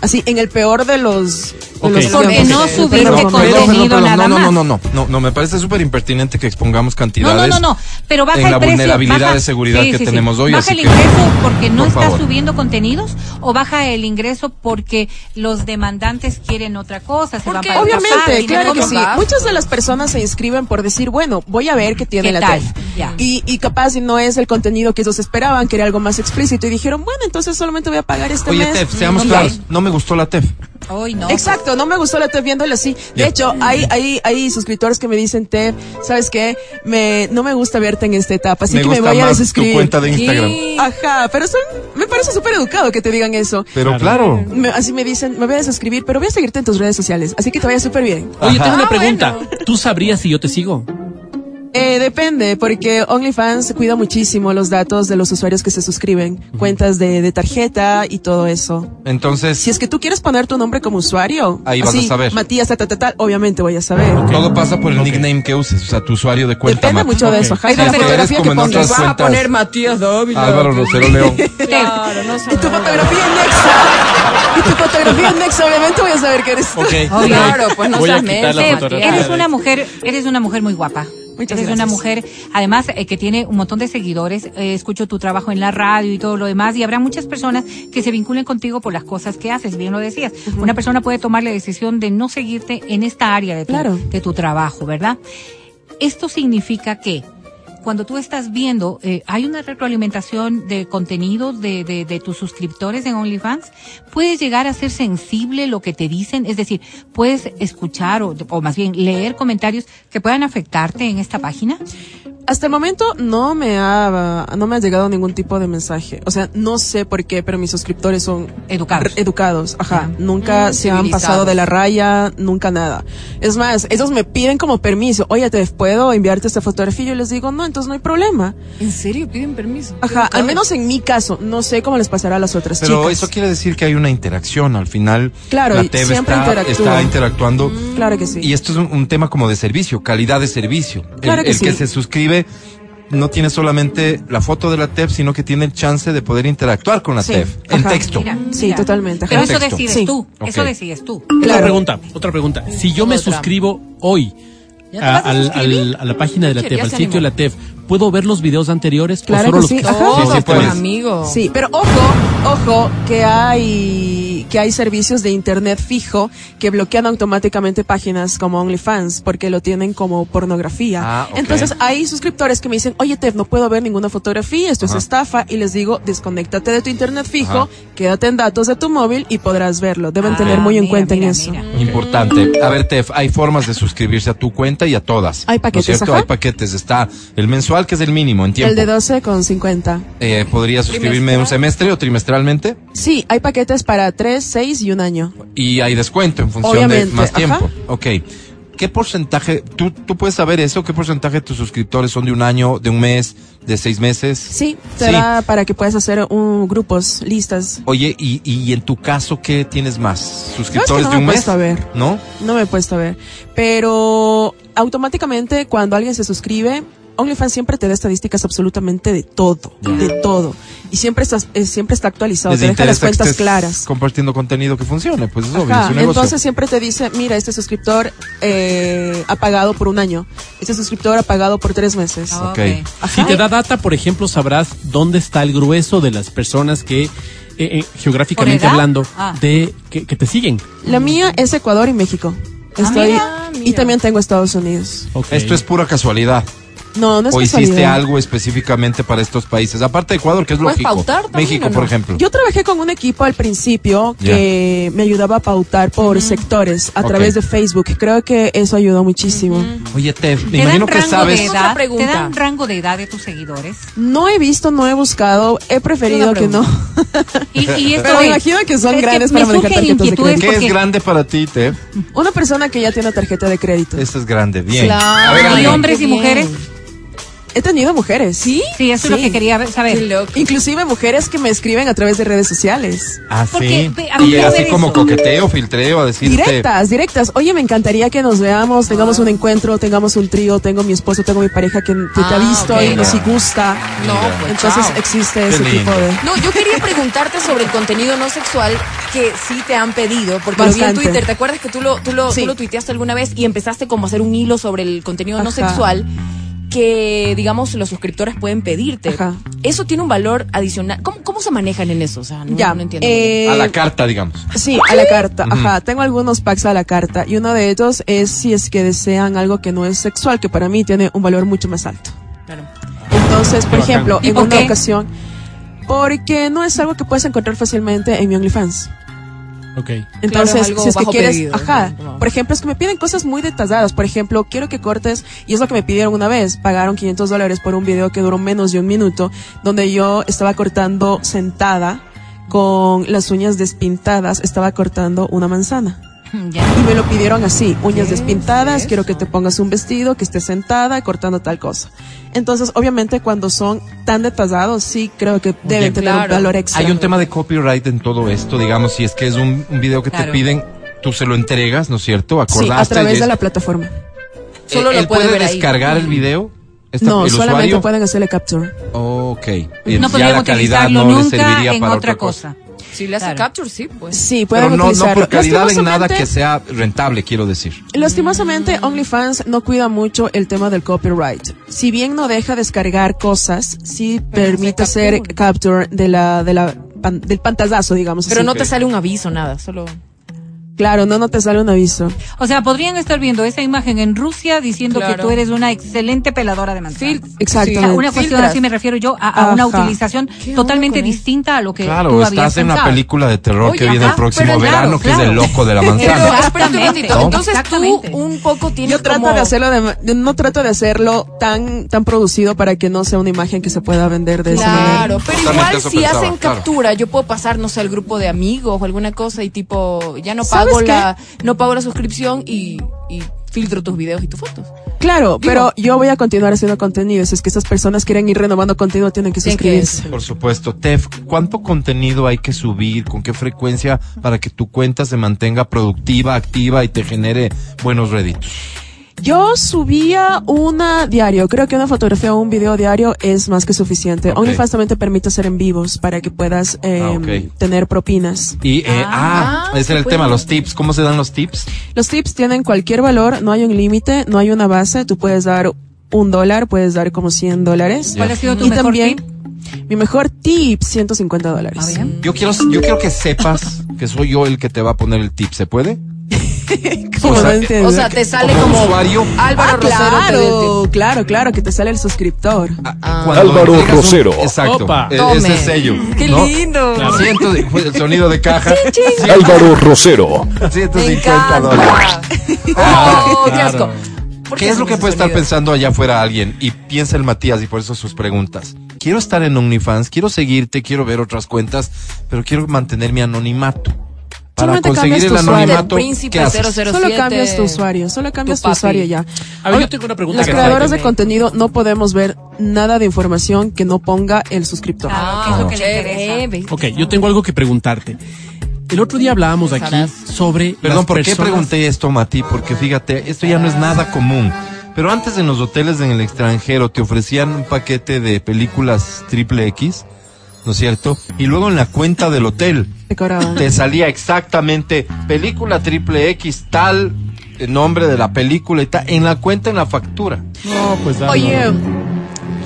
S7: Así, en el peor de los. de
S3: Ok.
S7: los
S6: Mm. Porque
S7: tiempos.
S6: no
S7: Sí.
S6: subiste
S7: Pero-
S6: con- contenido nada
S2: no,
S6: más.
S2: no, no, no, no, no, me parece súper impertinente que expongamos
S6: No,
S2: cantidades.
S6: no, no, no, pero baja
S2: en
S6: el
S2: la
S6: precio,
S2: vulnerabilidad
S6: baja-
S2: de seguridad
S6: sí,
S2: que
S6: sí, sí.
S2: tenemos hoy.
S6: Baja
S2: así
S6: el
S2: que,
S6: ingreso porque no
S2: por
S6: está
S2: favor.
S6: subiendo contenidos o baja el ingreso porque los demandantes quieren otra cosa, se van para otra
S7: Obviamente,
S6: página,
S7: claro que
S6: ¿cómo
S7: sí.
S6: va?
S7: Muchas de las personas se inscriben por decir, bueno, voy a ver qué tiene
S6: ¿Qué
S7: la
S6: tal?
S7: tele.
S6: Ya.
S7: Y, y capaz y no es el contenido que ellos esperaban, que era algo más explícito. Y dijeron, bueno, entonces solamente voy a pagar este
S2: Oye,
S7: mes.
S2: Tef, seamos
S7: Ok.
S2: claros, no me gustó la Tef.
S6: Hoy no.
S7: Exacto, no me gustó la Tef viéndola así. De
S2: Ya.
S7: hecho, hay, hay, hay suscriptores que me dicen, Tef, ¿sabes qué? Me, no me gusta verte en esta etapa, así
S2: me
S7: que me
S2: gusta
S7: voy a
S2: más tu
S7: desuscribir.
S2: cuenta de Instagram.
S7: Ajá, pero son, me parece súper educado que te digan eso.
S2: Pero claro.
S7: Me- así me dicen, me voy a desuscribir, pero voy a seguirte en tus redes sociales, así que te vaya súper bien.
S3: Oye, tengo
S4: Ah,
S3: una pregunta. ¿Tú sabrías si yo te sigo?
S7: Eh, depende, porque OnlyFans cuida muchísimo los datos de los usuarios que se suscriben, cuentas de, de tarjeta y todo eso.
S2: Entonces,
S7: Si es que tú quieres poner tu nombre como usuario,
S2: Ahí vas a
S7: así,
S2: saber.
S7: Matías, ta, ta, ta, ta, obviamente voy a saber.
S2: todo pasa por el nickname que uses, o sea, tu usuario de cuenta.
S7: Depende
S2: Matt.
S7: mucho de eso. Jaime,
S2: Si
S7: la
S2: tú eres
S7: fotografía que
S2: como en otras
S7: pongas.
S4: Vas a
S2: cuentas.
S4: poner Matías Dávila.
S2: Álvaro Rosero León.
S4: Claro, no sé.
S7: Y tu fotografía en Nexa. Y tu fotografía en Nexa, obviamente voy a saber que eres tú.
S2: Ok.
S6: Obvio.
S4: Claro, pues no
S3: Voy a
S4: seas
S3: quitar
S4: mensa,
S3: la
S6: Steph,
S3: fotografía.
S4: Matías.
S6: eres una mujer, eres una mujer muy guapa.
S7: Muchas
S6: eres una
S7: gracias.
S6: mujer, además, eh, que tiene un montón de seguidores. eh, escucho tu trabajo en la radio y todo lo demás. Y habrá muchas personas que se vinculen contigo por las cosas que haces. Bien lo decías. Una persona puede tomar la decisión de no seguirte en esta área de tu,
S7: Claro.
S6: de tu trabajo, ¿verdad? Esto significa que cuando tú estás viendo, eh, hay una retroalimentación de contenidos de, de, de tus suscriptores en OnlyFans, puedes llegar a ser sensible lo que te dicen, es decir, puedes escuchar o, o más bien leer comentarios que puedan afectarte en esta página.
S7: Hasta el momento no me ha, no me ha llegado ningún tipo de mensaje. O sea, no sé por qué, pero mis suscriptores son
S6: Educados.
S7: r- educados. Ajá.
S6: Ya.
S7: Nunca
S4: Mm,
S7: se han pasado
S4: civilizados.
S7: de la raya, nunca nada. Es más, ellos me piden como permiso. Oye, te puedo enviarte esta fotografía. Y yo les digo, no, entonces no hay problema.
S4: ¿En serio piden permiso?
S7: Ajá. Al menos en mi caso, no sé cómo les pasará a las otras
S2: Pero
S7: chicas.
S2: eso quiere decir que hay una interacción al final.
S7: Claro,
S2: la
S7: y
S2: Tef
S7: siempre
S2: está,
S7: interactúa.
S2: está interactuando.
S7: Claro que sí.
S2: Y esto es un, un tema como de servicio, calidad de servicio. El-
S7: Claro
S2: el
S7: que sí.
S2: que se suscribe no tiene solamente la foto de la TEF, sino que tiene el chance de poder interactuar con la
S7: Sí,
S2: TEF en
S7: ajá.
S2: texto.
S6: Mira,
S7: Sí,
S6: mira.
S7: totalmente,
S6: Pero
S2: ajá.
S6: eso
S2: Texto.
S6: decides
S7: Sí.
S6: tú, eso
S2: Ok.
S6: decides tú.
S3: Otra
S7: Claro.
S3: pregunta, otra pregunta. Si yo me
S4: Otra.
S3: suscribo hoy
S4: ¿Ya te
S3: a,
S4: vas a
S3: al-
S4: suscribir?
S3: al- a la página de la
S4: ¿Qué
S3: TEF, al
S4: querías,
S3: sitio de la TEF, ¿puedo ver los videos anteriores
S7: Claro
S3: o solo
S7: que
S3: los
S7: sí,
S3: que-
S7: ajá.
S4: Todo,
S2: Sí, sí,
S4: pues,
S2: puedes.
S4: amigo.
S7: Sí, pero ojo, ojo, que hay, que hay servicios de internet fijo que bloquean automáticamente páginas como OnlyFans porque lo tienen como pornografía.
S2: Ah, ok.
S7: Entonces hay suscriptores que me dicen, oye Tef, no puedo ver ninguna fotografía, esto
S2: Ajá.
S7: es estafa, y les digo, desconéctate de tu internet fijo,
S2: Ajá.
S7: quédate en datos de tu móvil y podrás verlo. Deben
S6: Ah,
S7: tener muy en
S6: mira,
S7: cuenta
S6: mira,
S7: en eso.
S6: mira.
S2: Importante. A ver, Tef, hay formas de suscribirse a tu cuenta y a todas.
S7: Hay
S2: ¿no es
S7: paquetes,
S2: cierto?
S7: ajá.
S2: Hay paquetes. Está el mensual, que es el mínimo en tiempo.
S7: El de 12 con 50.
S2: Eh, ¿Podría suscribirme un semestre o trimestralmente?
S7: Sí, hay paquetes para 3, 6 y un año.
S2: Y hay descuento en función de
S7: Obviamente,
S2: más
S7: ajá.
S2: tiempo. Ok. ¿Qué porcentaje, tú, tú puedes saber eso? ¿Qué porcentaje de tus suscriptores son de un año, de un mes, de seis meses?
S7: Sí, te da para que puedas hacer un, grupos, listas.
S2: Oye, y, y en tu caso, ¿qué tienes más? ¿Suscriptores
S7: no
S2: de un
S7: me he
S2: mes?
S7: puesto a ver.
S2: ¿No?
S7: No me he puesto a ver. Pero automáticamente cuando alguien se suscribe, OnlyFans siempre te da estadísticas absolutamente de todo, de todo. Y siempre estás, eh, siempre está actualizado,
S2: Les
S7: te deja las
S2: interesa que
S7: cuentas
S2: estés
S7: claras.
S2: Compartiendo contenido que funcione, pues es obvio,
S7: Ajá,
S2: es un negocio.
S7: Entonces siempre te dice, mira, este suscriptor eh, ha pagado por un año, este suscriptor ha pagado por tres meses.
S6: Ah,
S2: Ok.
S6: ok.
S7: Ajá.
S3: Si te da data, por ejemplo, sabrás dónde está el grueso de las personas que, eh, eh,
S6: ¿Por
S3: geográficamente
S6: edad?
S3: hablando,
S6: Ah.
S3: de que, que te siguen.
S7: La mía es Ecuador y México. Estoy
S6: Ah, mira,
S7: y también tengo Estados Unidos.
S3: Ok.
S2: Esto es pura casualidad.
S7: No, no es
S2: o hiciste
S7: casualidad.
S2: algo específicamente para estos países. Aparte de Ecuador, que es
S4: Puedes
S2: lógico.
S4: pautar también,
S2: México,
S4: ¿o no?
S2: por ejemplo.
S7: Yo trabajé con un equipo al principio que me ayudaba a pautar por sectores a
S2: Ok.
S7: través de Facebook. Creo que eso ayudó muchísimo.
S2: Oye, Tef, me
S6: ¿Te dan
S2: imagino que
S6: rango de
S2: sabes.
S4: Otra
S6: edad? ¿Te
S4: pregunta.
S6: dan rango de edad de tus seguidores?
S7: No he visto, no he buscado, he preferido
S4: Una
S7: que no.
S6: Y, y esto
S7: Pero me
S6: es-
S7: imagino que son
S6: es
S7: grandes
S6: me
S7: para
S6: surgen
S7: manejar tarjetas de
S6: inquietudes
S7: crédito.
S2: ¿Qué es
S6: porque-
S2: grande para ti, Tef?
S7: Una persona que ya tiene tarjeta de crédito.
S2: Esto es grande, bien.
S4: Claro.
S2: A ver,
S4: Ay,
S6: Y
S2: Adrián.
S4: hombre.
S6: hombres y
S4: qué bien.
S6: mujeres.
S7: He tenido mujeres. ¿Sí?
S6: Sí, eso es lo que quería saber.
S4: Qué loco.
S7: Inclusive mujeres que me escriben a través de redes sociales.
S2: Así.
S6: Porque, a mí
S2: Ah, Y
S6: me da
S2: así
S6: ver
S2: como
S6: eso.
S2: coqueteo, filtreo, a decirte.
S7: Directas, directas. Oye, me encantaría que nos veamos, tengamos
S4: Ah.
S7: un encuentro, tengamos un trío, tengo mi esposo, tengo mi pareja que, que te ha
S4: Ah,
S7: visto
S4: ok.
S7: y nos gusta.
S4: No, pues
S7: Entonces
S4: chao.
S7: existe
S2: Qué
S7: ese
S2: lindo.
S7: tipo de...
S4: No, yo quería preguntarte sobre el contenido no sexual que sí te han pedido, porque lo vi en
S7: Bastante.
S4: Twitter. ¿Te acuerdas que tú lo, tú, lo,
S7: Sí.
S4: tú lo tuiteaste alguna vez y empezaste como a hacer un hilo sobre el contenido no
S7: Ajá.
S4: sexual? que digamos los suscriptores pueden pedirte.
S7: Ajá.
S4: Eso tiene un valor adicional. ¿Cómo, cómo se manejan en eso? O sea, no,
S7: Ya,
S4: no entiendo.
S7: eh,
S2: A la carta, digamos.
S7: Sí, a la carta. Ajá, tengo algunos packs a la carta y uno de ellos es si es que desean algo que no es sexual, que para mí tiene un valor mucho más alto.
S4: Claro.
S7: Entonces, por
S2: bacán.
S7: ejemplo,
S6: ¿Y
S7: en
S6: por
S7: una
S6: qué?
S7: ocasión, porque no es algo que puedes encontrar fácilmente en mi OnlyFans.
S3: Ok.
S4: Claro,
S7: Entonces,
S4: algo
S7: si es que
S4: bajo
S7: quieres,
S4: pedido,
S7: ajá.
S4: ¿no?
S7: Por ejemplo, es que me piden cosas muy detalladas. Por ejemplo, quiero que cortes, y es lo que me pidieron una vez. Pagaron 500 dólares por un video que duró menos de un minuto, donde yo estaba cortando sentada, con las uñas despintadas, estaba cortando una manzana.
S6: Ya.
S7: Y me lo pidieron así, uñas
S4: ¿Qué es
S7: despintadas, quiero que
S4: eso?
S7: te pongas un vestido, que estés sentada cortando tal cosa. Entonces, obviamente, cuando son tan detallados, sí creo que deben tener un
S4: claro.
S7: valor extra.
S2: Hay un tema de copyright en todo esto, digamos, si es que es un, un video que te
S6: Claro.
S2: piden, tú se lo entregas, ¿no es cierto?
S7: Sí,
S2: Acordaste.
S7: a través
S2: y
S7: de
S2: es-
S7: la plataforma.
S4: Solo
S2: Eh,
S4: lo
S2: él
S4: puede
S2: puede
S4: ver ahí.
S2: descargar el video. Esta-
S7: No,
S2: el
S7: solamente
S2: usuario.
S7: pueden hacerle capture.
S2: Ok. Y
S6: No
S2: ya
S6: podrían
S2: la calidad
S6: utilizarlo
S2: no le
S6: nunca
S2: serviría
S6: en
S2: para
S6: otra cosa.
S7: eh,
S4: Si le hace
S6: Claro.
S4: capture, sí, pues.
S7: Sí, pueden
S2: Pero no, no
S7: utilizarlo.
S2: por calidad en nada
S7: Lastimosamente-
S2: que sea rentable, quiero decir.
S7: Lastimosamente, OnlyFans no cuida mucho el tema del copyright. Si bien no deja descargar cosas, sí permite
S4: hace
S7: hacer
S4: captura.
S7: capture de la, de la, pan- del pantallazo, digamos.
S4: Pero
S7: así.
S4: no te sale un aviso, nada. Solo.
S7: Claro, no, no te sale un aviso.
S6: O sea, podrían estar viendo esa imagen en Rusia diciendo
S4: Claro.
S6: que tú eres una excelente peladora de manzanas.
S7: Exacto.
S6: O sea, una
S4: Filtras.
S6: cuestión así me refiero yo a, a una
S7: Ajá.
S6: utilización totalmente distinta a lo que
S2: Claro,
S6: tú
S2: estás
S6: habías
S2: en la
S6: pensado.
S2: película de terror que
S6: Oye,
S2: viene el
S6: ajá,
S2: próximo
S6: pero
S2: verano,
S6: claro,
S2: que es el
S6: claro. ah,
S2: loco de la
S4: Pero,
S2: manzana.
S4: espérate un momentito.
S6: ¿No?
S4: Entonces tú
S6: Exactamente.
S4: un poco tienes
S7: Yo trato
S4: como-
S7: de hacerlo de ma- de- no trato de hacerlo tan, tan producido para que no sea una imagen que se pueda vender de esa manera.
S4: Claro, pero
S2: Justamente
S4: igual
S2: eso
S4: si
S2: pensaba,
S4: hacen
S2: claro.
S4: captura, yo puedo pasar, no sé, al grupo de amigos o alguna cosa y tipo, ya no
S7: ¿Sabes
S4: pago
S7: qué?
S4: la, no pago la suscripción y, y filtro tus videos y tus fotos.
S7: Claro, pero yo voy a continuar haciendo contenido. Si es que esas personas quieren ir renovando contenido, tienen que
S4: Tienen que
S7: suscribirse.
S2: Por supuesto, Tef, ¿cuánto contenido hay que subir? ¿Con qué frecuencia para que tu cuenta se mantenga productiva, activa y te genere buenos réditos?
S7: Yo subía una diario. Creo que una fotografía o un video diario es más que suficiente.
S2: Ok.
S7: OnlyFans también te permite hacer en vivos para que puedas eh,
S2: Ah, ok.
S7: tener propinas.
S2: Y, eh, ah,
S4: ah,
S2: ese
S4: se
S2: era el
S4: puede.
S2: tema, los tips. ¿Cómo se dan los tips?
S7: Los tips tienen cualquier valor, no hay un límite, no hay una base. Tú puedes dar un dólar, puedes dar como 100 dólares.
S6: ¿Cuál ha sido tu
S7: Y
S6: mejor
S7: también,
S6: tip?
S7: mi mejor tip, 150
S6: Ah,
S7: dólares.
S6: bien.
S2: Yo quiero, yo quiero que sepas que soy yo el que te va a poner el tip. ¿Se puede?
S7: ¿Cómo
S2: O sea, eh,
S7: no entiendo?
S4: O sea, te sale
S2: como
S4: como
S2: usuario.
S4: Álvaro
S7: Ah,
S4: Rosero.
S7: claro, claro, claro, que te sale el suscriptor.
S6: Ah,
S2: Cuando
S1: Álvaro
S2: entregas un-
S1: Rosero.
S2: exacto.
S3: Opa.
S2: e-
S4: Tome.
S2: Ese sello.
S4: Qué
S2: ¿no?
S4: lindo.
S2: Ciento de- el sonido de caja.
S1: Álvaro Rosero.
S4: Me
S2: 150 dólares.
S4: encanta. Oh, qué asco. ¿Por
S2: ¿Qué es lo
S4: hacen
S2: que
S4: ese
S2: puede estar
S4: sonido?
S2: pensando allá afuera alguien? Y piensa el Matías y por eso sus preguntas. Quiero estar en OnlyFans, quiero seguirte, quiero ver otras cuentas, pero quiero mantener mi anonimato. Para
S7: Solamente
S2: conseguir
S7: cambias
S2: el
S7: tu usuario.
S2: anonimato,
S4: Del príncipe
S2: ¿qué haces?
S4: 00. Pero
S7: Solo
S4: siete,
S7: cambias tu usuario, solo cambias tu,
S4: papi.
S7: usuario ya.
S3: A ver, yo tengo una pregunta
S7: Los
S3: que
S7: creadores
S3: está
S7: de
S3: ahí.
S7: contenido no podemos ver nada de información que no ponga el
S4: Ah,
S7: suscriptor.
S6: Claro, que es lo que le interesa.
S4: chévere.
S3: Ok, yo tengo algo que preguntarte. El otro día hablábamos aquí
S4: Pensarás.
S3: sobre.
S2: Perdón,
S3: las
S2: ¿por qué
S3: personas-
S2: pregunté esto, Mati? Porque fíjate, esto ya no es nada común. Pero antes en los hoteles en el extranjero te ofrecían un paquete de películas triple X, ¿no es cierto? Y luego en la cuenta del hotel
S7: Te cobraban.
S2: te salía exactamente película triple X, tal el nombre de la película y tal, en la cuenta, en la factura.
S3: No, pues dale.
S7: Oye,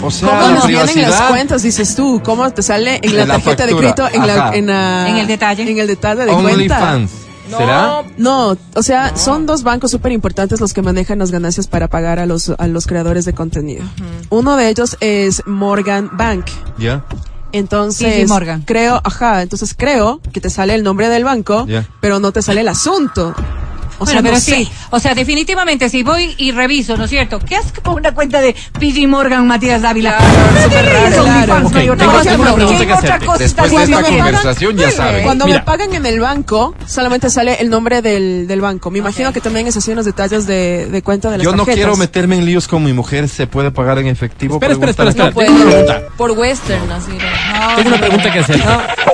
S2: O sea,
S7: ¿cómo
S2: la
S7: nos vienen las
S2: privacidad.
S7: cuentas, dices tú? ¿Cómo te sale en la
S2: En la
S7: tarjeta de
S2: factura,
S7: crédito, en, la,
S2: ajá.
S7: en, la-
S6: En el detalle.
S7: En el detalle de cuenta.
S2: OnlyFans. ¿Será?
S7: No, o sea, son dos bancos súper importantes los que manejan las ganancias para pagar a los, a los creadores de contenido. Uno de ellos es Morgan Bank.
S2: Ya.
S7: Entonces,
S6: JP Morgan.
S7: creo, ajá, entonces creo que te sale el nombre del banco,
S2: Ya.
S7: pero no te sale el asunto.
S4: O
S6: bueno,
S4: sea,
S6: pero
S4: no
S6: sí.
S4: sé.
S6: O sea, definitivamente, si voy y reviso, ¿no es cierto? ¿Qué haces con una cuenta de PJ Morgan, Matías Dávila? No te lees OnlyFans,
S2: Ok,
S6: no hay otra
S2: tengo-
S6: cosa.
S2: tengo una
S6: ¿Qué
S2: pregunta que
S6: otra
S2: hacerte. Después
S6: cosa
S2: de
S6: estás
S2: esta
S6: haciendo?
S2: conversación, ya saben.
S7: Cuando me
S2: Eh, Mira,
S7: pagan en el banco, solamente sale el nombre del, del banco. Me imagino que también es así unos detalles de, de cuenta de las
S2: yo no
S7: tarjetas.
S2: quiero meterme en líos con mi mujer. ¿Se puede pagar en efectivo?
S3: Espera, espera, espera,
S2: Preguntan.
S3: espera.
S4: No puede.
S3: Tengo una pregunta.
S4: Por western, así. ¿no?
S3: Tengo una pregunta que hacer.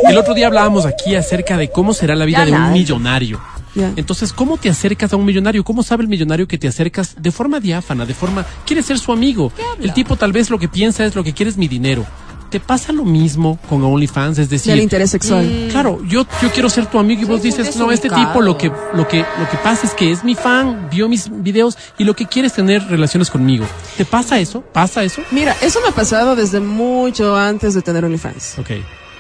S3: El otro día hablábamos aquí acerca de cómo será la vida
S4: Ya
S3: de un
S4: la-
S3: millonario.
S7: Ya.
S3: Entonces, ¿cómo te acercas a un millonario? ¿Cómo sabe el millonario que te acercas de forma diáfana, de forma... Quiere ser su amigo. El tipo tal vez lo que piensa es lo que quiere es mi dinero. ¿Te pasa lo mismo con OnlyFans? Es decir... Mm,
S7: Del interés sexual.
S3: Claro, yo, yo quiero ser tu amigo y vos
S4: muy
S3: dices, no, este
S4: desubicado.
S3: tipo lo que, lo, que, lo que pasa es que es mi fan, vio mis videos y lo que quiere es tener relaciones conmigo. ¿Te pasa eso? ¿Pasa eso?
S2: Mm.
S7: Mira, eso me ha pasado desde mucho antes de tener OnlyFans.
S3: Ok.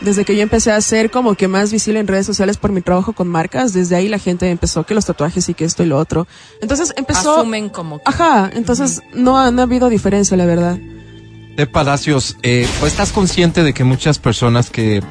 S7: Desde que yo empecé a ser como que más visible en redes sociales por mi trabajo con marcas, desde ahí la gente empezó que los tatuajes y que esto y lo otro. Entonces empezó...
S4: Asumen como que.
S7: Ajá, entonces no, ha, no ha habido diferencia, la verdad.
S2: De Palacios, eh, pues, ¿estás consciente de que muchas personas que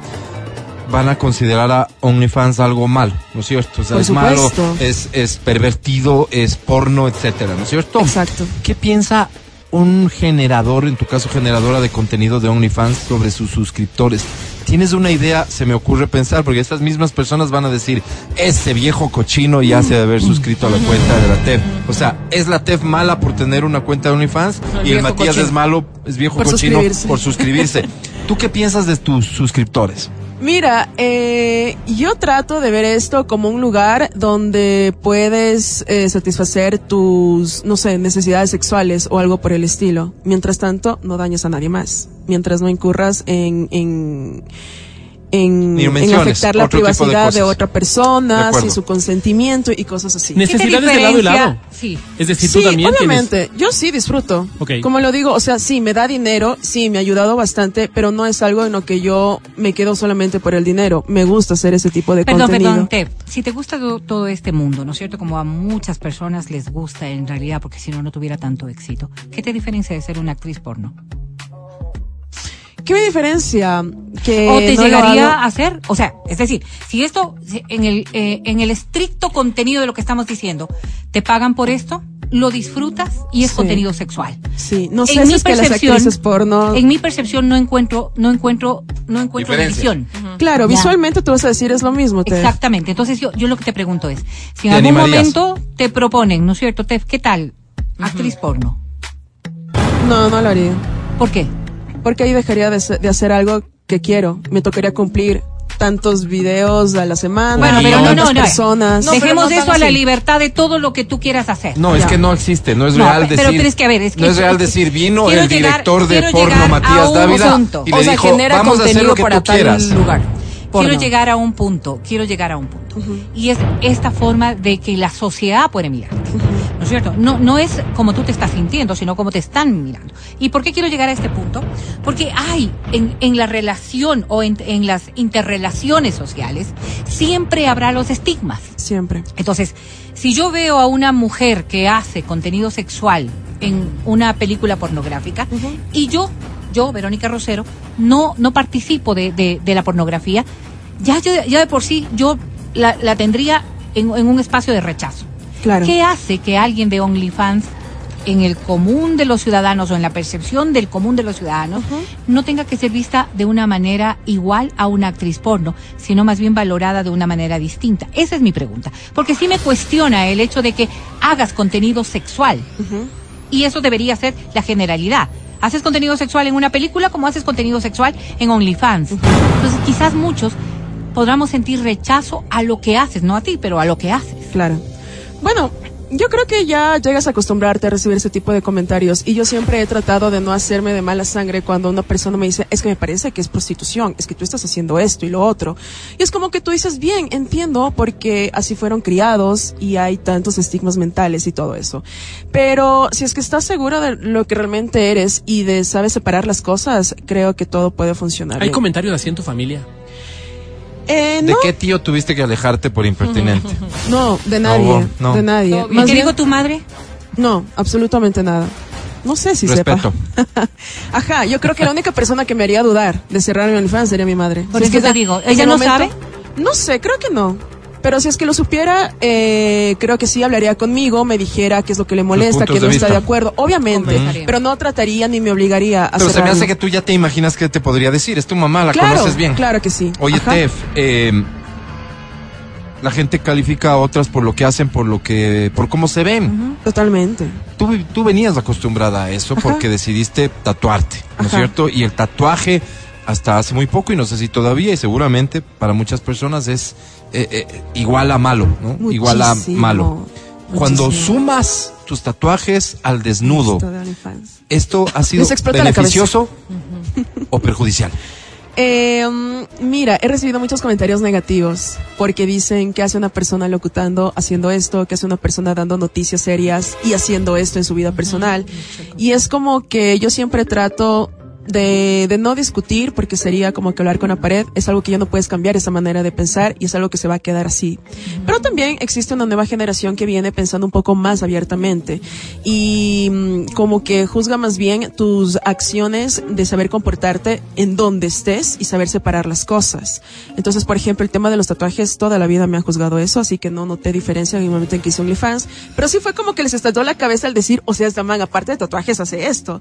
S2: van a considerar a OnlyFans algo mal, ¿no es cierto? O sea,
S7: Por
S2: es malo,
S7: supuesto.
S2: es, es pervertido, es porno, etcétera, ¿no es cierto?
S7: Exacto.
S2: ¿Qué piensa un generador, en tu caso generadora de contenido de OnlyFans, sobre sus suscriptores? ¿Tienes una idea? Se me ocurre pensar, porque estas mismas personas van a decir, ese viejo cochino ya se debe haber suscrito a la cuenta de la TEF. O sea, ¿es la TEF mala por tener una cuenta de OnlyFans? y
S4: El
S2: el
S4: viejo
S2: Matías
S4: cochino.
S2: es malo, es viejo
S7: Por
S2: cochino
S7: suscribirse.
S2: por suscribirse. ¿Tú qué piensas de tus suscriptores?
S7: Mira, eh, yo trato de ver esto como un lugar donde puedes eh, satisfacer tus, no sé, necesidades sexuales o algo por el estilo. Mientras tanto, no dañes a nadie más. Mientras no incurras en, en, en,
S2: Ni
S7: en
S2: menciones,
S7: afectar la
S2: otro tipo de
S7: privacidad de,
S2: cosas.
S7: otra
S2: De
S7: persona,
S2: acuerdo.
S7: sin su consentimiento y cosas así.
S6: ¿Qué te
S3: Necesidades de lado y
S6: diferencia?
S3: lado.
S6: Sí.
S3: Es decir,
S7: Sí,
S3: tú también tienes...
S7: obviamente. Yo sí disfruto.
S3: Ok.
S7: Como lo digo, o sea, sí, me da dinero, sí, me ha ayudado bastante, pero no es algo en lo que yo me quedo solamente por el dinero. Me gusta hacer ese tipo de
S6: Perdón,
S7: contenido.
S6: perdón, Tep. Si te gusta to- todo este mundo, ¿no es cierto? Como a muchas personas les gusta en realidad, porque si no, no tuviera tanto éxito. ¿Qué te diferencia de ser una actriz porno?
S7: ¿Qué me diferencia? Que
S6: ¿O te
S7: Eh, no lo
S6: llegaría
S7: hago-
S6: a hacer? O sea, es decir, si esto, si en el, eh, en el estricto contenido de lo que estamos diciendo, ¿te pagan por esto? ¿Lo disfrutas? Y es
S7: Sí.
S6: contenido sexual.
S7: Sí, no sé si es que las actrices porno...
S6: En mi percepción no encuentro, no encuentro, no encuentro
S2: Diferencia.
S6: división.
S7: Claro,
S6: Ya.
S7: visualmente tú vas a decir es lo mismo, Tef.
S6: Exactamente. Entonces yo, yo lo que te pregunto es, si en
S2: ¿Te
S6: algún
S2: animarías?
S6: momento te proponen, ¿no es cierto, Tef? ¿Qué tal? Actriz porno.
S7: No, no lo haría.
S6: ¿Por qué?
S7: Porque ahí dejaría de, se- de hacer algo que quiero. Me tocaría cumplir tantos videos a la semana,
S6: Bueno,
S7: con
S6: pero no,
S7: tantas
S6: no, no.
S7: personas.
S4: No, pero
S6: Dejemos
S4: tan
S6: eso a la
S4: así.
S6: libertad de todo lo que tú quieras hacer.
S2: No, es
S7: Ya.
S2: que no existe, no es
S6: No,
S2: real
S6: pe-
S2: decir.
S6: pero tienes que ver, es que-
S2: no es real
S6: es que-
S2: decir, vino
S6: quiero
S2: el
S6: llegar-
S2: director de
S6: quiero
S2: porno
S6: llegar a
S2: Matías
S6: un
S2: Dávila
S6: punto.
S2: y
S4: o
S2: le
S4: sea,
S2: dijo,
S4: genera
S2: vamos a hacer
S4: contenido
S2: lo que
S4: para
S2: tú
S4: tal
S2: quieras.
S4: lugar.
S6: Quiero
S4: Porno.
S6: llegar a un punto, quiero llegar a un punto. Y es esta forma de que la sociedad puede mirarte. ¿No es cierto? No, no es como tú te estás sintiendo, sino como te están mirando. ¿Y por qué quiero llegar a este punto? Porque hay en, en la relación o en, en las interrelaciones sociales, siempre habrá los estigmas.
S7: Siempre.
S6: Entonces, si yo veo a una mujer que hace contenido sexual en una película pornográfica
S7: Ujú.
S6: y yo, yo, Verónica Rosero, no, no participo de, de- de la pornografía, ya, yo- ya de por sí yo la, la tendría en, en un espacio de rechazo.
S7: Claro.
S6: ¿Qué hace que alguien de OnlyFans en el común de los ciudadanos o en la percepción del común de los ciudadanos no tenga que ser vista de una manera igual a una actriz porno, sino más bien valorada de una manera distinta? Esa es mi pregunta, porque sí me cuestiona el hecho de que hagas contenido sexual
S7: Ujú.
S6: y eso debería ser la generalidad. Haces contenido sexual en una película como haces contenido sexual en OnlyFans. Entonces quizás muchos podamos sentir rechazo a lo que haces, no a ti, pero a lo que haces.
S7: Claro. Bueno, yo creo que ya llegas a acostumbrarte a recibir ese tipo de comentarios y yo siempre he tratado de no hacerme de mala sangre cuando una persona me dice, es que me parece que es prostitución, es que tú estás haciendo esto y lo otro. Y es como que tú dices, bien, entiendo, porque así fueron criados y hay tantos estigmas mentales y todo eso. Pero si es que estás seguro de lo que realmente eres y de sabes separar las cosas, creo que todo puede funcionar.
S3: ¿Hay
S7: bien.
S3: comentarios así en tu familia?
S7: Eh,
S2: ¿De
S7: no,
S2: qué tío tuviste que alejarte por impertinente?
S7: no, de nadie,
S2: no.
S7: de nadie.
S4: No,
S6: ¿Y
S7: Más
S6: qué
S7: bien-
S6: dijo tu madre?
S7: No, absolutamente nada. No sé si
S2: Respeto.
S7: sepa. Ajá, yo creo que la única persona que me haría dudar de cerrar mi OnlyFans sería mi madre.
S6: Por
S7: Si
S6: eso te
S7: da-
S6: digo,
S7: en
S6: ¿ella
S7: el
S6: no sabe?
S7: No sé, creo que no. Pero si es que lo supiera, eh, creo que sí hablaría conmigo, me dijera qué es lo que le molesta,
S2: puntos
S7: que
S2: de
S7: no está de
S2: vista.
S7: acuerdo. Obviamente,
S6: Conversaría.
S7: pero no trataría ni me obligaría a
S2: Pero
S7: hacer
S2: se me hace
S7: algo.
S2: que tú ya te imaginas qué te podría decir. Es tu mamá, la
S7: claro,
S2: conoces bien.
S7: Claro que sí.
S2: Oye,
S7: Ajá.
S2: Tef, eh, la gente califica a otras por lo que hacen, por lo que, por cómo se ven.
S7: Totalmente.
S2: Tú, tú venías acostumbrada a eso
S7: Ajá.
S2: porque decidiste tatuarte, ¿no es
S7: Ajá.
S2: cierto? Y el tatuaje hasta hace muy poco y no sé si todavía y seguramente para muchas personas es eh, eh, igual a malo, ¿no? Igual a
S7: Muchísimo,
S2: malo. Cuando
S7: muchísimo.
S2: sumas tus tatuajes al desnudo,
S7: Esto de OnlyFans.
S2: ¿esto ha sido
S7: Les explota la
S2: beneficioso o perjudicial?
S7: Eh, mm, mira, he recibido muchos comentarios negativos porque dicen que hace una persona locutando haciendo esto, que hace una persona dando noticias serias y haciendo esto en su vida personal. Y es como que yo siempre trato de, de no discutir porque sería como que hablar con la pared. Es algo que ya no puedes cambiar esa manera de pensar y es algo que se va a quedar así. Pero también existe una nueva generación que viene pensando un poco más abiertamente y mm, como que juzga más bien tus acciones de saber comportarte en donde estés y saber separar las cosas. Entonces, por ejemplo, el tema de los tatuajes, toda la vida me han juzgado eso, así que no noté diferencia en el momento en que hice OnlyFans. Pero sí fue como que les estalló la cabeza al decir, o sea, esta man, aparte de tatuajes, hace esto.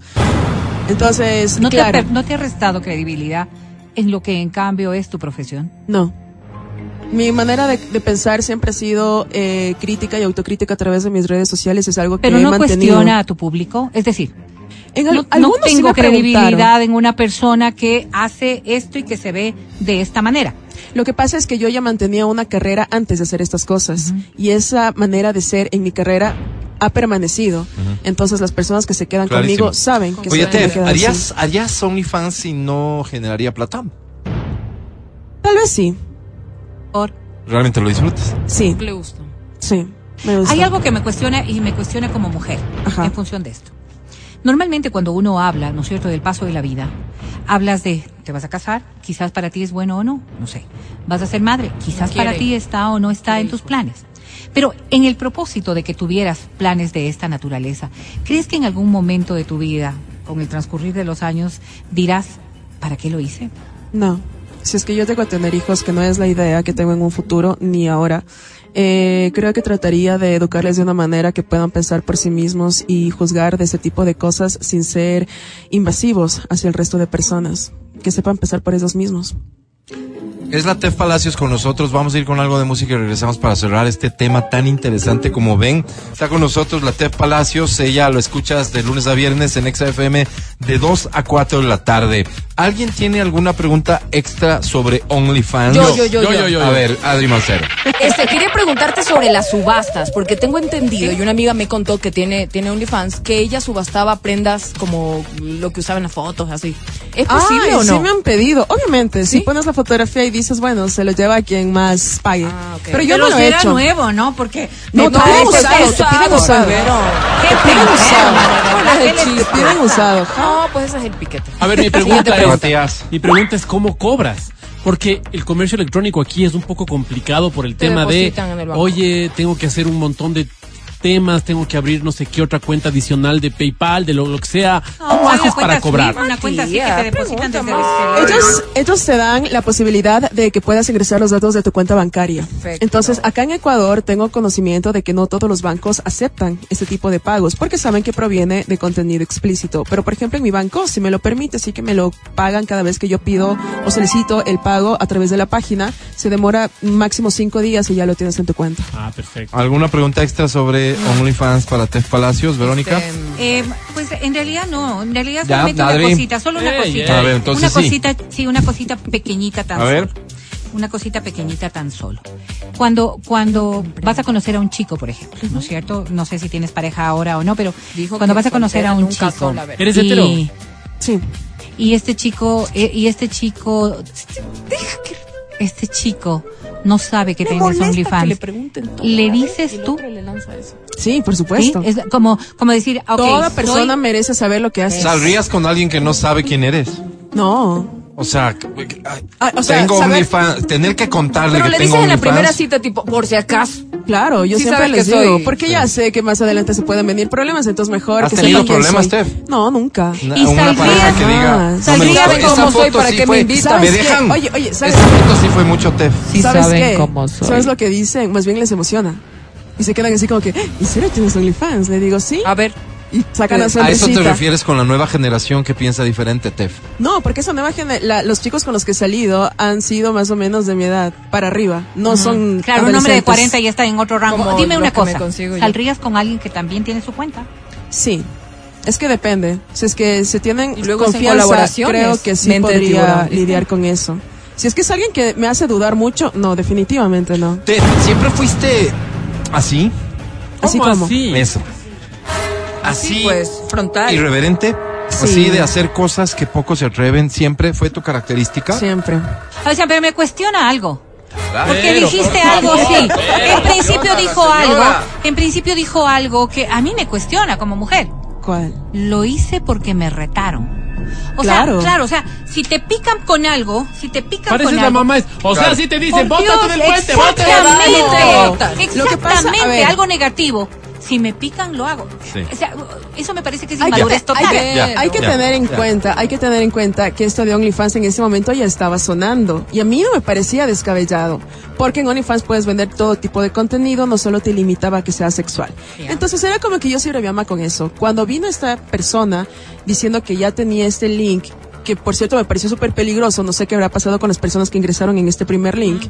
S7: Entonces,
S6: ¿No, te,
S7: claro,
S6: ha per- ¿No te ha restado credibilidad en lo que en cambio es tu profesión?
S7: no. Mi manera de, de pensar siempre ha sido eh, crítica y autocrítica a través de mis redes sociales. Es algo que
S6: Pero
S7: he
S6: no
S7: mantenido.
S6: cuestiona a tu público. Es decir,
S7: En al-
S6: no, no
S7: algunos sí
S6: tengo
S7: me preguntaron.
S6: credibilidad en una persona que hace esto y que se ve de esta manera.
S7: Lo que pasa es que yo ya mantenía una carrera antes de hacer estas cosas y esa manera de ser en mi carrera ha permanecido. Entonces las personas que se quedan
S2: Clarísimo.
S7: conmigo saben que
S2: Oye,
S7: se van a
S2: Tef,
S7: quedar
S2: ¿harías,
S7: así.
S2: ¿harías OnlyFans si no generaría plata?
S7: Tal vez sí,
S6: Por-
S2: ¿Realmente lo disfrutas?
S7: sí,
S4: le gusta.
S7: sí. Me gusta.
S6: Hay algo que me cuestiona y me cuestiona como mujer
S7: Ajá.
S6: en función de esto. Normalmente cuando uno habla, ¿no es cierto?, del paso de la vida, hablas de, te vas a casar, quizás para ti es bueno o no, no sé, vas a ser madre, quizás
S4: No
S6: para
S4: quiere.
S6: ti está o no está en tus planes. Pero en el propósito de que tuvieras planes de esta naturaleza, ¿crees que en algún momento de tu vida, con el transcurrir de los años, dirás, ¿para qué lo hice?
S7: No. Si es que yo tengo a tener hijos, que no es la idea que tengo en un futuro ni ahora, eh, creo que trataría de educarles de una manera que puedan pensar por sí mismos y juzgar de ese tipo de cosas sin ser invasivos hacia el resto de personas. Que sepan pensar por ellos mismos.
S2: Es la Tef Palacios con nosotros. Vamos a ir con algo de música y regresamos para cerrar este tema tan interesante como ven. Está con nosotros la Tef Palacios. Ella lo escuchas de lunes a viernes en ExaFM de 2 a 4 de la tarde. ¿Alguien tiene alguna pregunta extra sobre OnlyFans?
S4: Yo, yo, yo, yo.
S2: A ver, Adri Mancero.
S4: Este, quería preguntarte sobre las subastas, porque tengo entendido, y una amiga me contó que tiene, tiene OnlyFans, que ella subastaba prendas como lo que usaba en las fotos, así. ¿Es posible
S7: Ay,
S4: o no?
S7: Sí me han pedido, obviamente.
S4: ¿Sí?
S7: Si pones la fotografía y dices, bueno, se lo lleva a quien más pague.
S4: Ah, ok.
S7: Pero yo
S6: Pero
S7: no lo
S6: si
S7: he
S6: era
S7: hecho.
S6: nuevo, ¿no? Porque
S7: No,
S6: todo
S7: te piden
S4: eso es
S7: usado, te
S4: usado,
S7: piden usado.
S4: Romero.
S7: Te piden
S6: Qué
S7: usado.
S6: perro,
S7: ¿Cuál
S6: ¿verdad?
S7: es el
S6: ¿Qué les
S7: chiste? Te piden
S6: pasa?
S7: usado.
S4: No, pues ese es el piquete.
S3: A ver, mi pregunta es-
S2: Matías.
S3: Mi pregunta es cómo cobras. Porque el comercio electrónico aquí es un poco complicado por el
S4: Te
S3: tema de,
S4: depositan en el banco.
S3: oye, tengo que hacer un montón de temas, tengo que abrir no sé qué otra cuenta adicional de PayPal, de lo, lo que sea. ¿Cómo
S6: una
S3: haces
S6: cuenta
S3: para cobrar?
S6: SWIFT, Una cuenta así que
S4: Tía,
S6: te depositan desde el
S7: Ellos, ellos te dan la posibilidad de que puedas ingresar los datos de tu cuenta bancaria.
S4: Perfecto.
S7: Entonces, acá en Ecuador tengo conocimiento de que no todos los bancos aceptan este tipo de pagos porque saben que proviene de contenido explícito. Pero, por ejemplo, en mi banco, si me lo permite, sí que me lo pagan cada vez que yo pido o solicito el pago a través de la página. Se demora máximo cinco días y ya lo tienes en tu cuenta.
S3: Ah, perfecto.
S2: ¿Alguna pregunta extra sobre
S4: Ah.
S2: OnlyFans para Tef Palacios, Verónica?
S4: Este,
S6: Eh, pues en realidad no, en realidad
S2: Ya,
S6: solamente una
S2: Adri.
S6: cosita, solo una
S3: Ey,
S6: cosita.
S3: ey. A
S2: ver, entonces
S6: una
S2: sí.
S6: cosita, sí. una cosita pequeñita tan
S2: A
S6: solo.
S2: ver.
S6: Una cosita pequeñita tan solo. Cuando cuando vas a conocer a un chico, por ejemplo, ¿no es cierto? No sé si tienes pareja ahora o no, pero
S4: Dijo
S6: cuando
S4: que
S6: vas a conocer
S4: soltera
S6: a un
S4: nunca
S6: chico
S4: sola, ¿verdad?
S3: ¿Eres
S6: y-
S3: hetero?
S7: Sí.
S6: y este chico eh, y este chico deja que este chico no sabe que tienes OnlyFans.
S4: pregunten
S6: todo, ¿Le dices tú?
S4: le lanza eso.
S7: Sí, por
S6: ¿Sí?
S7: supuesto.
S6: Es como como decir, ok,
S7: Toda
S6: soy-
S7: persona merece saber lo que hace.
S2: ¿Saldrías con alguien que no sabe quién eres?
S7: No.
S2: O sea,
S7: Ah, o sea,
S2: tengo
S7: saber-
S2: OnlyFans, tener que contarle
S4: Pero
S2: que
S4: le
S2: tengo
S4: dices en la
S2: OnlyFans.
S4: primera cita, tipo, por si acaso.
S7: Claro, yo
S4: Sí
S7: siempre
S4: sabes
S7: les
S4: que soy-
S7: digo, porque ya sé que más adelante se pueden venir problemas, entonces mejor
S2: ¿Has
S7: que
S2: tenido
S7: sepan quién
S2: problemas,
S7: soy.
S2: Steph?
S7: No, nunca.
S2: Una,
S6: Y
S2: una pareja
S6: saldrías-
S2: que diga,
S7: Ah,
S2: "No me
S7: saldrías
S2: gustó,
S4: como
S2: esa
S4: soy,
S2: foto
S4: ¿para
S2: sí
S4: qué me
S2: fue-
S4: invitas?
S2: Me
S7: ¿Sabes qué?
S2: dejan.
S7: Oye, oye, ¿sabes
S2: Esa
S7: qué?
S2: foto sí fue mucho Tef.
S8: Sí
S7: ¿Sabes
S8: saben
S7: qué?
S8: cómo soy.
S7: ¿Sabes lo que dicen? Más bien les emociona. Y se quedan así como que, "¿Eh, ¿en serio tienes OnlyFans? Le digo, sí.
S4: A ver,
S7: Y sacan la
S2: A eso te
S7: sonrisita.
S2: refieres con la nueva generación que piensa diferente, Tef.
S7: No, porque esa nueva gener- la- los chicos con los que he salido han sido más o menos de mi edad, para arriba. No son.
S6: Claro, un hombre de
S7: adolescentes.
S6: 40 ya está en otro rango.
S4: Como
S6: Dime
S4: lo
S6: una
S4: que me
S6: cosa,
S4: consigo yo.
S6: ¿saldrías con alguien que también tiene su cuenta?
S7: Sí. Es que depende. Si es que se tienen
S4: Y luego hacen
S7: confianza,
S4: colaboraciones.
S7: creo que sí
S4: Mente de
S7: podría
S4: tiburón.
S7: lidiar con eso. Si es que es alguien que me hace dudar mucho, no, definitivamente no.
S2: Tef, ¿siempre fuiste así?
S7: Así
S3: ¿Cómo
S7: como.
S3: así?
S2: Eso. Así,
S4: pues, frontal.
S2: irreverente,
S7: Sí.
S2: así de hacer cosas que pocos se atreven, siempre fue tu característica.
S7: Siempre.
S6: O sea, pero me cuestiona algo. Porque
S2: Pero,
S6: dijiste
S2: por
S6: algo,
S2: favor,
S6: sí.
S2: pero,
S6: En principio
S2: señora,
S6: dijo algo,
S2: señora.
S6: en principio dijo algo que a mí me cuestiona como mujer.
S7: ¿Cuál?
S6: Lo hice porque me retaron. O sea,
S7: Claro.
S6: claro, o sea, si te pican con algo, si te pican
S3: Pareces
S6: con
S3: la
S6: algo.
S3: mamá. es- O sea,
S2: Claro.
S3: si te
S6: Por
S3: dicen, bótate
S6: Dios,
S3: del puente, bótate del
S6: exactamente,
S7: del
S6: exactamente,
S7: puente". Lo que pasa- a ver.
S6: algo negativo. Si me pican, lo hago.
S2: Sí.
S6: O sea, eso me parece que es
S7: Hay que,
S6: inmadurez total.
S7: hay que-
S2: Ya,
S7: hay que
S2: ya,
S7: tener en
S2: ya.
S7: cuenta, hay que tener en cuenta que esto de OnlyFans en ese momento ya estaba sonando y a mí no me parecía descabellado, porque en OnlyFans puedes vender todo tipo de contenido, no solo te limitaba a que sea sexual. Entonces era como que yo sobrevivíamos con eso. Cuando vino esta persona diciendo que ya tenía este link que por cierto me pareció súper peligroso, no sé qué habrá pasado con las personas que ingresaron en este primer link.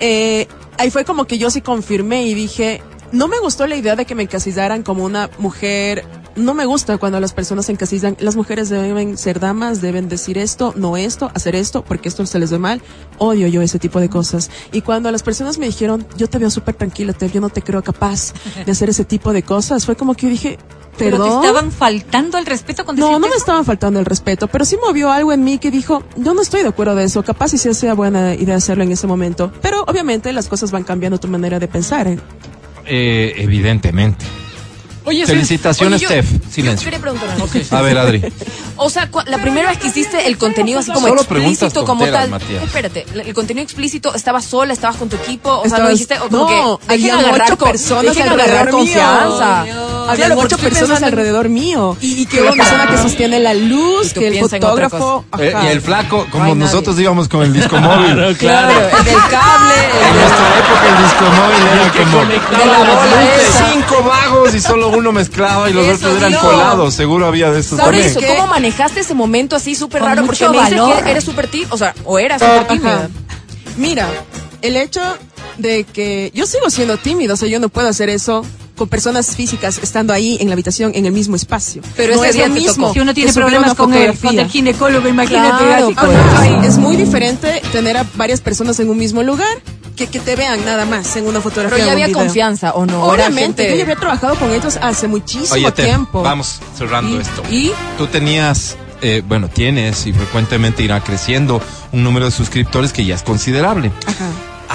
S7: Eh, ahí fue como que yo sí confirmé y dije, no me gustó la idea de que me encasillaran como una mujer. No me gusta cuando las personas se encasillan. Las mujeres deben ser damas, deben decir esto, no esto, hacer esto, porque esto se les ve mal. Odio yo ese tipo de cosas. Y cuando las personas me dijeron, yo te veo súper tranquila, Tef, yo no te creo capaz de hacer ese tipo de cosas, fue como que yo dije,
S6: Pero
S7: perdón.
S6: te estaban faltando el respeto con
S7: No,
S6: decirte
S7: no me
S6: eso.
S7: estaban faltando el respeto, pero sí movió algo en mí que dijo, yo no estoy de acuerdo de eso, capaz si sea buena idea hacerlo en ese momento. Pero obviamente las cosas van cambiando tu manera de pensar. ¿eh?
S2: Eh, evidentemente.
S3: Oye, sí.
S2: Felicitaciones,
S4: Oye, yo-
S2: Tef.
S4: yo
S2: Silencio.
S4: quería preguntar algo.
S2: A ver, Adri.
S4: O sea, cua- la primera vez que hiciste el contenido así como
S2: Solo
S4: explícito,
S2: preguntas
S4: como
S2: tonteras,
S4: tal.
S2: Matías.
S4: Espérate, la- el contenido explícito, ¿estabas sola? ¿Estabas con tu equipo? O sea,
S7: Estabas-
S4: lo dijiste o como
S7: no,
S4: que dejen
S7: habían
S4: agarrar,
S7: ocho
S4: con-
S7: personas
S4: dejen
S7: alrededor
S4: agarrar
S7: mío.
S4: confianza.
S7: Habían
S4: Claro, porque
S7: ocho
S4: estoy
S7: personas
S4: pensando en-
S7: alrededor mío. Y, que una persona que sostiene la
S4: Y
S7: luz,
S4: tú
S7: que el
S4: piensa en otra
S7: fotógrafo.
S2: Eh,
S7: ajá.
S2: y el flaco, como
S4: No hay nadie.
S2: nosotros íbamos con el disco móvil.
S3: Claro,
S4: Claro,
S3: claro.
S4: el del cable, el
S2: En
S4: de-
S2: nuestra época el disco móvil era como
S4: de la bola esa.
S2: cinco vagos y solo uno mezclaba y los
S4: Eso
S2: otros eran
S4: digo.
S2: colados. Seguro había de esos
S4: Por
S2: también.
S4: eso, ¿cómo manejaste ese momento así súper
S6: Con
S4: raro? Porque
S6: mucho
S4: me dices
S6: valor.
S4: que eres súper tímida, o sea, o eras súper tímida.
S7: Ajá. Mira, el hecho de que yo sigo siendo tímido, o sea, yo no puedo hacer eso con personas físicas estando ahí en la habitación en el mismo espacio.
S4: Pero
S7: no
S4: ese
S7: es
S4: día
S7: lo
S4: te
S7: mismo.
S4: tocó.
S6: Si uno tiene
S7: que subir
S6: problemas
S7: una
S6: con el,
S7: fotografía.
S6: con el ginecólogo, imagínate.
S7: Claro,
S6: así como-
S7: ajá, es muy diferente tener a varias personas en un mismo lugar que que te vean nada más en una fotografía.
S4: Pero ya
S7: o un
S4: había
S7: video.
S4: confianza, ¿o no? Era
S7: Obviamente,
S4: gente-
S7: yo ya había trabajado con ellos hace muchísimo
S2: Oye, Tef,
S7: tiempo.
S2: vamos cerrando esto.
S4: ¿Y?
S2: Tú tenías, eh, bueno, tienes y frecuentemente irá creciendo un número de suscriptores que ya es considerable.
S7: Ajá.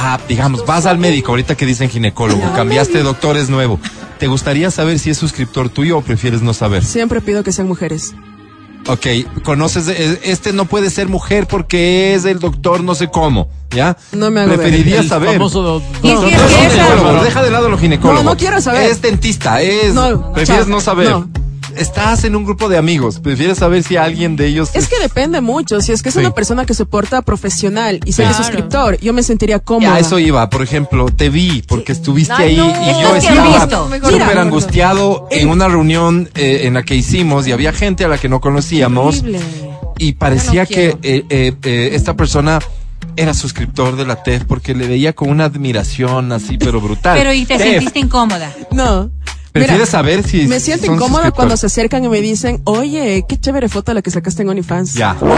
S2: Ah, digamos, vas al médico, ahorita que dicen ginecólogo, cambiaste de doctor, es nuevo. ¿Te gustaría saber si es suscriptor tuyo o prefieres no saber?
S7: Siempre pido que sean mujeres.
S2: Ok, conoces, eh, este no puede ser mujer porque es el doctor no sé cómo, ¿ya?
S7: No me hago ver.
S2: Preferiría
S3: El
S2: saber.
S3: famoso do- doctor
S6: Y si es
S2: No
S6: que
S2: son
S3: Dr.
S6: esa-
S3: Álvaro.
S2: ginecólogos, deja de lado los ginecólogos.
S7: No, no quiero saber.
S2: Es dentista, es.
S7: No,
S2: prefieres
S7: chao.
S2: no saber.
S7: No.
S2: Estás en un grupo de amigos, prefieres saber si alguien de ellos.
S7: Es que depende mucho. Si es que es
S2: Sí.
S7: una persona que se porta profesional y soy
S2: Claro.
S7: suscriptor, yo me sentiría cómoda.
S2: Ya, eso iba. Por ejemplo, te vi porque estuviste
S4: Ay,
S2: ahí
S4: no.
S2: y
S6: Esto
S2: yo
S6: es que he
S2: estaba
S6: visto.
S2: súper angustiado en una reunión eh, en la que hicimos y había gente a la que no conocíamos. y parecía que eh, eh, eh, esta persona era suscriptor de la TEF porque le veía con una admiración así, pero brutal.
S6: Pero y te
S2: TEF,
S6: sentiste incómoda.
S7: No.
S2: ¿Prefieres
S7: Mira,
S2: saber si
S7: Me siento
S2: son
S7: incómoda cuando se
S2: suscriptores?
S7: acercan y me dicen, oye, qué chévere foto la que sacaste en OnlyFans.
S2: Ya. Eso,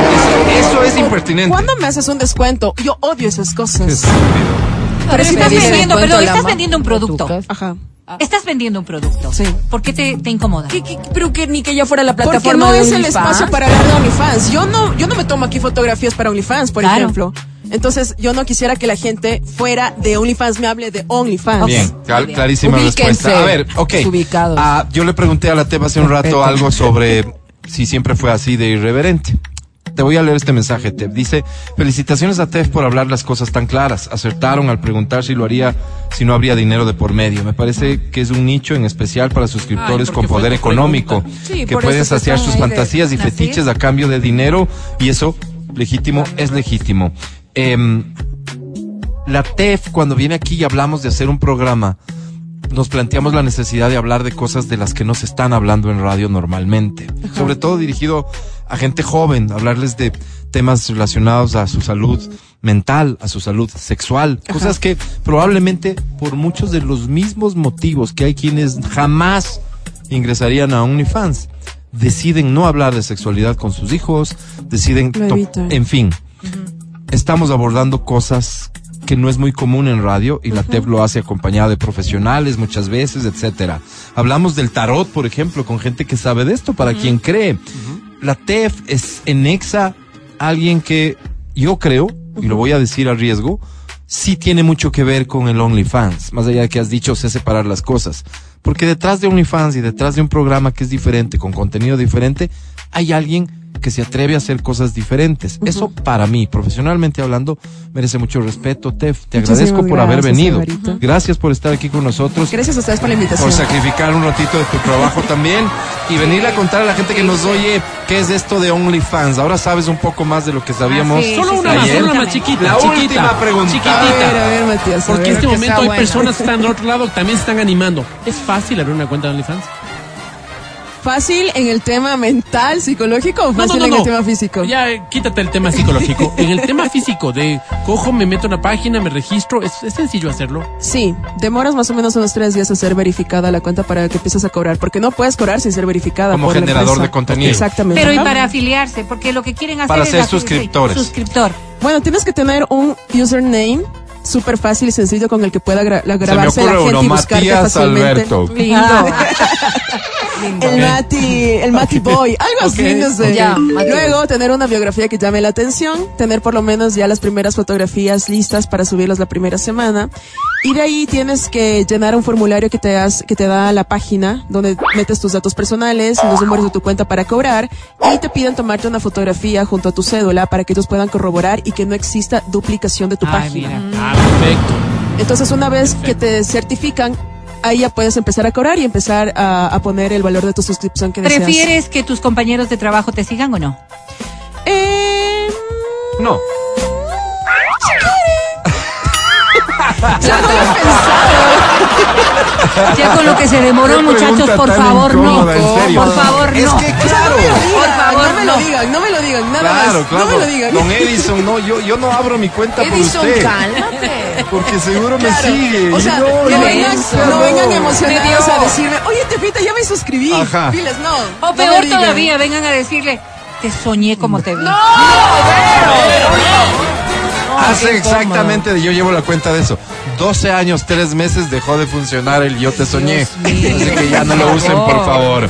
S2: eso es impertinente.
S7: ¿Cuándo me haces un descuento? Yo odio esas
S2: Qué
S7: cosas.
S2: estúpido.
S6: Pero
S4: si
S6: estás
S4: me dicen,
S6: vendiendo,
S4: "Cuento
S6: perdón,
S4: la
S6: estás
S4: ma-
S6: vendiendo un producto.
S7: Ajá.
S6: Estás vendiendo un producto.
S7: Ah. Sí.
S6: ¿Por qué te, te incomoda?
S4: ¿Qué- qué- pero que ni que ya fuera la
S7: Porque
S4: plataforma
S7: no
S4: de
S7: es el
S4: OnlyFans.
S7: espacio para hablar de OnlyFans. Yo no, yo no me tomo aquí fotografías para OnlyFans, por
S6: Claro.
S7: ejemplo. Entonces, yo no quisiera que la gente fuera de OnlyFans me hable de OnlyFans.
S2: Bien, cal-
S6: bien.
S2: clarísima
S4: Ubíquense,
S2: respuesta. A ver, ok.
S4: desubicados.
S2: Ah, yo le pregunté a la Teba hace un rato algo sobre si siempre fue así de irreverente. Te voy a leer este mensaje, Tef. Dice, felicitaciones a Tef por hablar las cosas tan claras. Acertaron al preguntar si lo haría, si no habría dinero de por medio. Me parece que es un nicho en especial para suscriptores con
S3: Ay, porque fue
S2: poder
S3: tu
S2: económico,
S3: pregunta.
S7: Sí,
S2: que
S7: por
S2: pueden
S7: eso que
S2: saciar
S7: están
S2: sus
S7: ahí de
S2: fantasías y
S6: nacer.
S2: fetiches a cambio de dinero y eso, legítimo, es legítimo. Em, la TEF, cuando viene aquí y hablamos de hacer un programa, nos planteamos la necesidad de hablar de cosas de las que no se están hablando en radio normalmente. Sobre todo dirigido a gente joven, hablarles de temas relacionados a su salud mental, a su salud sexual, cosas que probablemente por muchos de los mismos motivos que hay quienes jamás ingresarían a OnlyFans, deciden no hablar de sexualidad con sus hijos, deciden,
S7: Lo
S2: to-
S7: evitan.
S2: en fin, estamos abordando cosas que no es muy común en radio y la TEP lo hace acompañada de profesionales muchas veces, etcétera. Hablamos del tarot, por ejemplo, con gente que sabe de esto, para quien cree. La TEF es enexa a alguien que yo creo, y lo voy a decir a riesgo, sí tiene mucho que ver con el OnlyFans, más allá de que has dicho sé separar las cosas. Porque detrás de OnlyFans y detrás de un programa que es diferente, con contenido diferente, hay alguien que se atreve a hacer cosas diferentes. Eso para mí, profesionalmente hablando, merece mucho respeto, Tef. Te
S7: Muchísimas
S2: agradezco por haber
S7: gracias,
S2: venido.
S7: Alvarito.
S2: Gracias por estar aquí con nosotros.
S7: Gracias a ustedes por la invitación.
S2: Por sacrificar un ratito de tu trabajo también y venirle a contar a la gente que nos oye qué es esto de OnlyFans. Ahora sabes un poco más de lo que sabíamos.
S6: Ah, sí,
S3: Solo
S6: sí,
S3: una
S6: sí.
S3: más,
S2: ayer.
S3: solo una más chiquita.
S2: La
S3: chiquita,
S2: última pregunta.
S7: a
S3: Chiquitita.
S7: ver, a ver, Matías. a
S3: Porque en
S7: ver.
S3: este
S6: que
S3: momento
S6: sea
S3: hay
S6: bueno.
S3: personas que están del otro lado que también se están animando. ¿Es fácil abrir una cuenta de OnlyFans?
S7: Fácil en el tema mental, psicológico o
S3: No, no,
S7: fácil
S3: no,
S7: en
S3: no.
S7: el tema físico.
S3: Ya, eh, quítate el tema psicológico. en el tema físico, de cojo, me meto a una página, me registro, es, es sencillo hacerlo.
S7: Sí, demoras más o menos unos tres días a ser verificada la cuenta para que empieces a cobrar, porque no puedes cobrar sin ser verificada.
S2: Como
S7: por la
S2: generador
S7: empresa.
S2: de contenido.
S7: Exactamente.
S6: Pero y para afiliarse, porque lo que quieren hacer
S2: Para
S6: es
S2: ser
S6: afili- sí,
S2: suscriptores.
S6: Suscriptor.
S7: Bueno, tienes que tener un username súper fácil y sencillo con el que pueda gra- la-
S2: Se me
S7: grabarse la
S2: ocurre
S7: gente
S2: uno,
S7: y buscarte
S2: Matías
S7: fácilmente.
S2: Alberto.
S6: Lindo.
S7: El Mati, el Mati Boy, algo así, no sé.
S4: Ya, Mati
S7: Luego, tener una biografía que llame la atención, tener por lo menos ya las primeras fotografías listas para subirlas la primera semana. Y de ahí tienes que llenar un formulario que te, das, que te da la página, donde metes tus datos personales, los números de tu cuenta para cobrar, y te piden tomarte una fotografía junto a tu cédula para que ellos puedan corroborar y que no exista duplicación de tu
S6: Ay,
S7: página.
S6: mira.
S3: Ah, perfecto.
S7: Entonces, una vez que te certifican, ahí ya puedes empezar a cobrar y empezar a, a poner el valor de tu suscripción que deseas.
S6: ¿Prefieres que tus compañeros de trabajo te sigan o no?
S7: Eh,
S2: No.
S6: Ya con lo que se demoró,
S2: Qué
S6: muchachos,
S2: pregunta
S6: por
S2: tan
S6: favor, no.
S2: incómoda, en serio.
S6: Por favor,
S2: Es
S6: no.
S2: que claro,
S6: Por favor,
S7: no me
S6: no.
S7: lo digan, no me lo digan, nada
S2: claro,
S7: más.
S2: claro.
S7: No me lo digan.
S2: Don Edison, no, yo, yo no abro mi cuenta
S4: Edison,
S2: por usted.
S4: cálmate.
S2: Porque seguro me sigue.
S7: O sea,
S2: Y no,
S7: no,
S2: no,
S7: vengan,
S2: no.
S7: no vengan emocionados
S4: Me dio.
S7: a decirme, oye, Tefita, ya me suscribí.
S2: Ajá.
S7: Diles, no.
S6: O
S7: no me
S6: peor
S7: digan.
S6: todavía, vengan a decirle, te soñé como te vi.
S2: Hace exactamente, yo llevo la cuenta de eso. 12 años, 3 meses dejó de funcionar el Yo Te Soñé. Así que ya no lo usen, por favor.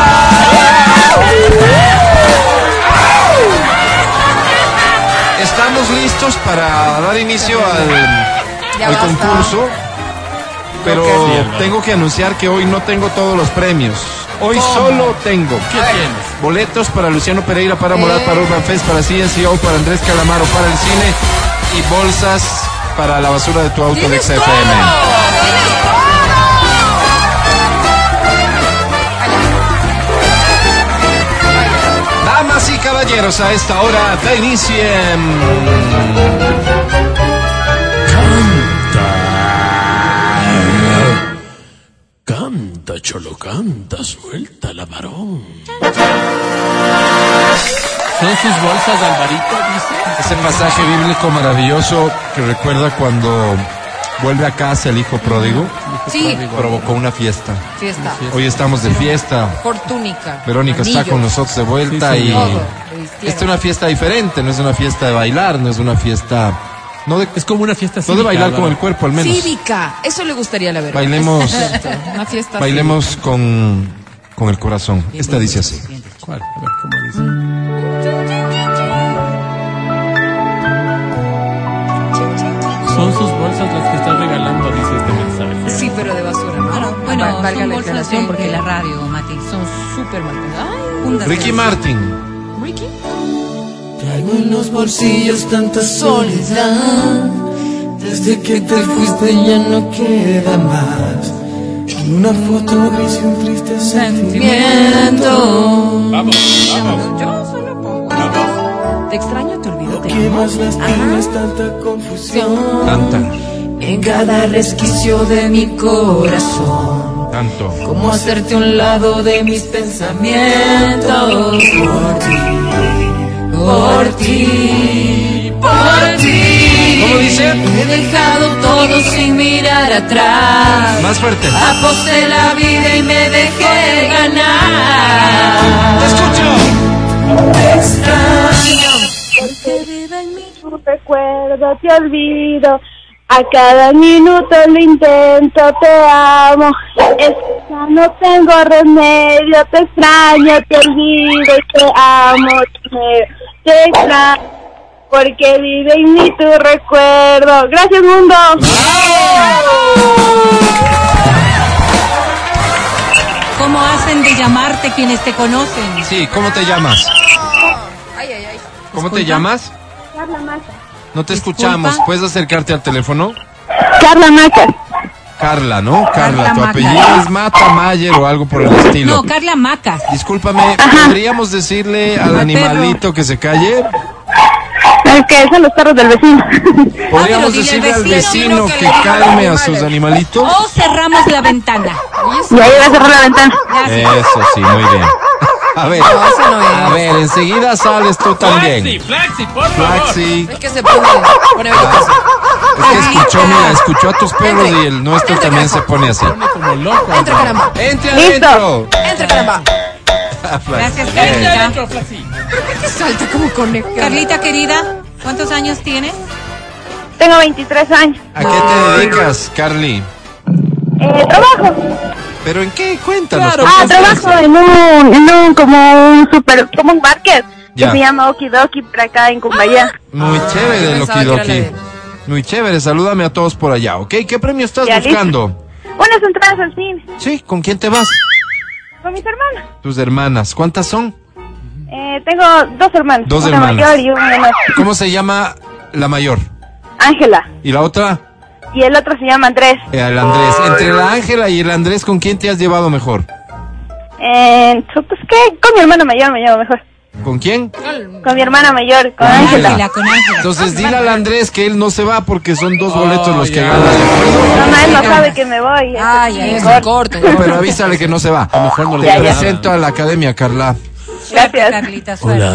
S2: Estamos listos para dar inicio al, al concurso. Pero tengo que anunciar que hoy no tengo todos los premios. Hoy solo tengo
S3: ¿Qué tienes?
S2: boletos para Luciano Pereira, para Morat, para Urban Fest, para CNCO, para Andrés Calamaro, para el cine y bolsas para la basura de tu auto de XFM. Damas y caballeros, a esta hora da inicio.
S3: Canta, cholo, canta, suelta la varón. Son sus bolsas, Alvarito, dice.
S2: Ese pasaje bíblico maravilloso que recuerda cuando Vuelve a casa el hijo pródigo.
S6: Sí,
S2: Provocó una fiesta.
S6: sí está.
S2: Hoy estamos de fiesta.
S6: Por túnica.
S2: Verónica está con nosotros de vuelta
S3: Sí,
S2: y
S3: señor.
S2: esta es una fiesta diferente, no es una fiesta de bailar, no es una fiesta no de
S3: Es como una
S2: no
S3: fiesta
S2: de
S3: cívica,
S2: bailar con
S3: Álvaro.
S2: el cuerpo al menos.
S4: Cívica. Eso le gustaría a la verdad.
S2: Bailemos
S4: Una fiesta.
S2: bailemos con con el corazón. Esta dice así.
S3: ¿Cuál? A ver, ¿cómo dice? Son sus bolsas las que están regalando, dice este mensaje.
S4: Sí, pero de basura.
S6: Bueno,
S4: ¿no?
S6: bueno,
S4: Va-
S6: son
S4: valga la
S6: bolsas
S4: aclaración
S6: de-
S4: porque
S6: de
S4: la
S6: la
S4: ra-
S6: radio, Mati.
S4: son súper marcadas.
S6: Fundas
S2: Ricky
S6: de-
S2: Martin.
S4: Ricky.
S8: Traigo en los bolsillos tanta soledad. Desde que te fuiste ya no queda más. Una foto gris y un triste sentimiento.
S4: Te extraño, te olvido. te
S8: Que
S4: amo.
S8: más lastima es tanta confusión.
S2: Tanta,
S8: En cada resquicio de mi corazón.
S2: tanto.
S8: Cómo hacerte un lado de mis pensamientos. Por ti, por ti, por ti.
S2: ¿Cómo dice?
S8: He dejado todo sin mirar atrás.
S2: Más fuerte.
S8: Aposté la vida y me dejé ganar.
S2: Te escucho.
S9: tu recuerdo te olvido. A cada minuto lo intento, te amo. Es que ya no tengo remedio, te extraño, te olvido y te amo. Te, te extraño porque vive en mí tu recuerdo. Gracias, mundo.
S6: ¿Cómo hacen de llamarte quienes te conocen?
S2: Sí, ¿cómo te llamas?
S4: Ay, ay, ay.
S2: ¿Cómo te
S6: Disculpa.
S2: llamas?
S9: Carla Maca.
S2: No te
S6: Disculpa.
S2: escuchamos. ¿Puedes acercarte al teléfono?
S9: Carla Maca.
S2: Carla, ¿no? Carla, tu
S6: Mata.
S2: apellido es Mata Mayer o algo por el estilo.
S6: No, Carla Macas.
S2: Discúlpame, ¿podríamos decirle al
S6: Al
S2: animalito que se calle?
S9: Es que son los perros del vecino.
S2: ¿Podríamos
S6: dile al
S2: decirle al
S6: vecino,
S2: vecino
S6: dilo que
S2: que
S6: le diga a los Oh.
S2: calme a sus animalitos?
S6: O cerramos la ventana.
S9: Y ahí va a cerrar la ventana.
S2: Eso sí, muy bien. A ver, a ver, enseguida sales tú también.
S3: Flaxi, por
S2: Flaxi,
S4: Es que se pone. pone vergonzosa.
S2: es que escuchó, mira, escuchó a tus perros
S6: Este,
S2: y el nuestro también se pone así.
S3: Como loco.
S4: Entra, caramba.
S2: ¡Entre
S9: Listo.
S2: adentro!
S4: Entra, caramba.
S6: Gracias,
S2: Bien.
S6: Carlita.
S4: Salta como conejo.
S6: Carlita, querida, ¿cuántos años tienes?
S9: Tengo 23 años.
S2: ¿A qué te dedicas, Carly?
S9: Eh, trabajo.
S2: ¿Pero en qué? Cuéntanos.
S3: Claro,
S2: ¿por
S9: Ah,
S2: qué estás
S9: trabajo en un, en un, como un super, como un market.
S2: Ya.
S9: Que se llama Okidoki para acá en Cumbayá.
S2: Muy
S4: Ah,
S2: chévere,
S4: yo pensaba que era
S2: Lokidoki.
S4: la de-
S2: Muy chévere, salúdame a todos por allá, ¿ok? ¿Qué premio estás
S9: Ya, listo.
S2: buscando?
S9: Unas entradas al cine
S2: Sí, ¿con quién te vas?
S9: con mis hermanos.
S2: Tus hermanas, ¿cuántas son?
S9: Eh, tengo dos hermanos.
S2: Dos
S9: una
S2: hermanas.
S9: mayor y una menor.
S2: ¿Cómo se llama la mayor?
S9: Ángela.
S2: ¿Y la otra?
S9: Y el otro se llama Andrés.
S2: Eh, El Andrés. Entre la Ángela y el Andrés, ¿con quién te has llevado mejor?
S9: Eh, so, pues qué, con mi hermano mayor me llevo mejor.
S2: ¿Con quién?
S9: Con mi hermana mayor, con Ángela.
S6: Ángela, con Ángela.
S2: Entonces dile al Andrés que él no se va porque son dos boletos los que
S3: ya.
S2: ganas.
S9: Mamá, él no sabe que me
S6: Ay,
S9: voy.
S6: ay,
S9: es
S6: ay.
S9: mejor.
S4: Corten.
S2: Pero avísale que no se va. Te
S9: Ya, ya.
S2: presento a la academia, Carla.
S6: Suerte,
S9: Gracias.
S6: Carlita, suerte.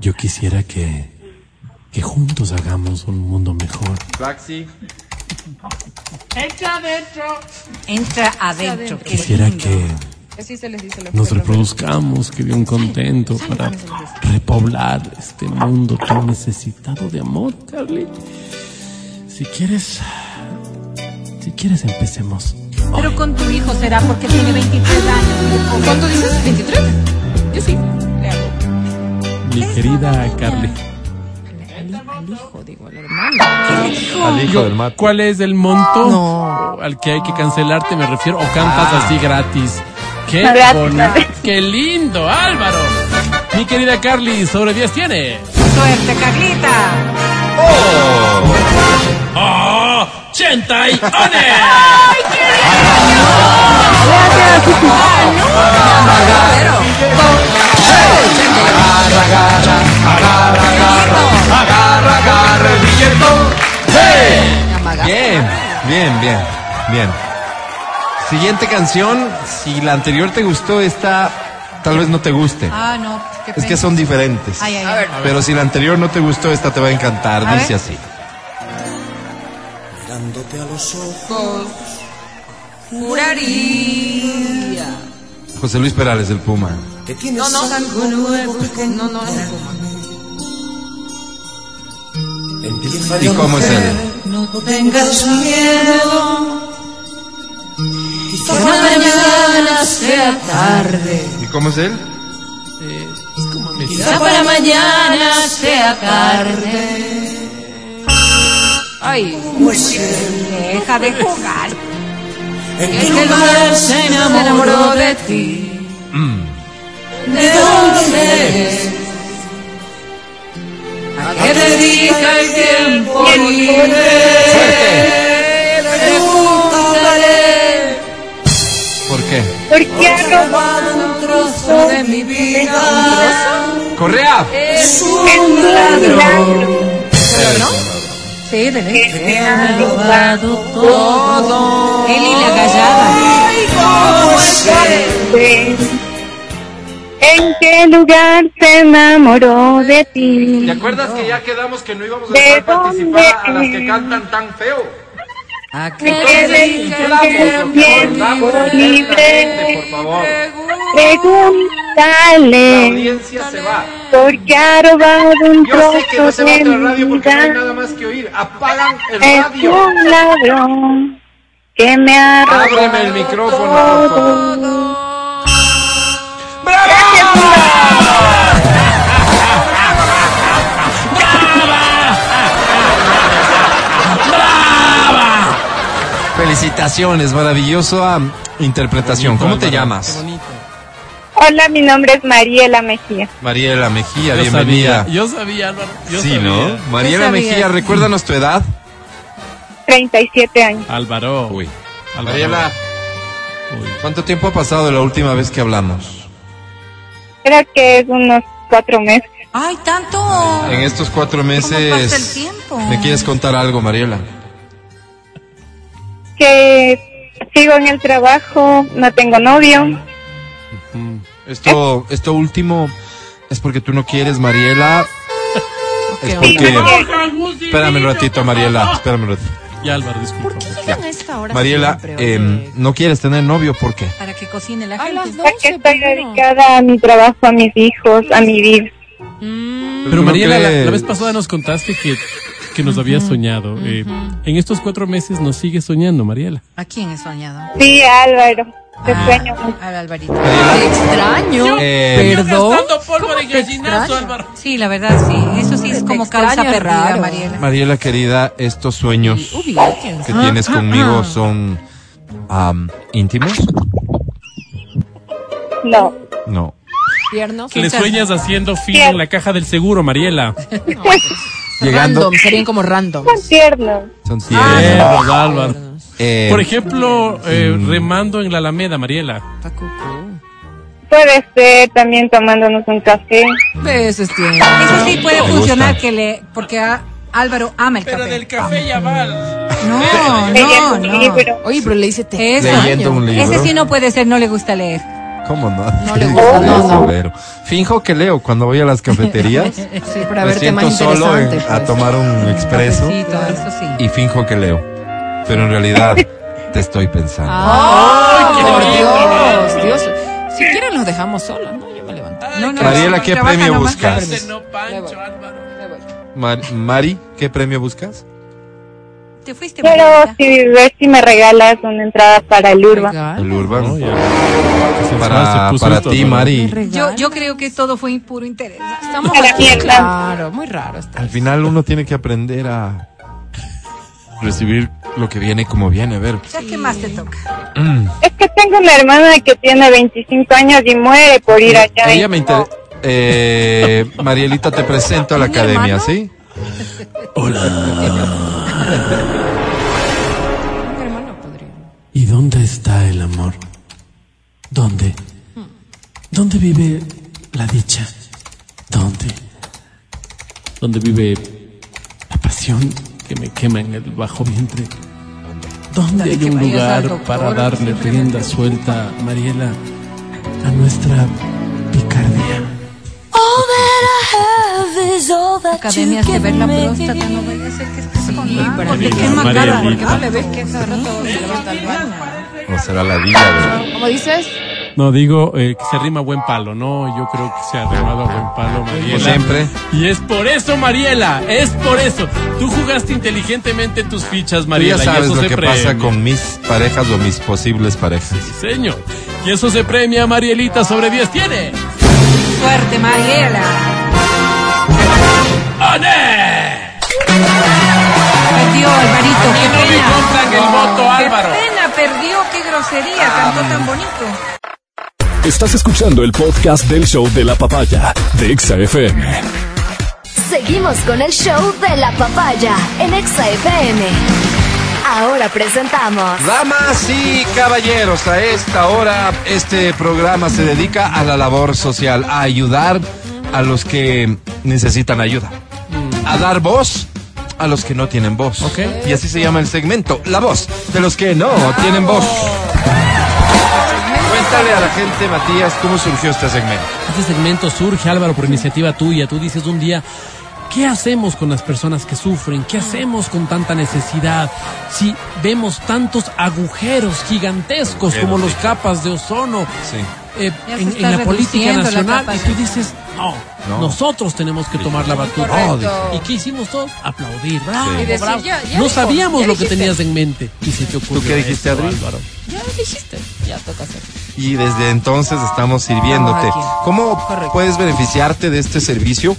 S3: Yo quisiera que, que juntos hagamos un mundo mejor.
S6: Entra adentro. qué
S3: Quisiera
S6: lindo.
S3: que
S4: Así se les dice.
S3: nos reproduzcamos, que de un contento para repoblar este mundo tan necesitado de amor, Carly. Si quieres, si quieres empecemos.
S6: Pero con tu hijo será porque tiene 23 años.
S4: ¿Cuánto dices? ¿23? Yo sí. Le hago.
S3: Mi querida Carly.
S4: Al hijo, digo, al hermano.
S2: Al hijo del mate.
S3: ¿Cuál es el monto al que hay que cancelarte? Me refiero, o cantas así
S2: Ah.
S3: gratis. ¡Qué
S9: Gratis.
S3: bonito! ¡Qué lindo, Álvaro! Mi querida Carly, sobre 10 tiene.
S6: Suerte, Carlita.
S3: ¡Oh! ¡Chenta y
S2: Agarra, agarra el billetón.
S4: Amaga.
S2: Bien, bien, bien, bien. Siguiente canción. Si la anterior te gustó, esta Tal vez no te guste.
S6: Ah, no. qué
S2: Es
S6: pena.
S2: que son diferentes.
S6: Ay, ay,
S4: A
S6: ay.
S4: ver.
S2: Pero si la anterior no te gustó, esta te va a encantar.
S6: A
S2: dice
S6: ver.
S2: así.
S8: Mirándote a los ojos.
S2: José Luis Perales, el Puma.
S8: Que tienes no, no, algo nuevo que no, no, Empieza
S2: ¿Y
S8: ya,
S2: cómo es
S8: mujer,
S2: él?
S8: No tengas miedo. Quizá mañana sea tarde.
S2: ¿Y cómo es él?
S8: Quizá para mañana sea tarde.
S4: Ay,
S6: Deja de jugar.
S8: En que el mar se enamoró de ti. ¿De dónde eres? ¿A qué dedica el tiempo libre?
S2: ¡Fuerte!
S8: Pregúntale
S2: ¿Por qué?
S9: ¿Por qué ha
S8: robado un trozo de mi vida.
S2: ¡Correa!
S8: Es un ladrón
S6: Sí, René.
S8: que ha robado todo.
S6: Él y la callada.
S8: ¿Cómo es él?
S9: ¿En qué lugar se enamoró de ti?
S2: ¿Te acuerdas que ya quedamos que no íbamos a
S9: ¿De
S2: dejar participar a
S9: dónde
S2: las que
S9: es?
S2: cantan tan feo?
S6: ¿A
S9: ¿En
S6: qué?
S9: qué dedica el tiempo libre?
S2: Por favor, la
S9: Pregúntale
S2: audiencia se va.
S9: por qué ha robado un
S2: Yo sé que no
S9: trozo
S2: se va
S9: de
S2: otra radio
S9: mi
S2: porque no hay
S9: vida.
S2: nada más que oír. Apagan el
S9: Es
S2: radio.
S9: un ladrón que me ha robado
S2: Ábreme el micrófono, por favor.
S9: todo.
S2: Felicitaciones, maravillosa
S3: ah,
S2: interpretación. ¿Cómo te llamas?
S9: Hola, mi nombre es Mariela Mejía.
S2: Mariela Mejía,
S3: Yo
S2: bienvenida.
S3: sabía, yo sabía, Álvaro, yo
S2: Sí,
S3: sabía.
S2: ¿no? Mariela
S6: Yo sabía.
S2: Mejía, recuérdanos tu edad.
S9: 37 años.
S3: Álvaro. Álvaro.
S2: Mariela,
S3: Oh, Uy.
S2: ¿cuánto tiempo ha pasado de la última vez que hablamos?
S9: Creo que es unos cuatro meses.
S6: Ay, tanto.
S2: En estos cuatro
S6: ¿Cómo pasa el
S2: meses,
S6: tiempo?
S2: ¿me quieres contar algo, Mariela?
S9: Que sigo en el trabajo, no tengo novio.
S2: Esto, esto último es porque tú no quieres, Mariela. Es
S9: Sí, no
S2: porque...
S9: quiero.
S2: Espérame un ratito, Mariela. Espérame un ratito.
S3: Y Álvaro, disculpa.
S4: llegan a esta hora
S2: Mariela,
S4: siempre,
S2: em,
S4: oye?
S2: no quieres tener novio, ¿por qué?
S6: Para que cocine la
S4: Ay, las
S6: gente.
S4: dos.
S9: Porque
S4: se
S9: estoy
S4: peleó.
S9: dedicada a mi trabajo, a mis hijos, a mi vida.
S2: ¿Tú
S3: Pero
S2: no
S3: Mariela, la- la,
S2: crees?
S3: vez pasada nos contaste que, que nos habías soñado. Eh, en estos cuatro meses nos sigues soñando, Mariela.
S6: ¿A quién he soñado?
S9: Sí, Álvaro, te
S6: Ah,
S9: sueño mucho.
S6: Al Alvarito.
S4: Qué extraño.
S2: Eh,
S4: Perdón. ¿Cómo te extraño?
S6: Sí, la verdad, sí. Eso sí es
S4: Te
S6: como causa
S4: extraño,
S6: perdida,
S4: raro.
S6: Mariela.
S2: Mariela querida, estos sueños que
S4: Ubíquense.
S2: tienes conmigo son am, íntimos.
S9: No.
S2: No.
S4: Tiernos.
S3: Le sueñas haciendo fila en la caja del seguro, Mariela.
S2: Llegando.
S4: Random, serían como random.
S9: Son tiernos.
S2: Son
S3: Eh,
S2: tiernos.
S3: los Álvaro.
S2: Eh,
S3: Por ejemplo, eh, remando en la Alameda, Mariela.
S9: Puede ser también tomándonos un café.
S4: De esos tiempos.
S6: Eso sí puede
S2: gusta.
S6: funcionar que le, porque a- Álvaro ama el café.
S3: café ya va.
S6: No,
S9: Leyendo
S6: no,
S9: un
S6: no.
S9: libro.
S4: Oye, pero le dice te
S6: Eso.
S2: Leyendo un libro.
S6: Ese sí no puede ser, no le gusta leer.
S2: ¿Cómo no?
S6: No le
S2: Qué
S6: gusta,
S2: grosero.
S4: no,
S2: Finjo que leo cuando voy a las cafeterías.
S6: Sí,
S4: para
S2: me
S4: verte
S2: siento
S4: más
S2: solo en-
S4: interesante.
S2: a
S4: pues.
S2: tomar un expreso
S6: Sí, todo eso sí.
S2: y finjo que leo. Pero en realidad te estoy pensando.
S4: Ah. ¡Ay, por Dios! Dios. Si quieren los dejamos solos, ¿no? Yo me levanto.
S6: No, no,
S2: Mariela,
S6: no,
S2: ¿qué
S6: trabaja
S2: premio
S6: nomás.
S2: buscas?
S4: Me voy, me voy.
S2: Mar- Mari, ¿qué premio buscas?
S6: Te fuiste,
S9: Quiero
S6: Mariela.
S9: si, ver si me regalas una entrada para el Urban.
S4: Regalo,
S2: El Urban.
S3: Se
S2: Para,
S3: puso
S2: para
S3: esto,
S2: ti,
S3: ¿no?
S2: Mari.
S6: Yo,
S4: regalo.
S6: yo creo que todo fue impuro interés.
S4: Estamos
S9: Para
S4: aquí,
S9: mierda.
S4: claro, muy raro. Está.
S2: Al final uno tiene que aprender a recibir lo que viene como viene. A ver,
S6: Ya, ¿qué más te toca?
S9: Es que tengo una hermana que tiene 25 años y muere por ir allá.
S2: ella me interesa. Eh, Marielita, te presento a la academia, ¿sí?
S4: Mi hermano podría.
S3: ¿Y dónde está el amor? ¿Dónde? ¿Dónde vive la dicha? ¿Dónde? ¿Dónde vive la pasión que me quema en el bajo vientre? ¿Dónde hay un
S6: vayas al
S3: lugar
S6: doctor,
S3: para
S6: que
S3: darle
S6: simplemente-
S3: rienda suelta, Mariela, a nuestra
S8: Cardía.
S6: Academias de ver la próstata, no vaya a ser que estés con algo,
S4: para
S6: porque
S4: mí
S6: qué
S4: no.
S6: macabra,
S10: María
S6: porque
S10: Elita.
S6: no le ves que ese rato se levanta al baño.
S2: O será la vida
S4: ¿Cómo dices?
S3: No, digo eh, que se arrima a buen palo. No, yo creo que se ha arrimado a buen palo,
S2: de...
S3: Mariela.
S2: Como siempre.
S3: Y es por eso, Mariela, es por eso. Tú jugaste inteligentemente tus fichas,
S2: Tú
S3: Mariela.
S2: ya sabes
S3: y eso
S2: lo
S3: se
S2: que
S3: premia.
S2: pasa con mis parejas o mis posibles parejas.
S3: Sí, señor. Y eso se premia, Marielita, sobre 10 tiene.
S6: Suerte, Mariela.
S3: ¡Ané!
S6: Perdió, Alvarito,
S3: A mí
S6: qué
S3: no me
S6: pena.
S3: compran el voto,
S6: Qué
S3: Álvaro.
S6: pena, perdió, qué grosería, cantó tan bonito.
S1: Estás escuchando el podcast del show de la papaya de Exa FM.
S5: Seguimos con el show de la papaya en Exa FM. Ahora presentamos
S2: Damas y caballeros, a esta hora este programa se dedica a la labor social, a ayudar a los que necesitan ayuda, a dar voz a los que no tienen voz.
S3: Ok.
S2: Y así se llama el segmento, la voz de los que no tienen voz. Cuéntale a la gente, Matías, cómo surgió este segmento.
S3: Este segmento surge, Álvaro, por iniciativa tuya. Tú dices un día, ¿qué hacemos con las personas que sufren? ¿Qué hacemos con tanta necesidad? Si vemos tantos agujeros gigantescos como los capas de ozono
S2: Sí.
S3: eh,
S6: Ya se
S3: en,
S6: está
S3: en la política
S6: reduciendo la
S3: nacional,
S6: capa
S3: y
S6: de
S3: tú
S6: ozono.
S3: dices, no,
S2: No.
S3: nosotros tenemos que tomar la batuta. Oh,
S6: Correcto.
S3: ¿Y qué hicimos todos? Aplaudir, bravo,
S6: Y decir,
S3: bravo.
S6: ya- ya
S3: no
S6: dijo,
S3: sabíamos
S6: ya
S3: lo que
S6: dijiste.
S3: tenías en mente. Y se te ocurrió
S2: qué dijiste,
S3: esto,
S2: Adri?
S3: Álvaro.
S4: Ya lo dijiste, ya toca hacer.
S2: y desde entonces estamos sirviéndote.
S6: aquí.
S2: ¿Cómo
S6: Ah, Correcto.
S2: puedes beneficiarte de este servicio?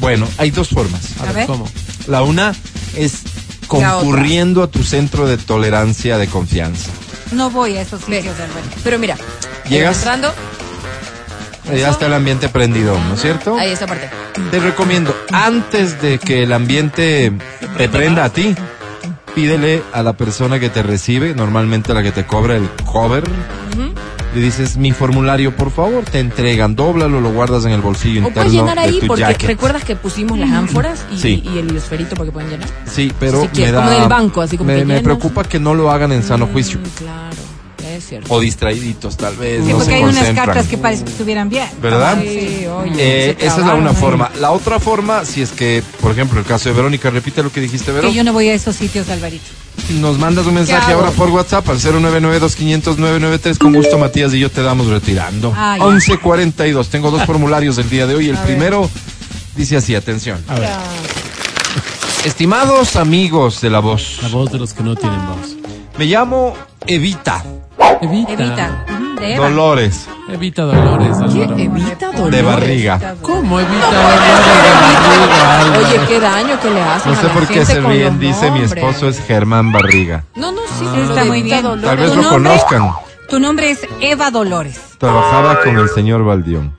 S2: Bueno, hay dos formas.
S6: A ver.
S3: ¿Cómo?
S2: La una es
S6: La otra.
S2: concurriendo a tu centro de tolerancia de confianza.
S6: No voy a esos sitios, Alvarito.
S4: Pero mira,
S2: Llegas.
S4: entrando,
S2: Ya está el ambiente prendido, ¿no es cierto?
S4: ahí esta parte.
S2: Te recomiendo, antes de que el ambiente te prenda a ti, pídele a la persona que te recibe, normalmente la que te cobra el cover, le dices mi formulario, por favor, te entregan, dóblalo, lo guardas en el bolsillo
S4: O puedes
S2: interno
S4: llenar
S2: de
S4: ahí
S2: tu
S4: porque
S2: jacket.
S4: recuerdas que pusimos las ánforas y,
S2: Sí.
S4: y el esferito para que puedan llenar.
S2: Sí, pero
S4: Si
S2: me
S4: quieres,
S2: da
S4: como en el banco, así como
S2: me,
S4: que
S2: me
S4: llenas.
S2: preocupa que no lo hagan en sano juicio
S4: Mm, claro, es cierto.
S2: o distraíditos tal vez,
S6: Sí,
S2: no
S6: porque
S2: se
S6: hay unas
S2: concentran.
S6: cartas que parece que estuvieran bien.
S2: ¿Verdad?
S4: Sí, oye,
S2: Eh,
S4: se
S2: esa es la
S4: trabaron
S2: una
S4: ahí.
S2: forma. La otra forma, si es que, por ejemplo, el caso de Verónica, repite lo que dijiste,
S6: Que
S2: Verónica.
S6: yo no voy a esos sitios, Alvarito.
S2: Ah. Nos mandas un mensaje
S4: hago?
S2: ahora por WhatsApp al 099-2500-993. Con gusto, Matías y yo te damos retirando.
S6: Ah, ya.
S2: 1142. Tengo dos formularios el día de hoy. El primero dice así: atención.
S3: A ver,
S2: Estimados amigos de la voz,
S3: la voz de los que no tienen voz.
S2: me llamo Evita
S3: Evita.
S6: Evita.
S3: Evita,
S6: Ujú, De Eva.
S2: Dolores
S3: dolores,
S4: ¿Qué?
S3: Álvaro.
S4: Evita dolor.
S2: de barriga.
S3: ¿Cómo evita dolores de barriga, Álvaro?
S4: Oye, qué daño que le hacen
S2: No
S4: a
S2: sé
S4: la
S2: por qué
S4: gente
S2: se
S4: con
S2: ríen.
S4: los
S2: Dice mi
S4: nombres.
S2: esposo es Germán Barriga.
S4: No, no, sí,
S6: Está
S4: lo de
S6: muy
S4: Evita
S6: bien.
S4: Dolores.
S2: Ah. Tal vez
S6: ¿Tu
S2: lo
S6: nombre?
S2: conozcan.
S6: Tu nombre es Eva Dolores.
S2: Trabajaba con el señor Valdión.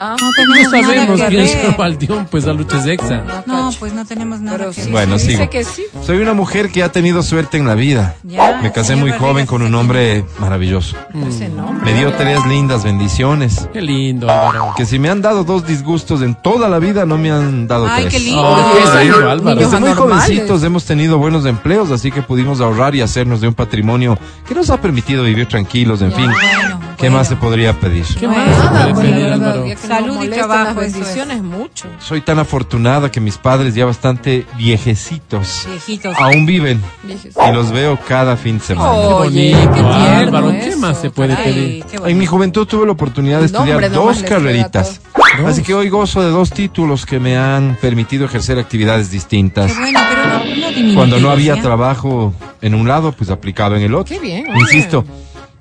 S4: Ah,
S3: No sabemos
S6: nada que
S3: quién es
S6: ver.
S3: Valdión, pues la lucha es exa.
S6: No, pues no tenemos nada
S4: pero
S6: que
S4: sí,
S2: Bueno,
S4: sí,
S2: sigo.
S4: dice que sí.
S2: Soy una mujer que ha tenido suerte en la vida.
S6: Ya,
S2: Me casé
S6: señor
S2: muy
S6: Barriga,
S2: joven con
S6: se
S2: un
S6: quitó.
S2: hombre maravilloso.
S6: Mm. Pues
S4: Ese nombre.
S2: Me dio tres lindas bendiciones.
S3: Qué lindo, Álvaro.
S2: Que si me han dado dos disgustos en toda la vida, no me han dado
S6: Ay,
S2: tres.
S6: qué lindo.
S2: oh,
S3: Oye,
S4: Oye,
S3: qué lindo,
S4: niños
S3: Álvaro.
S2: Desde muy
S4: anormales.
S2: jovencitos hemos tenido buenos empleos, así que pudimos ahorrar y hacernos de un patrimonio que nos ha permitido vivir tranquilos, en fin.
S6: bueno,
S2: ¿Qué
S6: bueno.
S2: más se podría pedir?
S3: ¿Qué
S6: Bueno,
S3: más se puede
S6: bueno,
S3: pedir,
S6: la verdad,
S3: Álvaro?
S6: ya- Salud y trabajo,
S4: Las
S6: eso es.
S4: bendiciones mucho.
S2: Soy tan afortunada que mis padres ya bastante viejecitos
S6: Viejitos.
S2: aún viven
S4: Dije, sí.
S2: y los veo cada fin de semana.
S4: Oye,
S3: bonito,
S4: qué tierno
S3: Álvaro, ¿qué
S4: eso,
S3: más se puede
S4: caray.
S3: pedir?
S6: pues. Qué
S2: En
S6: bueno.
S2: mi juventud tuve la oportunidad de
S4: No, hombre,
S2: estudiar
S4: nomás
S2: dos
S4: les queda
S2: carreritas.
S3: Dos.
S2: Así que hoy gozo de dos títulos que me han permitido ejercer actividades distintas.
S6: Qué bueno, pero no, no diminuye,
S2: Cuando no había
S6: ¿ya?
S2: trabajo en un lado, pues aplicaba en el otro.
S4: Qué bien, oye.
S2: Insisto,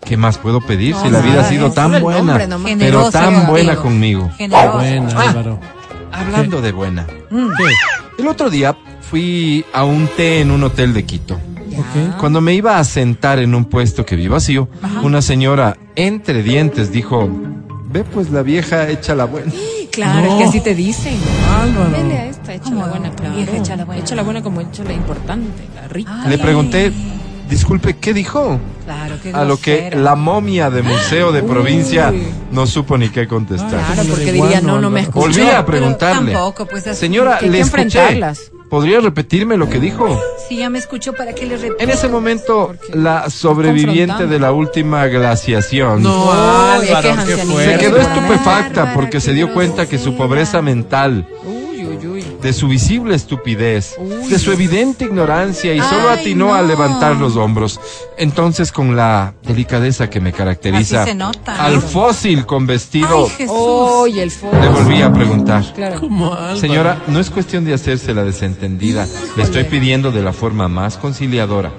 S2: ¿qué más puedo pedir si
S4: No,
S2: la vida ha
S4: nada,
S2: sido
S4: es
S2: tan
S4: el
S2: buena?
S4: nombre nomás.
S2: Pero
S6: Generosa
S2: tan
S6: contigo.
S2: buena conmigo.
S6: Generoso.
S3: Buena,
S2: Ah.
S3: Álvaro.
S2: Hablando de buena.
S3: ¿Qué?
S2: El otro día fui a un té en un hotel de Quito.
S3: Ok.
S2: Cuando me iba a sentar en un puesto que vi vacío, una señora entre dientes dijo, ve pues la vieja echa la buena.
S4: Claro,
S3: No.
S4: es que así te dicen. Dele a
S3: Álvaro.
S4: esta, echa
S6: ¿Cómo?
S4: la buena, claro.
S6: Vieja, echa la buena.
S4: Echa la buena Ah, como echa la importante, la rica.
S2: Le pregunté, disculpe, ¿qué dijo?
S6: Claro, qué
S2: A lo que
S6: grosera.
S2: la momia de museo de provincia no supo ni qué contestar.
S4: Claro,
S3: Déjamelo
S4: porque
S3: de
S4: diría,
S3: guano,
S4: no, no me
S3: Álvaro.
S4: escuchó.
S2: Volví a preguntarle.
S6: Pero tampoco, pues, así
S2: Señora,
S4: que hay
S2: le
S4: que
S2: escuché.
S4: enfrentarlas.
S2: ¿Podría repetirme lo que dijo?
S6: Si ya me escuchó, ¿para qué le repito?
S2: En ese momento, la sobreviviente de la última glaciación
S4: No, Álvaro, qué
S2: se
S4: fuerte.
S2: quedó estupefacta porque se dio cuenta que su pobreza mental,
S4: Uy, uy, uy.
S2: de su visible estupidez, de su evidente ignorancia y solo
S6: Ay,
S2: atinó a
S6: no.
S2: levantar los hombros. Entonces, con la delicadeza que me caracteriza,
S6: Así se nota.
S2: al fósil con vestido,
S6: Ay, Jesús.
S2: oh,
S4: Uy,
S2: le
S4: el fondo.
S2: volví a preguntar.
S4: Claro.
S3: Como Álvaro.
S2: Señora, no es cuestión de hacerse la desentendida. Le estoy pidiendo de la forma más conciliadora.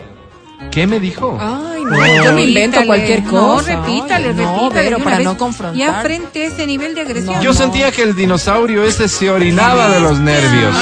S2: ¿Qué me dijo?
S4: Ay, no, yo me invento
S6: Repítale,
S4: cualquier
S6: No,
S4: cosa.
S6: repítale,
S4: Ay, no,
S6: repítale. de
S4: Pero
S6: una
S4: para
S6: vez.
S4: no confrontar.
S6: Ya frente a ese nivel de agresión.
S2: Yo sentía que el dinosaurio ese se orinaba de los nervios.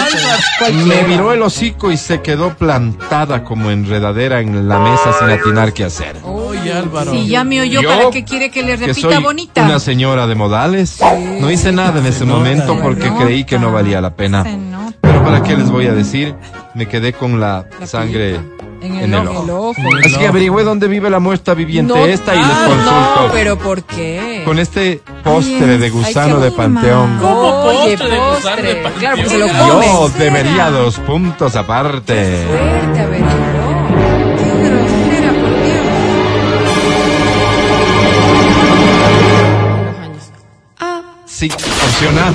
S2: Me viró el hocico y se quedó plantada como enredadera en la mesa sin atinar qué hacer.
S3: Oye, Álvaro.
S6: Si ya me oyó,
S2: Yo,
S6: ¿para qué quiere que le
S2: Que
S6: repita
S2: soy
S6: bonita?
S2: una señora de modales. No hice nada en ese momento
S6: Se
S2: porque
S6: nota,
S2: creí que no valía la
S6: se
S2: pena.
S6: nota.
S2: Pero para qué les voy a decir, me quedé con la sangre en el ojo. Así que averigüé dónde vive la muerta viviente
S4: No,
S2: esta y les
S4: ah,
S2: consulto.
S4: No, pero ¿por qué?
S2: Con este postre de gusano
S6: qué
S2: de
S6: rima.
S2: panteón.
S3: ¿Cómo
S4: Oye,
S3: postre de gusano de
S4: postre?
S3: panteón?
S4: Claro, porque se lo comes.
S2: Yo debería dos puntos aparte.
S4: Fuerte, a ver, no.
S6: Qué grosera, por Dios.
S4: Los años.
S2: Sí, opción A.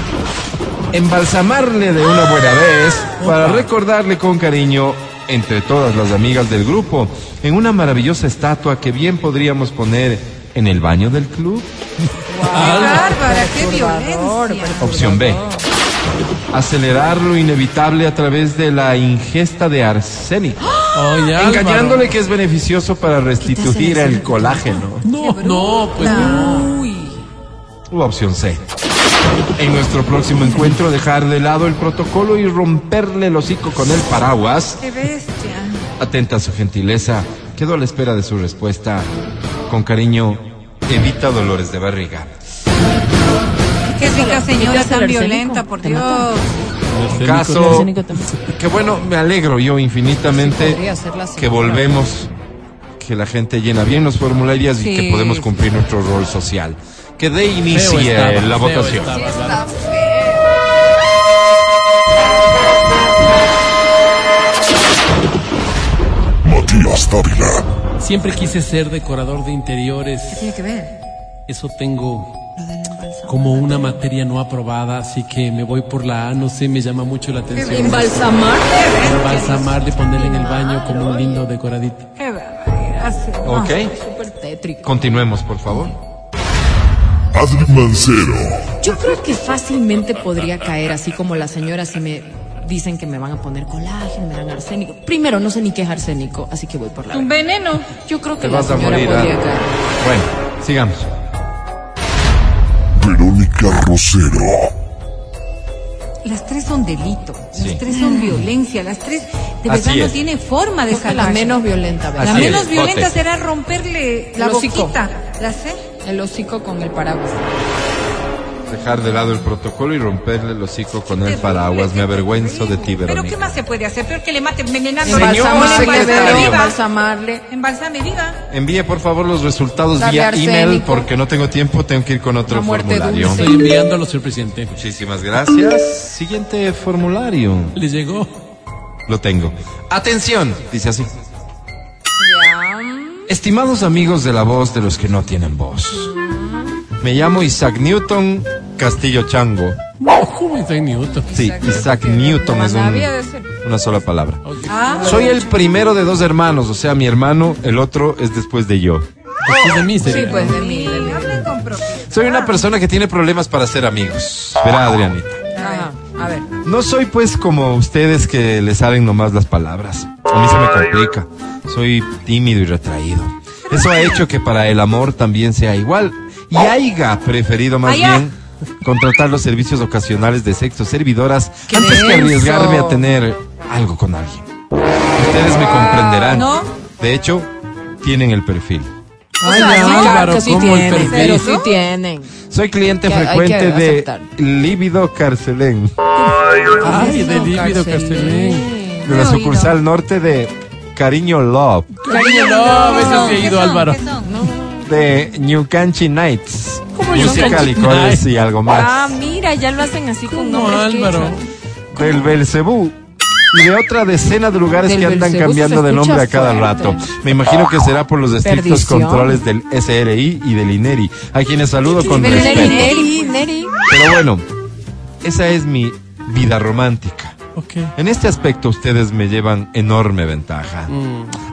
S2: Embalsamarle de una buena vez para recordarle con cariño entre todas las amigas del grupo en una maravillosa estatua que bien podríamos poner en el baño del club.
S6: Qué bárbara, qué violencia.
S2: Opción B. Acelerar lo inevitable a través de la ingesta de arsénico,
S3: Oye, Álvaro.
S2: ¡Ah! engañándole que es beneficioso para restituir el colágeno.
S3: No, no, pues no.
S2: U opción C. En nuestro próximo encuentro dejar de lado el protocolo y romperle el hocico con el paraguas.
S6: Qué bestia.
S2: Atenta a su gentileza. Quedo a la espera de su respuesta. Con cariño, evita dolores de barriga.
S6: Qué rica señora
S4: ¿Quitaste el
S6: tan
S4: arsénico?
S6: violenta, por
S4: Te
S6: Dios.
S2: Caso
S4: Nico también.
S2: que bueno, me alegro yo
S4: Sí,
S2: infinitamente
S4: podría ser la
S2: que
S4: señora.
S2: volvemos, que la gente llena bien los formularios y
S6: Sí.
S2: que podemos cumplir nuestro rol social. Que dé
S3: Feo
S2: inicio
S3: estaba,
S2: la
S3: feo
S2: votación.
S3: estaba, Álvaro.
S1: Matías Dávila.
S3: Siempre quise ser decorador de interiores.
S6: Tiene que ver.
S3: Eso tengo como una materia no aprobada, así que me voy por la A, no sé, me llama mucho la atención.
S4: Embalsamarte.
S3: Embalsamar de ponerle en el baño como un lindo decoradito.
S6: Qué barbaridad.
S2: Ok,
S4: Súper tétrico.
S2: continuemos, por favor.
S1: Adri Mancero.
S4: Yo creo que fácilmente podría caer así como la señora si me dicen que me van a poner colágeno, me dan arsénico. Primero, no sé ni qué es arsénico, así que voy por la
S6: Un
S4: B.
S6: veneno.
S4: Yo creo
S2: Te
S4: que la
S2: vas a
S4: señora
S2: morir. ¿ah?
S4: podría caer.
S2: Bueno, sigamos.
S1: Verónica Rosero.
S6: Las tres son delito.
S2: Sí.
S6: Las tres son violencia. Las tres, de
S2: Así
S6: verdad, no
S2: es.
S6: tiene forma de
S4: Creo que la
S6: salvarse.
S4: menos violenta,
S6: La
S4: ¿verdad?
S2: Así es,
S6: menos violenta
S2: vote.
S6: será romperle la
S4: El hocico.
S6: boquita. ¿La sé?
S4: El hocico con el paraguas.
S2: Dejar de lado el protocolo y romperle el hocico con el
S6: Terrible,
S2: paraguas.
S6: qué
S2: Me avergüenzo de ti,
S6: terrible. Pero ¿qué
S2: Verónica.
S6: más se puede hacer? Peor que le mate envenenando.
S2: Señor
S4: Embalsamarle,
S2: secretario.
S4: embalsamarle.
S6: Embalsame viva.
S2: Envíe por favor los resultados
S4: Dame
S2: vía
S4: arsénico.
S2: email porque no tengo tiempo, tengo que ir con otro
S4: La muerte
S2: formulario.
S4: dulce.
S3: Estoy enviándolo, señor presidente.
S2: Muchísimas gracias. Siguiente formulario.
S3: Le llegó.
S2: Lo tengo. Atención, dice así. Estimados amigos de la voz de los que no tienen voz. Me llamo Isaac Newton Castillo Chango.
S3: No, ¿cómo está en Newton?
S2: Sí, Isaac Newton es un-
S4: Había de ser.
S2: una sola palabra.
S3: Ok.
S2: Soy el primero de dos hermanos, o sea, mi hermano, el otro es después de yo.
S3: Después de mí sería,
S4: Sí, pues
S3: ¿no?
S4: de mí, de mí.
S6: Hablen con propiedad.
S2: Soy una persona que tiene problemas para ser amigos. Verá, Adrianita.
S4: Ajá, a ver.
S2: No soy pues como ustedes que le salen nomás las palabras. A mí se me complica. Soy tímido y retraído. Eso ha hecho que para el amor también sea igual. Y haya preferido más
S6: Haya.
S2: bien contratar los servicios ocasionales de sexo servidoras antes que
S4: denso.
S2: arriesgarme a tener algo con alguien. Ustedes me
S4: Ah,
S2: comprenderán.
S6: ¿no?
S2: De hecho, tienen el perfil.
S4: O
S3: Ay,
S4: sea, sí, claro
S3: Álvaro,
S4: que sí
S3: ¿cómo el
S4: tienen,
S3: perfil?
S4: pero sí tienen.
S2: Soy cliente
S4: Que hay que
S2: frecuente de
S4: aceptar.
S2: Líbido Carcelén,
S3: Ay, de líbido Castelén.
S2: de la
S6: No, y no.
S2: sucursal norte de Cariño Love.
S3: Cariño, no, eso sí he
S6: ¿Qué
S3: ido,
S6: son?
S3: Álvaro.
S6: ¿Qué son?
S2: de New Canchi Nights. Música,
S3: Canchi
S2: licores
S3: Nights?
S2: y algo
S4: Ah,
S2: más.
S4: mira, ya lo hacen así con
S3: No,
S4: nombres que
S3: Álvaro.
S4: echan.
S2: Del Belcebú. y de otra decena de lugares
S4: Del
S2: que andan
S4: Belcebú se
S2: cambiando de
S4: escucha
S2: nombre a cada
S4: fuerte.
S2: rato. Me imagino que será por los estrictos
S4: Perdición.
S2: controles del SRI y del INERI, a quienes saludo con
S4: Pero Neri,
S2: respeto.
S4: Neri, Neri.
S2: Pero bueno, esa es mi vida romántica.
S3: Ok.
S2: En este aspecto ustedes me llevan enorme ventaja.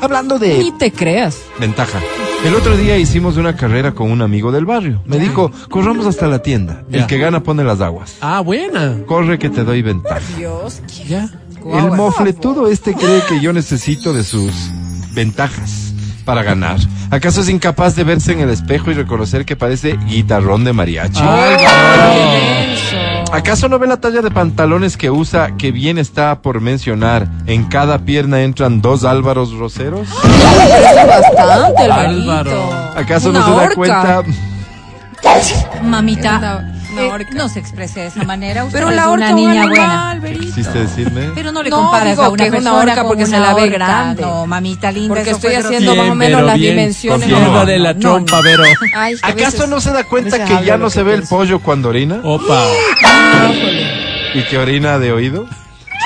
S2: Hablando de
S4: Ni te creas.
S2: ventaja. El otro día hicimos una carrera con un amigo del barrio. Me dijo, corramos hasta la tienda. El
S3: Ya.
S2: que gana pone las aguas.
S3: Ah, buena.
S2: Corre que te doy ventaja.
S4: Dios.
S3: Ya.
S2: El mofletudo este cree que yo necesito de sus ventajas para ganar. ¿Acaso es incapaz de verse en el espejo y reconocer que parece guitarrón de mariachi? ¿Acaso no ve la talla de pantalones que usa que bien está por mencionar? En cada pierna entran dos Álvaros Roseros.
S4: Bastante,
S3: Álvaro.
S4: Alvarito.
S2: ¿Acaso
S4: Una
S2: no se da
S4: orca.
S2: cuenta?
S6: Mamita,
S4: Una- una
S6: eh,
S4: orca.
S6: no se exprese de esa manera. Usted
S4: Pero
S6: es
S4: la orca
S6: una niña
S4: vale
S6: buena.
S4: igual, Berito.
S2: ¿Quisiste decirme?
S6: Pero no le
S4: No,
S6: comparas
S4: digo
S6: a una
S4: que es una
S6: persona
S4: orca
S6: con
S4: porque se
S6: una
S4: la ve
S6: orca.
S4: grande.
S6: No, mamita linda.
S4: Porque
S6: eso
S4: estoy
S6: fue grosero.
S4: haciendo más o menos
S3: pero
S4: las
S3: bien.
S4: dimensiones.
S2: Confirmo.
S4: No,
S3: Fírmale la
S6: no,
S3: trompa, Vero.
S4: Ay, a
S2: ¿Acaso
S4: veces-
S2: no se da
S4: a
S2: cuenta
S4: veces
S2: que ya
S4: hablo
S2: no
S4: lo
S2: se
S4: que
S2: ve el
S4: pienso.
S2: pollo cuando orina?
S3: Opa.
S2: ¿Y que orina de oído?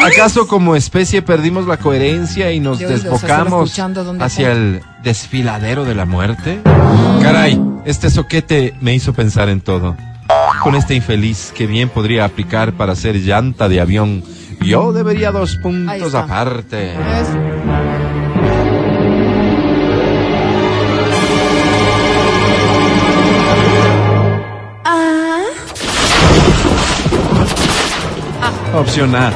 S2: ¿Acaso como especie perdimos la coherencia y nos
S4: De oídos, solo
S2: desbocamos
S4: escuchando dónde
S2: hacia
S4: fue.
S2: el desfiladero de la muerte? Caray,
S4: Mm.
S2: este soquete me hizo pensar en todo. Con este infeliz que bien podría aplicar para ser llanta de avión, yo debería dos
S4: Ahí
S2: puntos
S4: está.
S2: aparte.
S4: Es-
S2: Ah. Opción A.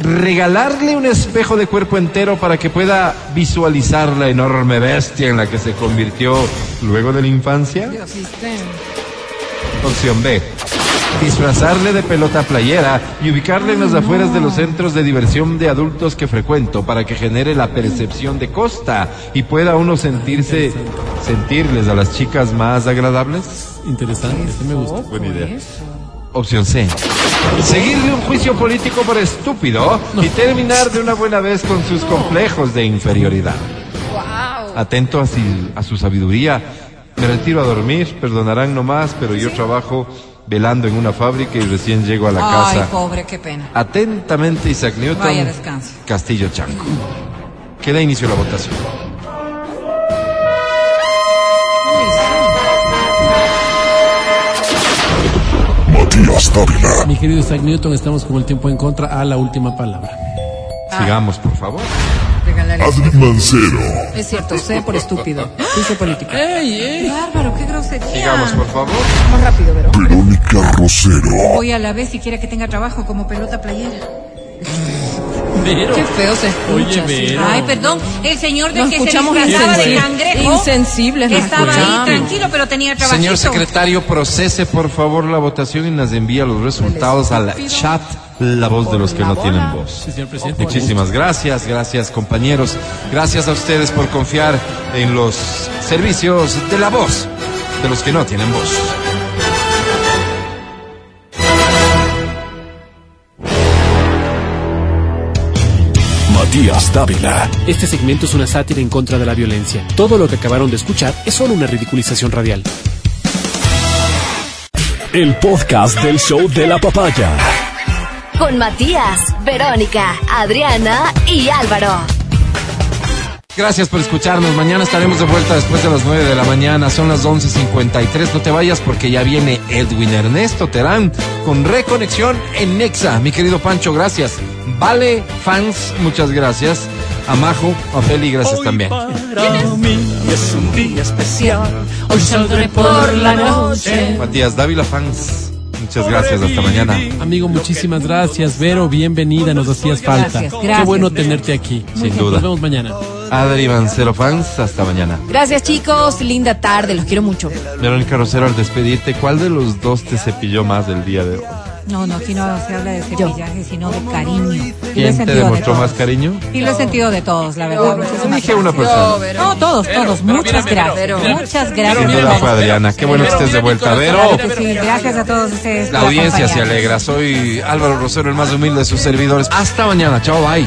S2: Regalarle un espejo de cuerpo entero para que pueda visualizar la enorme bestia en la que se convirtió luego de la infancia. Opción B. Disfrazarle de pelota playera y ubicarle en las afueras de los centros de diversión de adultos que frecuento para que genere la percepción de costa y pueda uno sentirse, sentirles a las chicas más agradables.
S3: Interesante, sí me gusta.
S2: Buena idea. Opción C. Seguirle un juicio político por estúpido y terminar de una buena vez con sus complejos de inferioridad. Atento a, si- a su sabiduría. Me retiro a dormir, perdonarán nomás, pero yo trabajo velando en una fábrica y recién llego a la
S6: Ay,
S2: casa.
S6: pobre, qué pena.
S2: Atentamente, Isaac Newton.
S6: Vaya descanso.
S2: Castillo Chanco. Queda inicio la votación.
S3: Mi querido Isaac Newton, estamos con el tiempo en contra a la última palabra.
S6: Ah.
S2: Sigamos, por favor.
S4: Es cierto, sé por estúpido. Juicio político.
S6: Bárbaro, qué grosería.
S2: Sigamos, por favor.
S4: Más rápido, Vero.
S6: Voy a la vez si quiere que tenga trabajo como pelota playera.
S3: Vero.
S4: Qué feo se escucha.
S3: Oye,
S4: sí.
S3: Vero.
S6: Ay, perdón, el señor de
S4: Nos
S6: que
S4: escuchamos
S6: se disfrazaba de
S4: insensibles.
S6: cangrejo
S4: Insensibles nos
S6: estaba ahí
S4: escuchamos.
S6: tranquilo, pero tenía trabajito.
S2: Señor secretario, procese por favor la votación y nos envía los resultados al chat La Voz de los que no tienen voz.
S3: Sí, señor presidente.
S2: Muchísimas gracias, gracias compañeros, gracias a ustedes por confiar en los servicios de La Voz de los que no tienen voz.
S1: Matías Dávila.
S10: Este segmento es una sátira en contra de la violencia. Todo lo que acabaron de escuchar es solo una ridiculización radial.
S1: El podcast del show de la papaya.
S5: Con Matías, Verónica, Adriana y Álvaro.
S2: Gracias por escucharnos. Mañana estaremos de vuelta después de las 9 de la mañana. Son las 11.53. No te vayas porque ya viene Edwin Ernesto Terán con Reconexión en Nexa. Mi querido Pancho, gracias. Vale, fans, muchas gracias. A Majo, a Feli, gracias también.
S8: Para mí es un día especial. Hoy saldré por la noche.
S2: Matías Dávila, fans, muchas gracias. Hasta mañana.
S3: Amigo, muchísimas gracias. Vero, bienvenida, nos hacías falta.
S6: Gracias,
S3: Qué
S6: gracias.
S3: bueno tenerte aquí.
S2: Sin
S3: Nos
S2: duda.
S3: vemos mañana.
S2: Adri Mancero, fans, hasta mañana.
S4: Gracias, chicos. Linda tarde. Los quiero mucho.
S2: Verónica Rosero, al despedirte, ¿cuál de los dos te cepilló más del día de hoy?
S6: No, no, aquí no se habla de cepillaje, sino de cariño. Y lo he
S2: ¿Quién te
S6: sentido de
S2: demostró más
S6: todos.
S2: cariño?
S6: Y lo he sentido de todos, la verdad. muchísimas
S2: Elige una
S6: gracias.
S2: persona.
S6: No, todos, todos. Muchas gracias. Muchas gracias.
S2: Sin duda fue Adriana. Qué bueno que estés de vuelta, Vero.
S6: Claro que sí, gracias a todos ustedes.
S2: La
S6: por
S2: audiencia se
S6: acompañarnos.
S2: alegra. Soy Álvaro Rosero, el más humilde de sus servidores. Hasta mañana. Chao, bye.